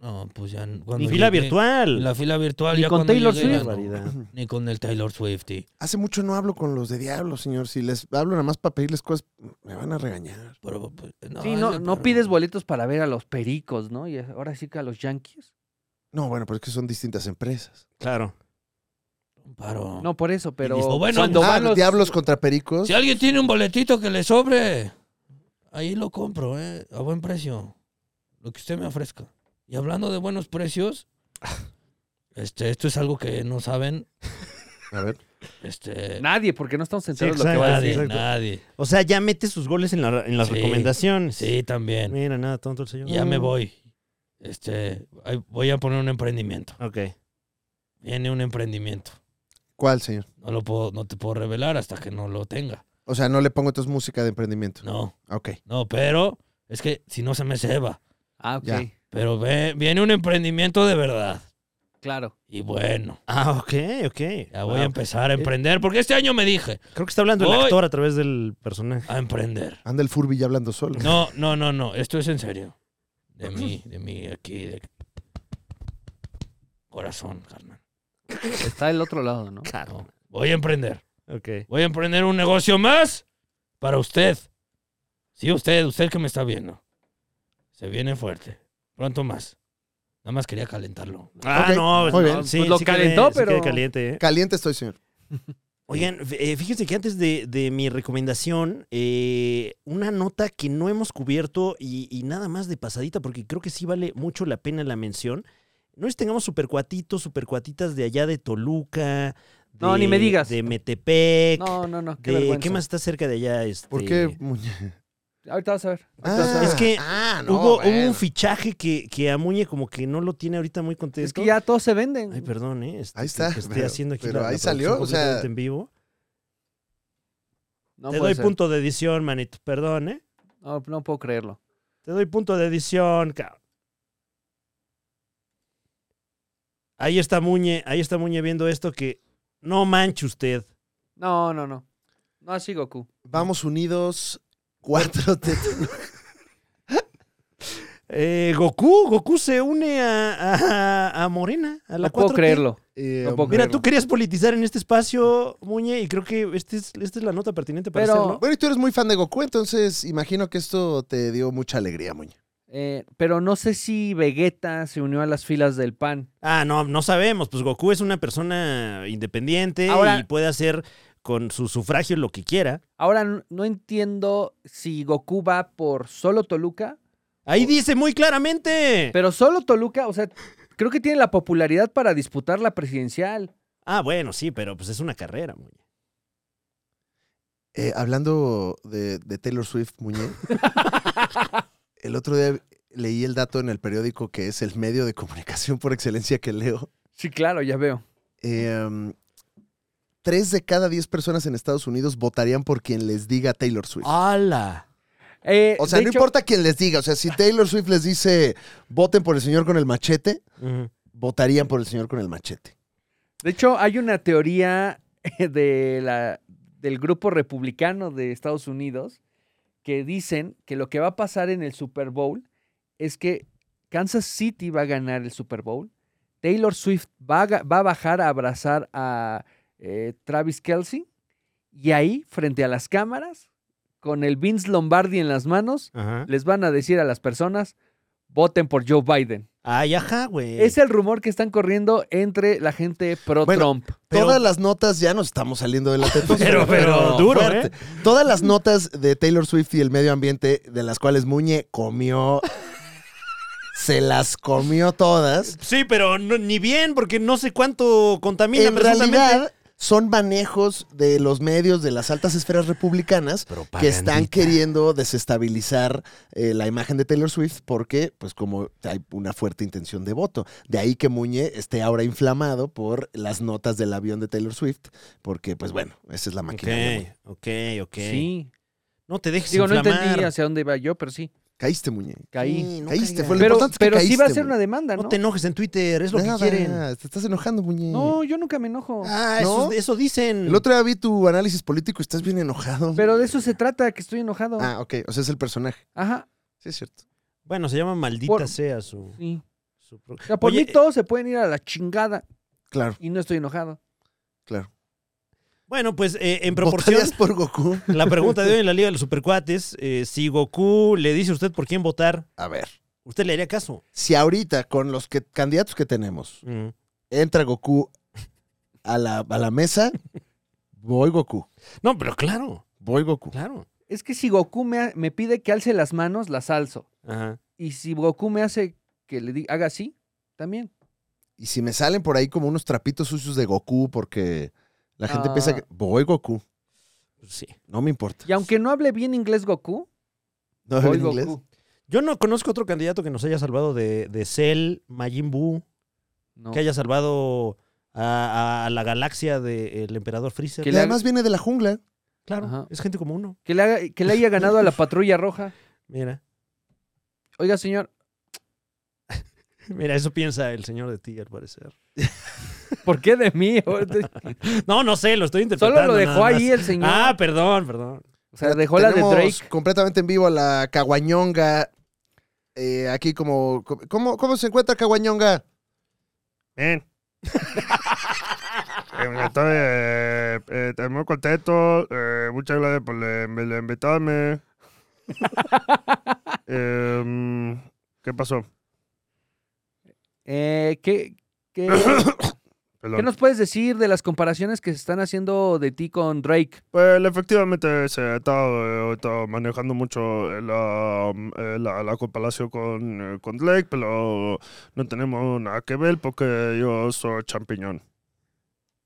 S4: No, pues ya. cuando
S1: Y fila
S4: llegué-
S1: virtual.
S4: La fila virtual.
S2: Ni
S4: Ah, ya
S2: con
S4: cuando
S2: Taylor
S4: llegué, ya
S1: Qué
S2: Swift.
S4: no.
S1: barbaridad.
S4: Ni con el Taylor Swift. y-
S3: Hace mucho no hablo con los de Diablo, señor. Si les hablo nada más para pedirles cosas, me van a regañar.
S4: pero, pues, no,
S2: sí,
S4: es
S2: no,
S4: de
S2: no
S4: perro.
S2: pides boletos para ver a los pericos, ¿no? Y ahora sí que a los yankees.
S3: No, bueno, pero es que son distintas empresas.
S1: Claro.
S4: Paro.
S2: No, por eso, pero.
S4: listo. Bueno,
S2: cuando
S4: Lo
S3: ah,
S2: van los-
S3: Diablos contra Pericos.
S4: Si alguien tiene un boletito que le sobre, ahí lo compro, ¿eh? A buen precio. Lo que usted me ofrezca. Y hablando de buenos precios, este, esto es algo que no saben.
S3: A ver.
S4: Este,
S2: Nadie, porque no estamos enterados
S1: Sí,
S2: de lo que va a
S1: exacto.
S4: nadie,
S2: decir.
S1: exacto.
S4: nadie.
S1: O sea, ya mete sus goles en, la- en las
S4: Sí,
S1: recomendaciones.
S4: Sí, también.
S1: Mira, nada, tonto el señor.
S4: Ya me voy. Este, ahí voy a poner un emprendimiento.
S1: Ok.
S4: Viene un emprendimiento.
S3: ¿Cuál, señor?
S4: No lo puedo, no te puedo revelar hasta que no lo tenga.
S3: O sea, no le pongo entonces música de emprendimiento.
S4: No,
S3: Ok.
S4: no, pero es que si no se me ceba.
S2: Ah, ok.
S3: Ya.
S4: Pero ve- viene un emprendimiento de verdad.
S2: Claro.
S4: Y bueno,
S1: Ah, ok, ok.
S4: ya voy
S1: Wow.
S4: a empezar a emprender porque este año me dije
S1: Creo que está hablando el
S4: Voy.
S1: actor a través del personaje.
S4: a emprender.
S3: Anda el Furby ya hablando solo.
S4: No, no, no, no. Esto es en serio. De mí, de mí, aquí, de corazón, carnal.
S2: Está del otro lado, ¿no?
S1: Claro.
S4: Voy a emprender.
S1: Ok.
S4: Voy a emprender un negocio más para usted. Sí, usted, usted que me está viendo. Se viene fuerte. Pronto más. Nada más quería calentarlo.
S1: Ah,
S3: Ok,
S1: no,
S3: muy
S1: no,
S3: bien.
S1: sí,
S2: Pues lo
S1: sí quedé-
S2: calentó,
S1: sí quedé
S2: pero-
S1: caliente, ¿eh?
S3: Caliente estoy, señor.
S1: Oigan, f- eh, fíjense que antes de, de mi recomendación, eh, una nota que no hemos cubierto y, y nada más de pasadita, porque creo que sí vale mucho la pena la mención. No es tengamos supercuatitos, supercuatitas de allá de Toluca. De,
S2: No, ni me digas.
S1: De Metepec.
S2: No, no, no. Qué
S1: de-
S2: vergüenza.
S1: ¿Qué más está cerca de allá? Este,
S3: ¿Por qué? Muñe?
S2: Ahorita vas a ver.
S3: Ah,
S1: Es que
S3: ah, no,
S1: Hubo, hubo
S3: bueno.
S1: un fichaje que, que a Muñe como que no lo tiene ahorita muy contento.
S2: Es que ya todos se venden.
S1: Ay, perdón, ¿eh? Este,
S3: Ahí
S1: que-
S3: está,
S1: que estoy
S3: pero-
S1: haciendo aquí
S3: pero
S1: la- la
S3: ahí salió,
S1: producción
S3: o sea,
S1: completamente en vivo.
S2: No
S1: Te
S2: puede
S1: doy
S2: ser.
S1: punto de edición, manito. Perdón, ¿eh?
S2: No, no puedo creerlo.
S1: Te doy punto de edición, cabrón. Ahí está Muñe, ahí está Muñe viendo esto que no manche usted.
S2: No, no, no. No así, Goku.
S3: Vamos unidos. Cuatro de-
S1: Eh, Goku, Goku se une a, a- a Morena, a la
S2: No puedo
S1: 4T.
S2: creerlo.
S3: Eh,
S2: No puedo
S1: Mira,
S2: creerlo.
S1: tú querías politizar en este espacio, Muñe, y creo que este es- esta es la nota pertinente para
S2: Pero-
S1: hacerlo.
S3: Bueno, y tú eres muy fan de Goku, entonces imagino que esto te dio mucha alegría, Muñe.
S2: Eh, pero no sé si Vegeta se unió a las filas del PAN.
S1: Ah, no, no sabemos. Pues Goku es una persona independiente
S2: Ahora-
S1: y puede hacer con su sufragio lo que quiera.
S2: Ahora n- no entiendo si Goku va por solo Toluca,
S1: Ahí
S2: Oh.
S1: dice muy claramente.
S2: pero solo Toluca, o sea, creo que tiene la popularidad para disputar la presidencial.
S1: Ah, bueno, sí, pero pues es una carrera, Muñe.
S3: Eh, hablando de, de Taylor Swift, Muñe, el otro día leí el dato en el periódico que es el medio de comunicación por excelencia que leo.
S2: Sí, claro, ya veo.
S3: Eh, um, tres de cada diez personas en Estados Unidos votarían por quien les diga Taylor Swift.
S1: ¡Hala!
S2: Eh,
S3: O sea,
S2: de
S3: no
S2: hecho,
S3: importa quién les diga. O sea, si Taylor Swift les dice voten por el señor con el machete,
S1: Ujú.
S3: votarían por el señor con el machete.
S2: De hecho, hay una teoría eh, de la, del grupo republicano de Estados Unidos que dicen que lo que va a pasar en el Super Bowl es que Kansas City va a ganar el Super Bowl, Taylor Swift va a, ga- va a bajar a abrazar a eh, Travis Kelsey y ahí, frente a las cámaras, con el Vince Lombardi en las manos,
S1: Ajá.
S2: les van a decir a las personas, voten por Joe Biden.
S1: Ay, ajá, güey.
S2: Es el rumor que están corriendo entre la gente
S3: Bueno,
S2: pro-Trump.
S1: Pero-
S3: Todas las notas ya nos estamos saliendo de la tetos.
S1: Pero, pero duro, ¿eh?
S3: fuerte. Todas las notas de Taylor Swift y el medio ambiente, de las cuales Muñe comió. se las comió todas.
S1: Sí, pero no- ni bien, porque no sé cuánto contamina
S3: en
S1: presuntamente.
S3: realidad son manejos de los medios de las altas esferas republicanas que están queriendo desestabilizar eh, la imagen de Taylor Swift porque, pues como hay una fuerte intención de voto. De ahí que Muñe esté ahora inflamado por las notas del avión de Taylor Swift, porque, pues bueno, esa es la
S1: Ok,
S3: maquinaria. Muñe.
S1: ok, ok.
S2: Sí.
S1: No te dejes
S2: Digo, no
S1: inflamar.
S2: entendí hacia dónde iba yo, pero sí.
S3: Caíste, Muñe.
S2: Caí.
S3: Sí, no
S1: Caíste,
S3: caigas.
S1: fue lo
S2: pero
S3: importante es que
S2: pero sí va a
S3: caíste,
S2: ser una
S3: Muñe.
S2: demanda, ¿no?
S1: No te enojes en Twitter, es lo
S3: Nada,
S1: que quieren.
S3: Te estás enojando, Muñe.
S2: No, yo nunca me enojo.
S1: Ah,
S3: ¿No?
S1: eso, eso dicen.
S3: El otro día vi tu análisis político y estás bien enojado.
S2: Pero de eso se trata, que estoy enojado.
S3: Ah, ok. O sea, es el personaje.
S2: Ajá.
S3: Sí, es cierto.
S1: Bueno, se llama Maldita
S2: Por-
S1: sea su...
S2: Sí.
S1: su pro-
S2: O sea, por
S1: Oye, eh,
S2: mí todos se pueden ir a la chingada
S3: Claro,
S2: y no estoy enojado.
S3: claro.
S1: Bueno, pues eh, en proporción...
S3: ¿Votarías por Goku?
S1: La pregunta de hoy en la Liga de los Supercuates, eh, si Goku le dice a usted por quién votar,
S3: A ver.
S1: ¿usted le haría caso?
S3: Si ahorita, con los que- candidatos que tenemos, entra Goku a la, a la mesa, voy Goku.
S1: No, pero claro,
S3: Voy Goku.
S1: claro.
S2: Es que si Goku me, ha- me pide que alce las manos, las alzo.
S1: Ajá.
S2: Y si Goku me hace que le di- haga así, también.
S3: Y si me salen por ahí como unos trapitos sucios de Goku porque la gente
S2: Ah.
S3: piensa que voy Goku.
S1: Pues Sí.
S3: No me importa.
S2: Y aunque no hable bien inglés Goku,
S3: ¿No
S2: voy
S3: hablan
S2: Goku.
S3: inglés?
S1: Yo no conozco otro candidato que nos haya salvado de, de Cell, Majin Buu,
S2: No.
S1: que haya salvado a, a la galaxia del emperador Freezer.
S2: Que
S3: Y
S2: le-
S3: además viene de la jungla.
S1: Claro,
S2: Ajá.
S1: es gente como uno.
S2: Que le, haga- que le haya ganado a la patrulla roja.
S1: Mira,
S2: Oiga, señor,
S1: mira, eso piensa el señor de ti, al parecer.
S2: ¿por qué de mí?
S1: No, no sé, lo estoy interpretando.
S2: Solo lo
S1: nada
S2: dejó
S1: más.
S2: ahí el señor.
S1: Ah, perdón, perdón.
S2: o sea, dejó la de
S3: Tenemos
S2: Drake.
S3: completamente en vivo a la Caguañonga. eh, aquí como... ¿cómo, ¿Cómo se encuentra Caguañonga?
S7: Bien. Eh, Estoy eh, eh, estoy muy contento. eh, muchas gracias por eh, me- le invitarme. Em, ¿Qué pasó?
S2: Eh, ¿qué, qué,
S7: Perdón.
S2: qué nos puedes decir de las comparaciones que se están haciendo de ti con Drake?
S7: Pues efectivamente se ha estado, eh, estado manejando mucho eh, la, mm, eh, la, la comparación con, eh, con Drake, pero no tenemos nada que ver porque yo soy champiñón.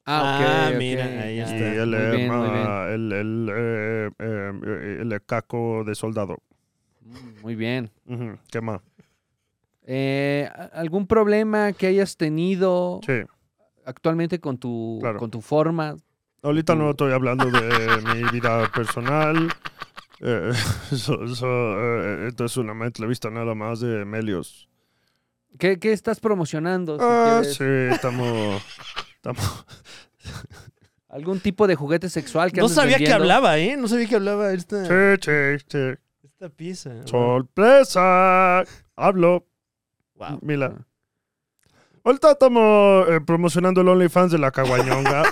S1: Ah,
S2: ok, ok,
S1: mira, ahí
S2: ya.
S1: está.
S7: Y él
S2: muy
S7: es
S2: bien, muy bien.
S7: más- él- él, eh, eh, eh, él es caco de soldado.
S2: Mm, Muy bien.
S7: Ujú, ¿Qué más?
S2: Eh, ¿a- ¿Algún problema que hayas tenido
S7: Sí.
S2: actualmente con tu,
S7: Claro.
S2: con tu forma?
S7: Ahorita no estoy hablando de mi vida personal. Eh, so- so, eh, esto es una entrevista nada más de Melios.
S2: ¿Qué, qué estás promocionando? si
S7: Ah,
S2: quieres?
S7: sí, estamos. estamos-
S2: ¿Algún tipo de juguete sexual que
S1: No
S2: andes
S1: sabía que
S2: vendiendo?
S1: hablaba, ¿eh? No sabía que hablaba esta,
S7: Sí, sí, sí.
S1: esta pieza.
S7: ¡Sorpresa! Hablo,
S1: Wow.
S7: Mila. Ahorita estamos eh, promocionando el OnlyFans de la Caguañonga.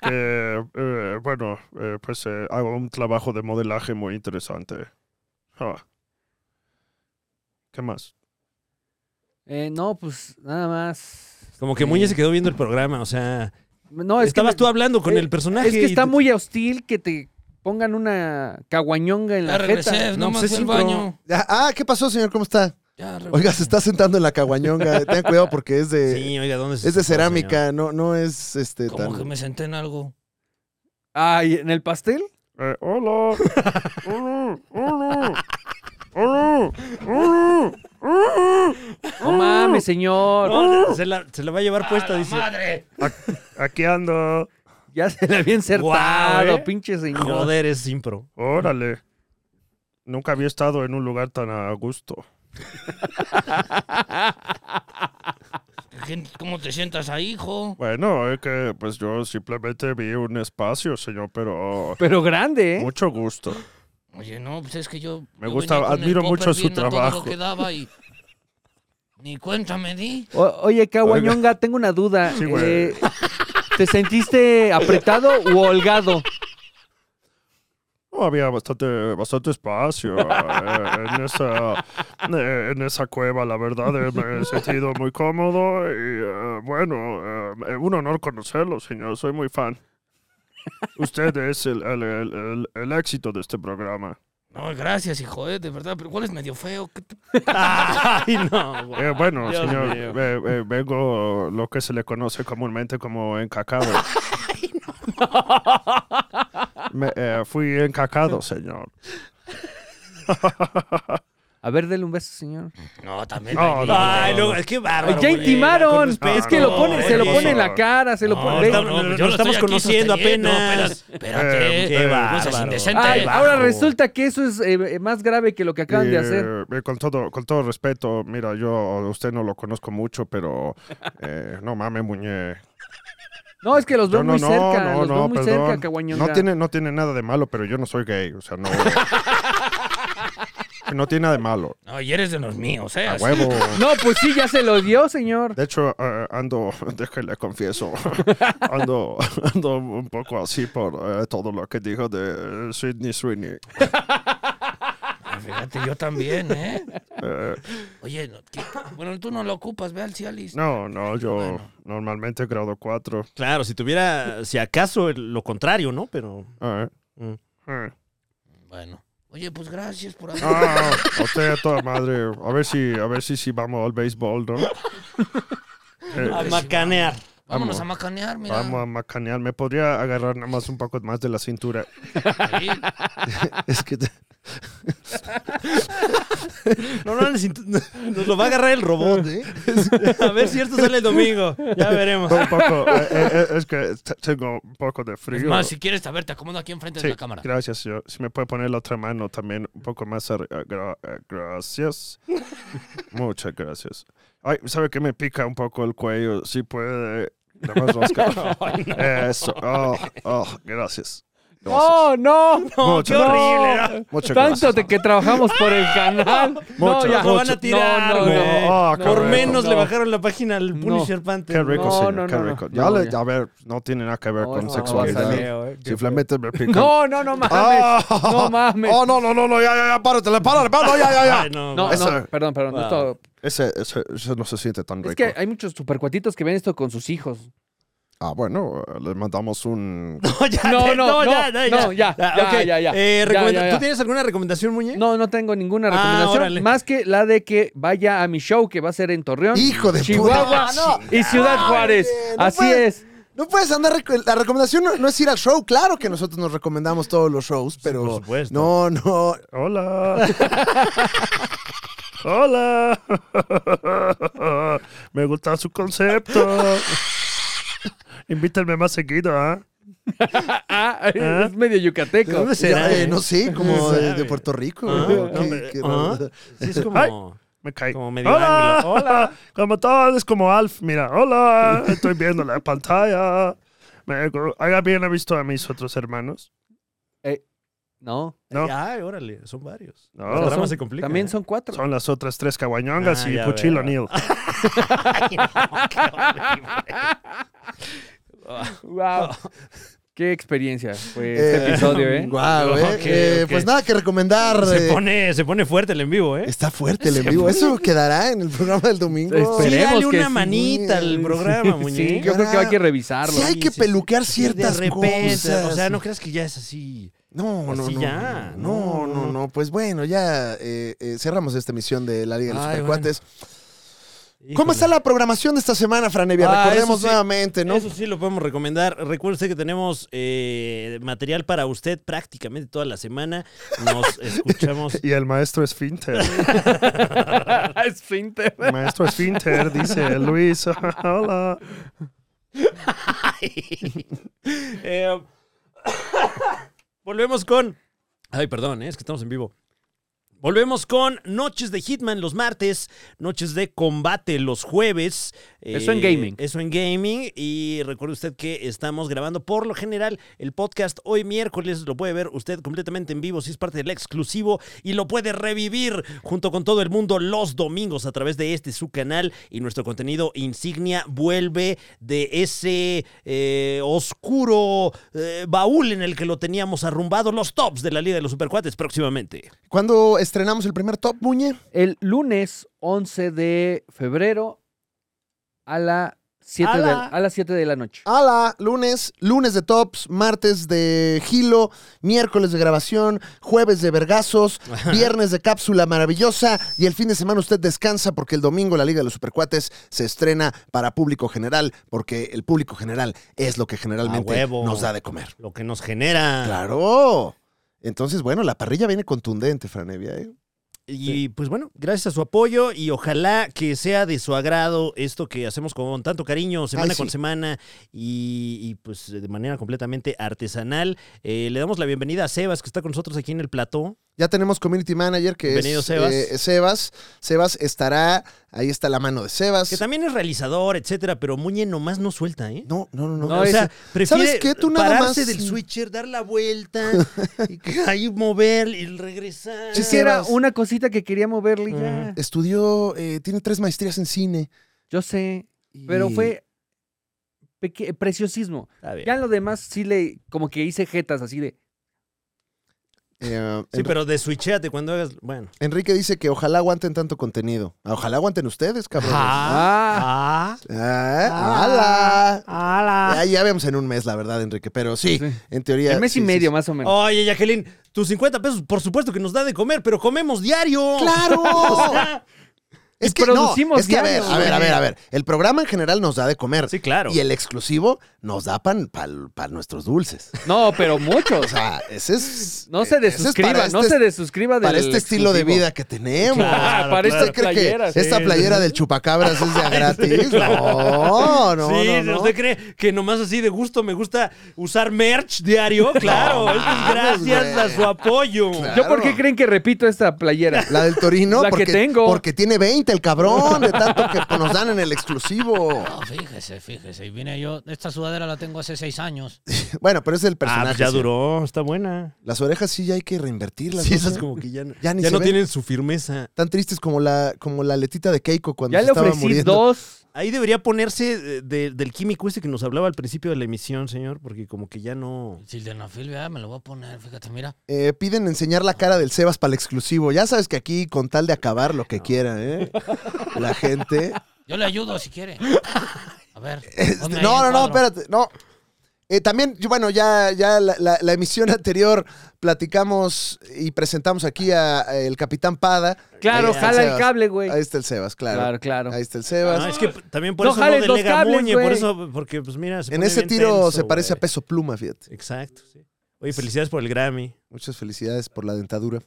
S7: que, eh, bueno, eh, pues eh, hago un trabajo de modelaje muy interesante. Ah. ¿Qué más?
S2: Eh, no, pues nada más.
S1: Como que
S2: Eh,
S1: Muñe se quedó viendo el programa, o sea,
S2: No, es que
S1: estabas
S2: me-
S1: tú hablando con
S2: eh,
S1: el personaje.
S2: Es que
S1: y
S2: está
S1: te-
S2: muy hostil que te pongan una caguañonga en la
S4: Ya regresé,
S2: jeta.
S4: no,
S1: No,
S4: más
S1: pues
S4: fui
S1: es
S4: al
S1: sincro.
S4: baño.
S3: Ah, ah, ¿qué pasó, señor? ¿Cómo está?
S4: Ya regresé.
S3: Oiga, se está sentando en la Caguañonga. Tengan cuidado porque es de...
S1: Sí, oiga, ¿dónde se
S3: Es de
S1: sentó,
S3: cerámica, no, no es este
S4: Como que
S3: tan-
S4: me senté en algo.
S2: Ay, ¿en el pastel?
S7: Eh, hola. hola. Hola. Hola. Hola. Hola.
S2: No mames, señor.
S1: señor? No, se, la, se la va a llevar puesta, dice.
S4: ¡Madre!
S7: Aquí ando.
S2: Ya se le había insertado,
S1: Guau, ¿eh?
S2: pinche señor.
S1: Joder, es impro.
S7: Órale. Nunca había estado en un lugar tan a gusto.
S4: ¿Qué- ¿Cómo te sientas ahí, hijo?
S7: Bueno, es que pues yo simplemente vi un espacio, señor, pero
S2: Pero grande, ¿eh?
S7: mucho gusto.
S4: Oye, no, pues es que yo.
S7: Me
S4: yo
S7: gusta,
S4: venía con el
S7: admiro
S4: popper
S7: mucho su
S4: bien a todo lo
S7: trabajo.
S4: que daba y. Ni cuenta me di.
S2: O- oye, caguañonga, tengo una duda.
S7: Sí, güey.
S2: Eh, ¿Te sentiste apretado u holgado?
S7: Ah, No, había bastante, bastante espacio eh, en, esa, eh, en esa cueva, la verdad. eh, me he sentido muy cómodo y eh, bueno, eh, un honor conocerlo, señor. Soy muy fan. Usted es el, el- el- el- el éxito de este programa.
S4: No, gracias, hijo, eh, de verdad. Pero ¿cuál es medio feo? ¿Qué te-
S1: Ay, no, güey.
S7: Eh, bueno,
S1: Dios
S7: señor,
S1: mío.
S7: eh, eh, vengo lo que se le conoce comúnmente como encacado. Me, eh, fui encacado, señor.
S2: A ver, dele un beso, señor.
S4: No, también.
S7: No,
S4: tranquilo.
S7: no,
S1: Ay, no, es que bárbaro.
S2: ya
S1: Ah, güey, con
S2: intimaron.
S1: respeto,
S2: es que lo pone,
S1: güey.
S2: se lo
S7: ¿qué
S2: pone en la
S7: pasó?
S2: cara, se lo
S4: No,
S2: pone.
S1: está-
S2: Ve-
S1: lo
S4: yo
S1: estamos
S4: estoy aquí
S1: conociendo
S4: sosteniendo,
S1: apenas.
S4: espera- Espérate.
S7: Eh,
S1: Qué
S4: no seas
S1: bárbaro.
S4: indecente.
S2: Ay,
S1: Ay,
S2: ahora
S1: bajo.
S2: resulta que eso es eh, eh, más grave que lo que acaban
S7: Y,
S2: de hacer.
S7: eh, con, todo, con todo respeto, mira, yo a usted no lo conozco mucho, pero eh, no mames, muñe.
S2: No, es que los veo
S7: Yo no,
S2: muy
S7: no,
S2: cerca,
S7: no,
S2: los
S7: no,
S2: veo muy
S7: perdón.
S2: cerca, Caguañonga.
S7: No tiene, no tiene nada de malo, pero yo no soy gay, o sea, no. no tiene nada de malo.
S4: No, y eres de los míos, eh.
S7: A
S4: así.
S7: huevo.
S2: No, pues sí, ya se lo dio, señor.
S7: De hecho, eh, ando, déjale, confieso, ando, ando un poco así por eh, todo lo que dijo de eh, Sidney Sweeney.
S4: Ah, Fíjate, yo también, eh.
S7: Eh,
S4: Oye, no, ¿qué- bueno, tú no lo ocupas, ve al Cialis.
S7: no, no, yo normalmente grado 4.
S1: Claro, si tuviera, si acaso, el- lo contrario, ¿no? Pero.
S7: Eh,
S1: Mm.
S7: eh.
S4: Bueno. Oye, pues gracias por haber.
S7: Ah, a usted a toda madre. A ver si, a ver si, si vamos al béisbol, ¿no? Eh,
S1: A macanear.
S4: Vámonos a macanear, mira.
S7: vamos a macanear. ¿Me podría agarrar nada más un poco más de la cintura?
S4: Sí.
S3: Es que te-
S1: No, no, les int- nos lo va a agarrar el robot, ¿eh? A ver si esto sale el domingo. Ya veremos.
S7: Un poco, eh, eh, eh, es que t- tengo un poco de frío.
S4: Es más, si quieres, a ver, te acomodo aquí enfrente de
S7: Sí,
S4: la cámara.
S7: gracias, señor. Si me puede poner la otra mano también un poco más arriba. Gra- eh, gracias. Muchas gracias. Ay, ¿sabe que me pica un poco el cuello? Si puede. Nada más rascar. Eso. Oh, oh, gracias. Gracias.
S4: Oh,
S2: No, Oh, no,
S1: No, qué
S7: Muchas
S1: horrible.
S2: no.
S7: Muchas
S2: Tanto
S7: gracias.
S2: de que trabajamos por el canal. No,
S7: Mucho,
S2: ya.
S1: Lo van a tirar,
S2: No, no,
S1: güey.
S7: no. Ah,
S2: No,
S1: Por
S7: cabrón.
S1: menos
S2: no.
S1: le bajaron la página al
S2: No.
S1: Punisher Panther.
S7: Qué rico,
S2: No,
S7: señor.
S2: no,
S7: qué
S2: no,
S7: rico.
S2: no,
S7: ya
S2: no,
S7: le-
S2: ya.
S7: a ver, no tiene nada que ver
S1: Oh,
S2: No,
S7: con
S2: no,
S7: sexualidad.
S2: no, no, no, no.
S7: Si flametes me pican.
S2: No, no, no mames.
S7: Ah,
S2: No mames.
S7: Oh, no, no, no, no, ya, ya, ya, párate, párate, párate, ya, ya, ya.
S1: Ay, no,
S2: No,
S1: güey.
S7: Eso-
S2: no, perdón, perdón.
S1: Wow.
S2: esto-
S7: Ese, ese, ese Eh, no se siente tan rico.
S2: es que hay muchos supercuatitos que ven esto con sus hijos.
S7: Ah, bueno, les mandamos un...
S1: No, ya,
S2: No, no,
S1: ya,
S2: no,
S1: ya,
S2: no, ya, ya,
S1: ok.
S2: ya, ya.
S1: Eh,
S2: Ya,
S1: recomenda-
S2: ya, ya.
S1: ¿Tú tienes alguna recomendación, Muñe?
S2: No, no tengo ninguna
S1: Ah,
S2: recomendación
S1: órale.
S2: más que la de que vaya a mi show que va a ser en Torreón,
S3: Hijo de
S2: Chihuahua
S3: puta.
S2: y Ciudad Juárez.
S3: Oye, no
S2: Así
S3: puede-
S2: es.
S3: Ah, No puedes andar. rec- La recomendación no, no es ir al show. Claro que nosotros nos recomendamos todos los shows, pero.
S1: por supuesto.
S3: No, no.
S7: Hola. Hola. Me gusta su concepto. Invítenme más seguido, ¿ah?
S2: Ah,
S7: ¿Ah?
S2: es medio yucateco.
S1: ¿De dónde será?
S3: Ya, eh,
S1: eh?
S3: no sé, como de, de Puerto Rico.
S1: Ah,
S3: ¿no?
S1: no,
S3: Qué-
S1: hombre,
S3: qué
S1: ah.
S3: raro.
S1: Sí, es como...
S7: Ay. Me caí.
S1: Como medio
S7: hola.
S1: ángulo. Hola.
S7: Como todo es como Alf. Mira, hola. Estoy viendo la pantalla. Me, gu- ¿Alguien ha visto a mis otros hermanos?
S2: No,
S7: No.
S1: Ay, órale, son varios.
S7: No.
S1: La trama
S2: son-
S1: se complica.
S2: también son cuatro.
S7: Son las otras tres caguañongas
S1: Ah,
S7: y
S1: ya
S7: Puchilo
S1: veo.
S7: Neil.
S2: Wow. Qué experiencia fue
S3: Eh,
S2: este episodio, ¿eh?
S3: Guau, eh.
S1: Ok,
S3: Eh,
S1: ok.
S3: Pues nada que recomendar. eh,
S1: Se pone, se pone fuerte el en vivo, ¿eh?
S3: Está fuerte el en vivo. Eso quedará en el programa del domingo.
S1: Sí,
S2: Espere.
S1: dale
S2: Esperemos que
S1: una
S2: sí.
S1: manita al programa, Muñe.
S2: Sí, yo creo que hay que revisarlo.
S3: Sí hay que
S1: sí,
S3: peluquear
S1: Sí,
S3: ciertas
S1: de repente,
S3: cosas.
S1: O sea, no creas que ya es así.
S3: No, no,
S1: Así Pues
S3: no.
S1: ya,
S3: No,
S1: no,
S3: no, no, Pues bueno, ya eh, eh, cerramos esta emisión de la Liga de los
S1: Ay,
S3: Supercuates. ¿Cómo
S1: Híjole.
S3: está la programación de esta semana, Franevia?
S1: Ah,
S3: Recordemos
S1: eso sí.
S3: nuevamente, ¿no?
S1: Eso sí lo podemos recomendar. Recuerde usted que tenemos eh, material para usted prácticamente toda la semana. Nos escuchamos.
S7: Y el maestro es Finter.
S2: Esfínter.
S7: El maestro es Finter, dice Luis. Hola.
S1: Eh, volvemos con. Ay, perdón, eh, es que estamos en vivo. Volvemos con Noches de Hitman los martes, Noches de Combate los jueves. Eh,
S2: Eso en gaming.
S1: Eso en gaming. Y recuerde usted que estamos grabando por lo general el podcast hoy miércoles. Lo puede ver usted completamente en vivo si es parte del exclusivo y lo puede revivir junto con todo el mundo los domingos a través de este su canal. Y nuestro contenido insignia vuelve de ese eh, oscuro eh, baúl en el que lo teníamos arrumbado. Los tops de la Liga de los Supercuates próximamente.
S3: ¿Cuándo estrenamos el primer top, Muñe?
S2: El lunes 11 de febrero a, la 7
S1: A
S2: de,
S1: la-
S2: a las 7 de la noche.
S3: Ala, lunes, lunes de tops, martes de gilo, miércoles de grabación, jueves de vergazos, viernes de cápsula maravillosa y el fin de semana usted descansa porque el domingo la Liga de los Supercuates se estrena para público general porque el público general es lo que
S1: A
S3: generalmente
S1: huevo.
S3: nos da de comer.
S1: Lo que nos genera.
S3: Claro. Entonces, bueno, la parrilla viene contundente, Franevia. ¿eh?
S1: Y pues bueno, gracias a su apoyo y ojalá que sea de su agrado esto que hacemos con tanto cariño, semana
S3: Ay,
S1: con
S3: sí.
S1: semana y, y, pues de manera completamente artesanal. Eh, le damos la bienvenida a Sebas, que está con nosotros aquí en el plató.
S3: Ya tenemos community manager que
S1: Bienvenido,
S3: es
S1: Sebas.
S3: eh, Sebas. Sebas estará, ahí está la mano de Sebas.
S1: Que también es realizador, etcétera, pero Muñe nomás no suelta, ¿eh?
S3: No, no, no, no.
S2: No,
S1: o
S2: es-
S1: sea, prefiere
S3: ¿sabes qué? Tú nada
S1: pararse
S3: más-
S1: del switcher, dar la vuelta, y que- ahí mover y regresar.
S3: Sí,
S2: Es que era
S3: Sebas.
S2: Ah, una cosita que quería moverle y ya.
S3: Estudió, eh, tiene tres maestrías en cine.
S2: Yo sé,
S3: y-
S2: pero fue peque- preciosismo.
S1: Está bien.
S2: Ya en lo demás sí le, como que hice jetas así de,
S3: Eh,
S1: Sí,
S3: Enri-
S1: pero de switchate cuando hagas. Bueno.
S3: Enrique dice que ojalá aguanten tanto contenido. Ah, Ojalá aguanten ustedes, cabrón.
S2: ah,
S1: Ah.
S3: Ah, ala.
S1: ¡Hala!
S3: Ya, ya vemos en un mes, la verdad, Enrique. Pero sí,
S2: Sí.
S3: en teoría.
S2: el mes
S3: sí,
S2: y
S3: sí,
S2: medio
S3: sí. Oh.
S2: más o menos.
S1: Oye, Jacqueline, tus 50 pesos, por supuesto que nos da de comer, pero comemos diario.
S3: ¡Claro! es que
S2: producimos
S3: no, es que a ver,
S2: diario,
S3: a ver, a
S2: güey.
S3: ver, a ver. El programa en general nos da de comer.
S1: Sí, claro.
S3: Y el exclusivo nos da pan para nuestros dulces.
S2: No, pero
S3: O
S2: muchos.
S3: sea, ese es.
S2: No se
S3: Eh, ese es
S2: desuscriba,
S3: para
S2: no
S3: este-
S2: se desuscriba del
S3: Para este estilo de
S2: exclusivo.
S3: vida que tenemos.
S2: Ah,
S1: Claro,
S2: para
S1: claro.
S2: estas
S3: ¿Usted cree
S2: playeras.
S3: que esta
S1: sí.
S3: playera del chupacabras es de a gratis? No, no,
S1: sí,
S3: no,
S1: si
S3: no.
S1: usted cree que nomás así de gusto me gusta usar merch diario. Claro,
S3: No
S1: esto es
S3: mames,
S1: gracias
S3: güey.
S1: a su apoyo.
S3: Claro.
S2: ¿Yo por qué creen que repito esta playera?
S3: La del Torino,
S2: La que
S3: porque,
S2: tengo.
S3: porque tiene 20 el cabrón, de tanto que nos dan en el exclusivo.
S8: No, fíjese, fíjese. Y vine yo, esta sudadera la tengo hace seis años.
S3: Bueno, pero ese es el
S1: Ah,
S3: personaje.
S1: pues ya
S3: sí.
S1: duró, está buena.
S3: Las orejas sí ya hay que reinvertirlas.
S1: Sí,
S3: ¿no?
S1: esas como que ya, no-
S3: Ya ni
S1: ya
S3: se
S1: no
S3: ven.
S1: tienen su firmeza.
S3: Tan tristes como la, como la letita de Keiko cuando
S2: Ya
S3: se
S2: le
S3: estaba
S2: ofrecí
S3: muriendo.
S2: dos.
S1: Ahí debería ponerse de- de- del químico este que nos hablaba al principio de la emisión, señor, porque como que ya no.
S8: Sildenafil, vea, me lo voy a poner, fíjate, mira.
S3: Eh, piden enseñar la cara del Sebas para el exclusivo. Ya sabes que aquí, con tal de acabar lo que quiera, ¿eh? La gente.
S8: Yo le ayudo si quiere. A ver.
S3: Este,
S8: ponme ahí
S3: no, no,
S8: el
S3: no,
S8: cuadro.
S3: espérate, no. Eh, también, yo- bueno, ya, ya la, la- la emisión anterior platicamos y presentamos aquí a, a el Capitán Pada. Ahí
S2: Claro,
S3: está
S2: jala el
S3: Sebas.
S2: cable, güey.
S3: Ahí está el Sebas, claro.
S2: Claro, claro.
S3: Ahí está el
S1: No,
S3: Sebas.
S1: Ah, es que también por
S2: No
S1: eso no
S2: jales los
S1: delega
S2: cables,
S1: Muñe, por
S2: güey.
S1: eso, porque pues mira, se
S3: en
S1: pone
S3: ese
S1: bien
S3: tiro
S1: tenso,
S3: se parece
S1: güey.
S3: a peso pluma, fíjate.
S1: Exacto, sí. Oye, felicidades por el Grammy.
S3: Muchas felicidades por la dentadura.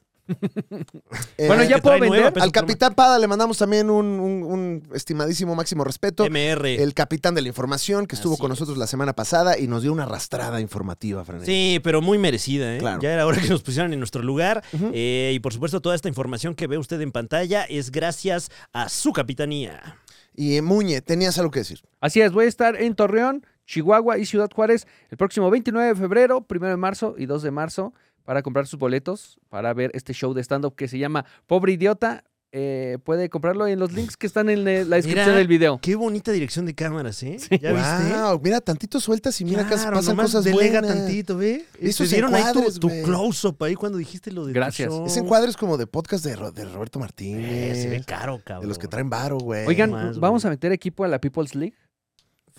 S3: Eh,
S2: Bueno, ya
S1: que
S2: puedo
S1: trae nueva,
S2: vender.
S1: Peso
S3: Al
S1: Pluma.
S3: Capitán Pada le mandamos también un, un- un estimadísimo máximo respeto.
S1: MR.
S3: El capitán de la información que estuvo
S1: Así
S3: con nosotros la semana pasada y nos dio una arrastrada informativa, Fran.
S1: Sí, pero muy merecida, ¿eh?
S3: Claro.
S1: Ya era hora que nos pusieran en nuestro lugar.
S3: Ujú.
S1: Eh, y por supuesto, toda esta información que ve usted en pantalla es gracias a su capitanía.
S3: Y eh, Muñe, tenías algo que decir.
S2: Así es, voy a estar en Torreón, Chihuahua y Ciudad Juárez el próximo 29 de febrero, 1 de marzo y 2 de marzo para comprar sus boletos para ver este show de stand-up que se llama Pobre Idiota. Eh, puede comprarlo en los links que están en eh, la descripción
S1: Mira.
S2: del video.
S1: Qué bonita dirección de cámaras, ¿eh? ¿Ya viste?
S3: Wow, mira, tantito sueltas y mira que
S1: Claro,
S3: pasan
S1: nomás
S3: cosas
S1: delega
S3: buenas.
S1: tantito, ¿ve?
S3: Esos
S1: Te dieron ahí tu,
S3: encuadres,
S1: tu
S3: güey.
S1: close-up ahí cuando dijiste lo de tu
S2: Gracias.
S1: show.
S3: Es encuadres como de podcast de, Ro- de Roberto
S1: Eh,
S3: Martínez.
S1: se ve caro, cabrón.
S3: de los que traen varo, güey.
S2: Oigan,
S1: más,
S2: vamos
S1: güey.
S2: a meter equipo a la People's League.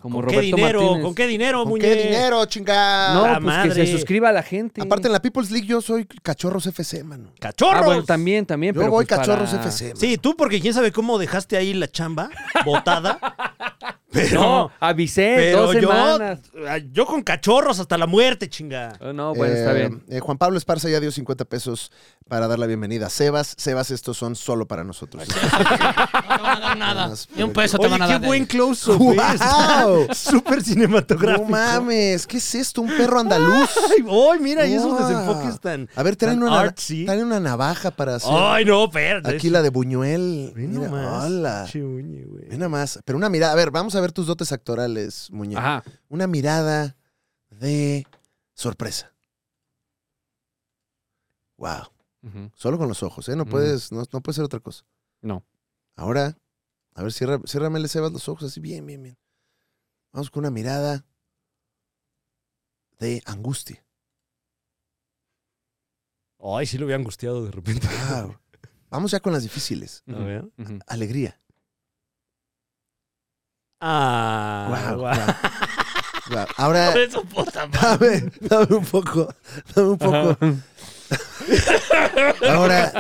S2: Como
S1: ¿Con qué
S2: Roberto
S1: dinero?
S2: Martínez.
S1: ¿Con qué dinero,
S3: ¿con
S1: Muñe?
S3: qué dinero, chinga?
S2: No,
S1: ¡La
S2: pues que
S1: madre!
S2: se suscriba a la gente.
S3: Aparte, en la People's League yo soy Cachorros FC, mano.
S1: ¡Cachorros!
S2: Ah, bueno, también, también.
S3: Yo
S2: pero
S3: voy
S2: pues
S3: Cachorros
S2: para-
S3: FC. mano.
S1: Sí, tú porque quién sabe cómo dejaste ahí la chamba botada. Pero,
S2: No,
S3: eh,
S2: avisé,
S1: pero
S2: dos
S1: yo, ah,
S2: semanas.
S1: yo con cachorros hasta la muerte, chinga.
S2: Oh, no, bueno, está
S3: Eh,
S2: bien.
S3: eh, Juan Pablo Esparza ya dio 50 pesos para dar la bienvenida. Sebas, Sebas, estos son solo para nosotros.
S8: No te van a dar nada.
S3: Más
S8: Ni un peso te
S1: Oye,
S8: van a
S1: qué
S8: dar. de
S1: buen
S8: ahí.
S1: close-up.
S3: ¡Wow!
S1: eh. Está Súper
S3: No
S1: cinematográfico.
S3: mames, ¿qué es esto? ¿Un perro andaluz?
S1: Ay, ay, mira, y esos
S3: Wow.
S1: desenfoques tan.
S3: A ver, traen
S1: tan
S3: una, nava-
S1: artsy.
S3: traen una navaja para hacer.
S1: Ay, no, perra.
S3: aquí la de Buñuel.
S1: Ve
S3: Mira,
S1: nomás.
S3: hola.
S1: Che, uñe, güey.
S3: Ve nada más. Pero una mirada. A ver, vamos a ver tus dotes actorales, muñeco.
S1: Ah.
S2: Ajá.
S3: Una mirada de sorpresa. Wow.
S2: Ujú.
S3: Solo con los ojos, ¿eh? No
S2: Mm.
S3: puedes, no, no puede ser otra cosa.
S2: No.
S3: Ahora, a ver, cierra, ciérrame, le cebas los ojos así, bien, bien, bien. Vamos con una mirada de angustia.
S1: Ay, sí lo había angustiado de repente.
S3: Wow. Vamos ya con las difíciles.
S1: A ver.
S2: Ujú.
S3: Alegría.
S1: Ah,
S3: Guau,
S1: guau.
S3: Wow. Ahora,
S4: Por eso, puta madre.
S3: dame, dame un poco, dame un poco. Ahora,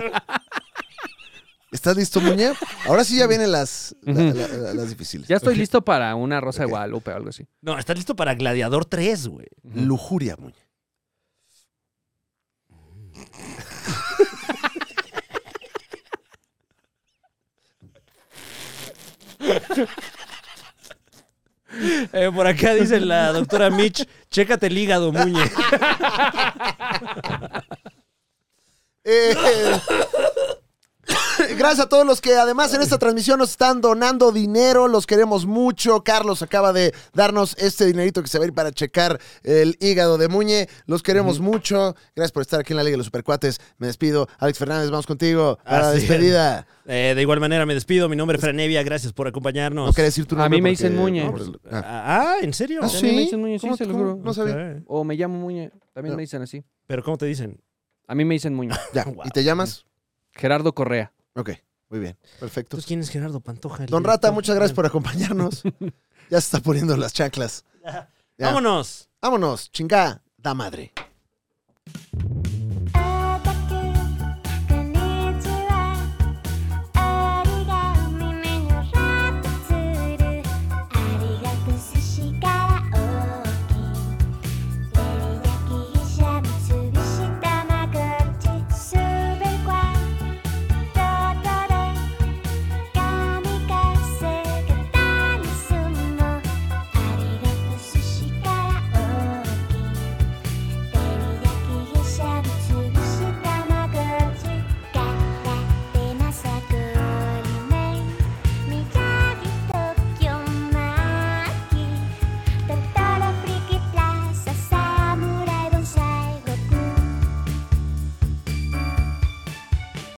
S3: ¿estás listo, Muñe? Ahora sí ya vienen las, la- la- la- las difíciles.
S2: Mm. Ya estoy listo para una Rosa
S3: Ok.
S2: de Guadalupe o algo así.
S1: No, estás listo para Gladiador 3, güey.
S2: Ujú.
S3: Lujuria, Muñe.
S1: Eh, por acá dice la doctora Mitch, chécate el hígado, Muñe.
S3: Eh, gracias a todos los que además en esta transmisión nos están donando dinero, los queremos mucho. Carlos acaba de darnos este dinerito que se va a ir para checar el hígado de Muñe, los queremos mucho. Gracias por estar aquí en la Liga de los Supercuates. Me despido, Alex Fernández, vamos contigo a la
S1: Así es.
S3: despedida.
S1: Eh, de igual manera, me despido. Mi nombre es Fran Evia. Gracias por acompañarnos.
S3: No quería decir tu
S2: A
S3: nombre
S2: mí me
S3: porque-
S2: dicen Muñe.
S3: por- ah.
S1: Ah, ah, ¿en serio?
S3: Ah,
S2: También me
S3: sí?
S2: dicen Muñe, sí,
S3: ¿Cómo-
S2: se los
S3: cómo?
S2: juro.
S3: No sabía.
S1: Ok.
S2: O me llamo Muñe. También
S3: No.
S2: me dicen así.
S1: Pero ¿cómo te dicen?
S2: A mí me dicen Muñe.
S3: Ya.
S1: Wow.
S3: ¿Y te llamas?
S2: Gerardo Correa.
S3: Ok, muy bien. Perfecto.
S1: ¿Entonces quién es Gerardo Pantoja? El
S3: Don Rata,
S1: director.
S3: muchas gracias por acompañarnos. ya se está poniendo las chanclas. Ya.
S1: Vámonos.
S3: Vámonos, chingada da madre.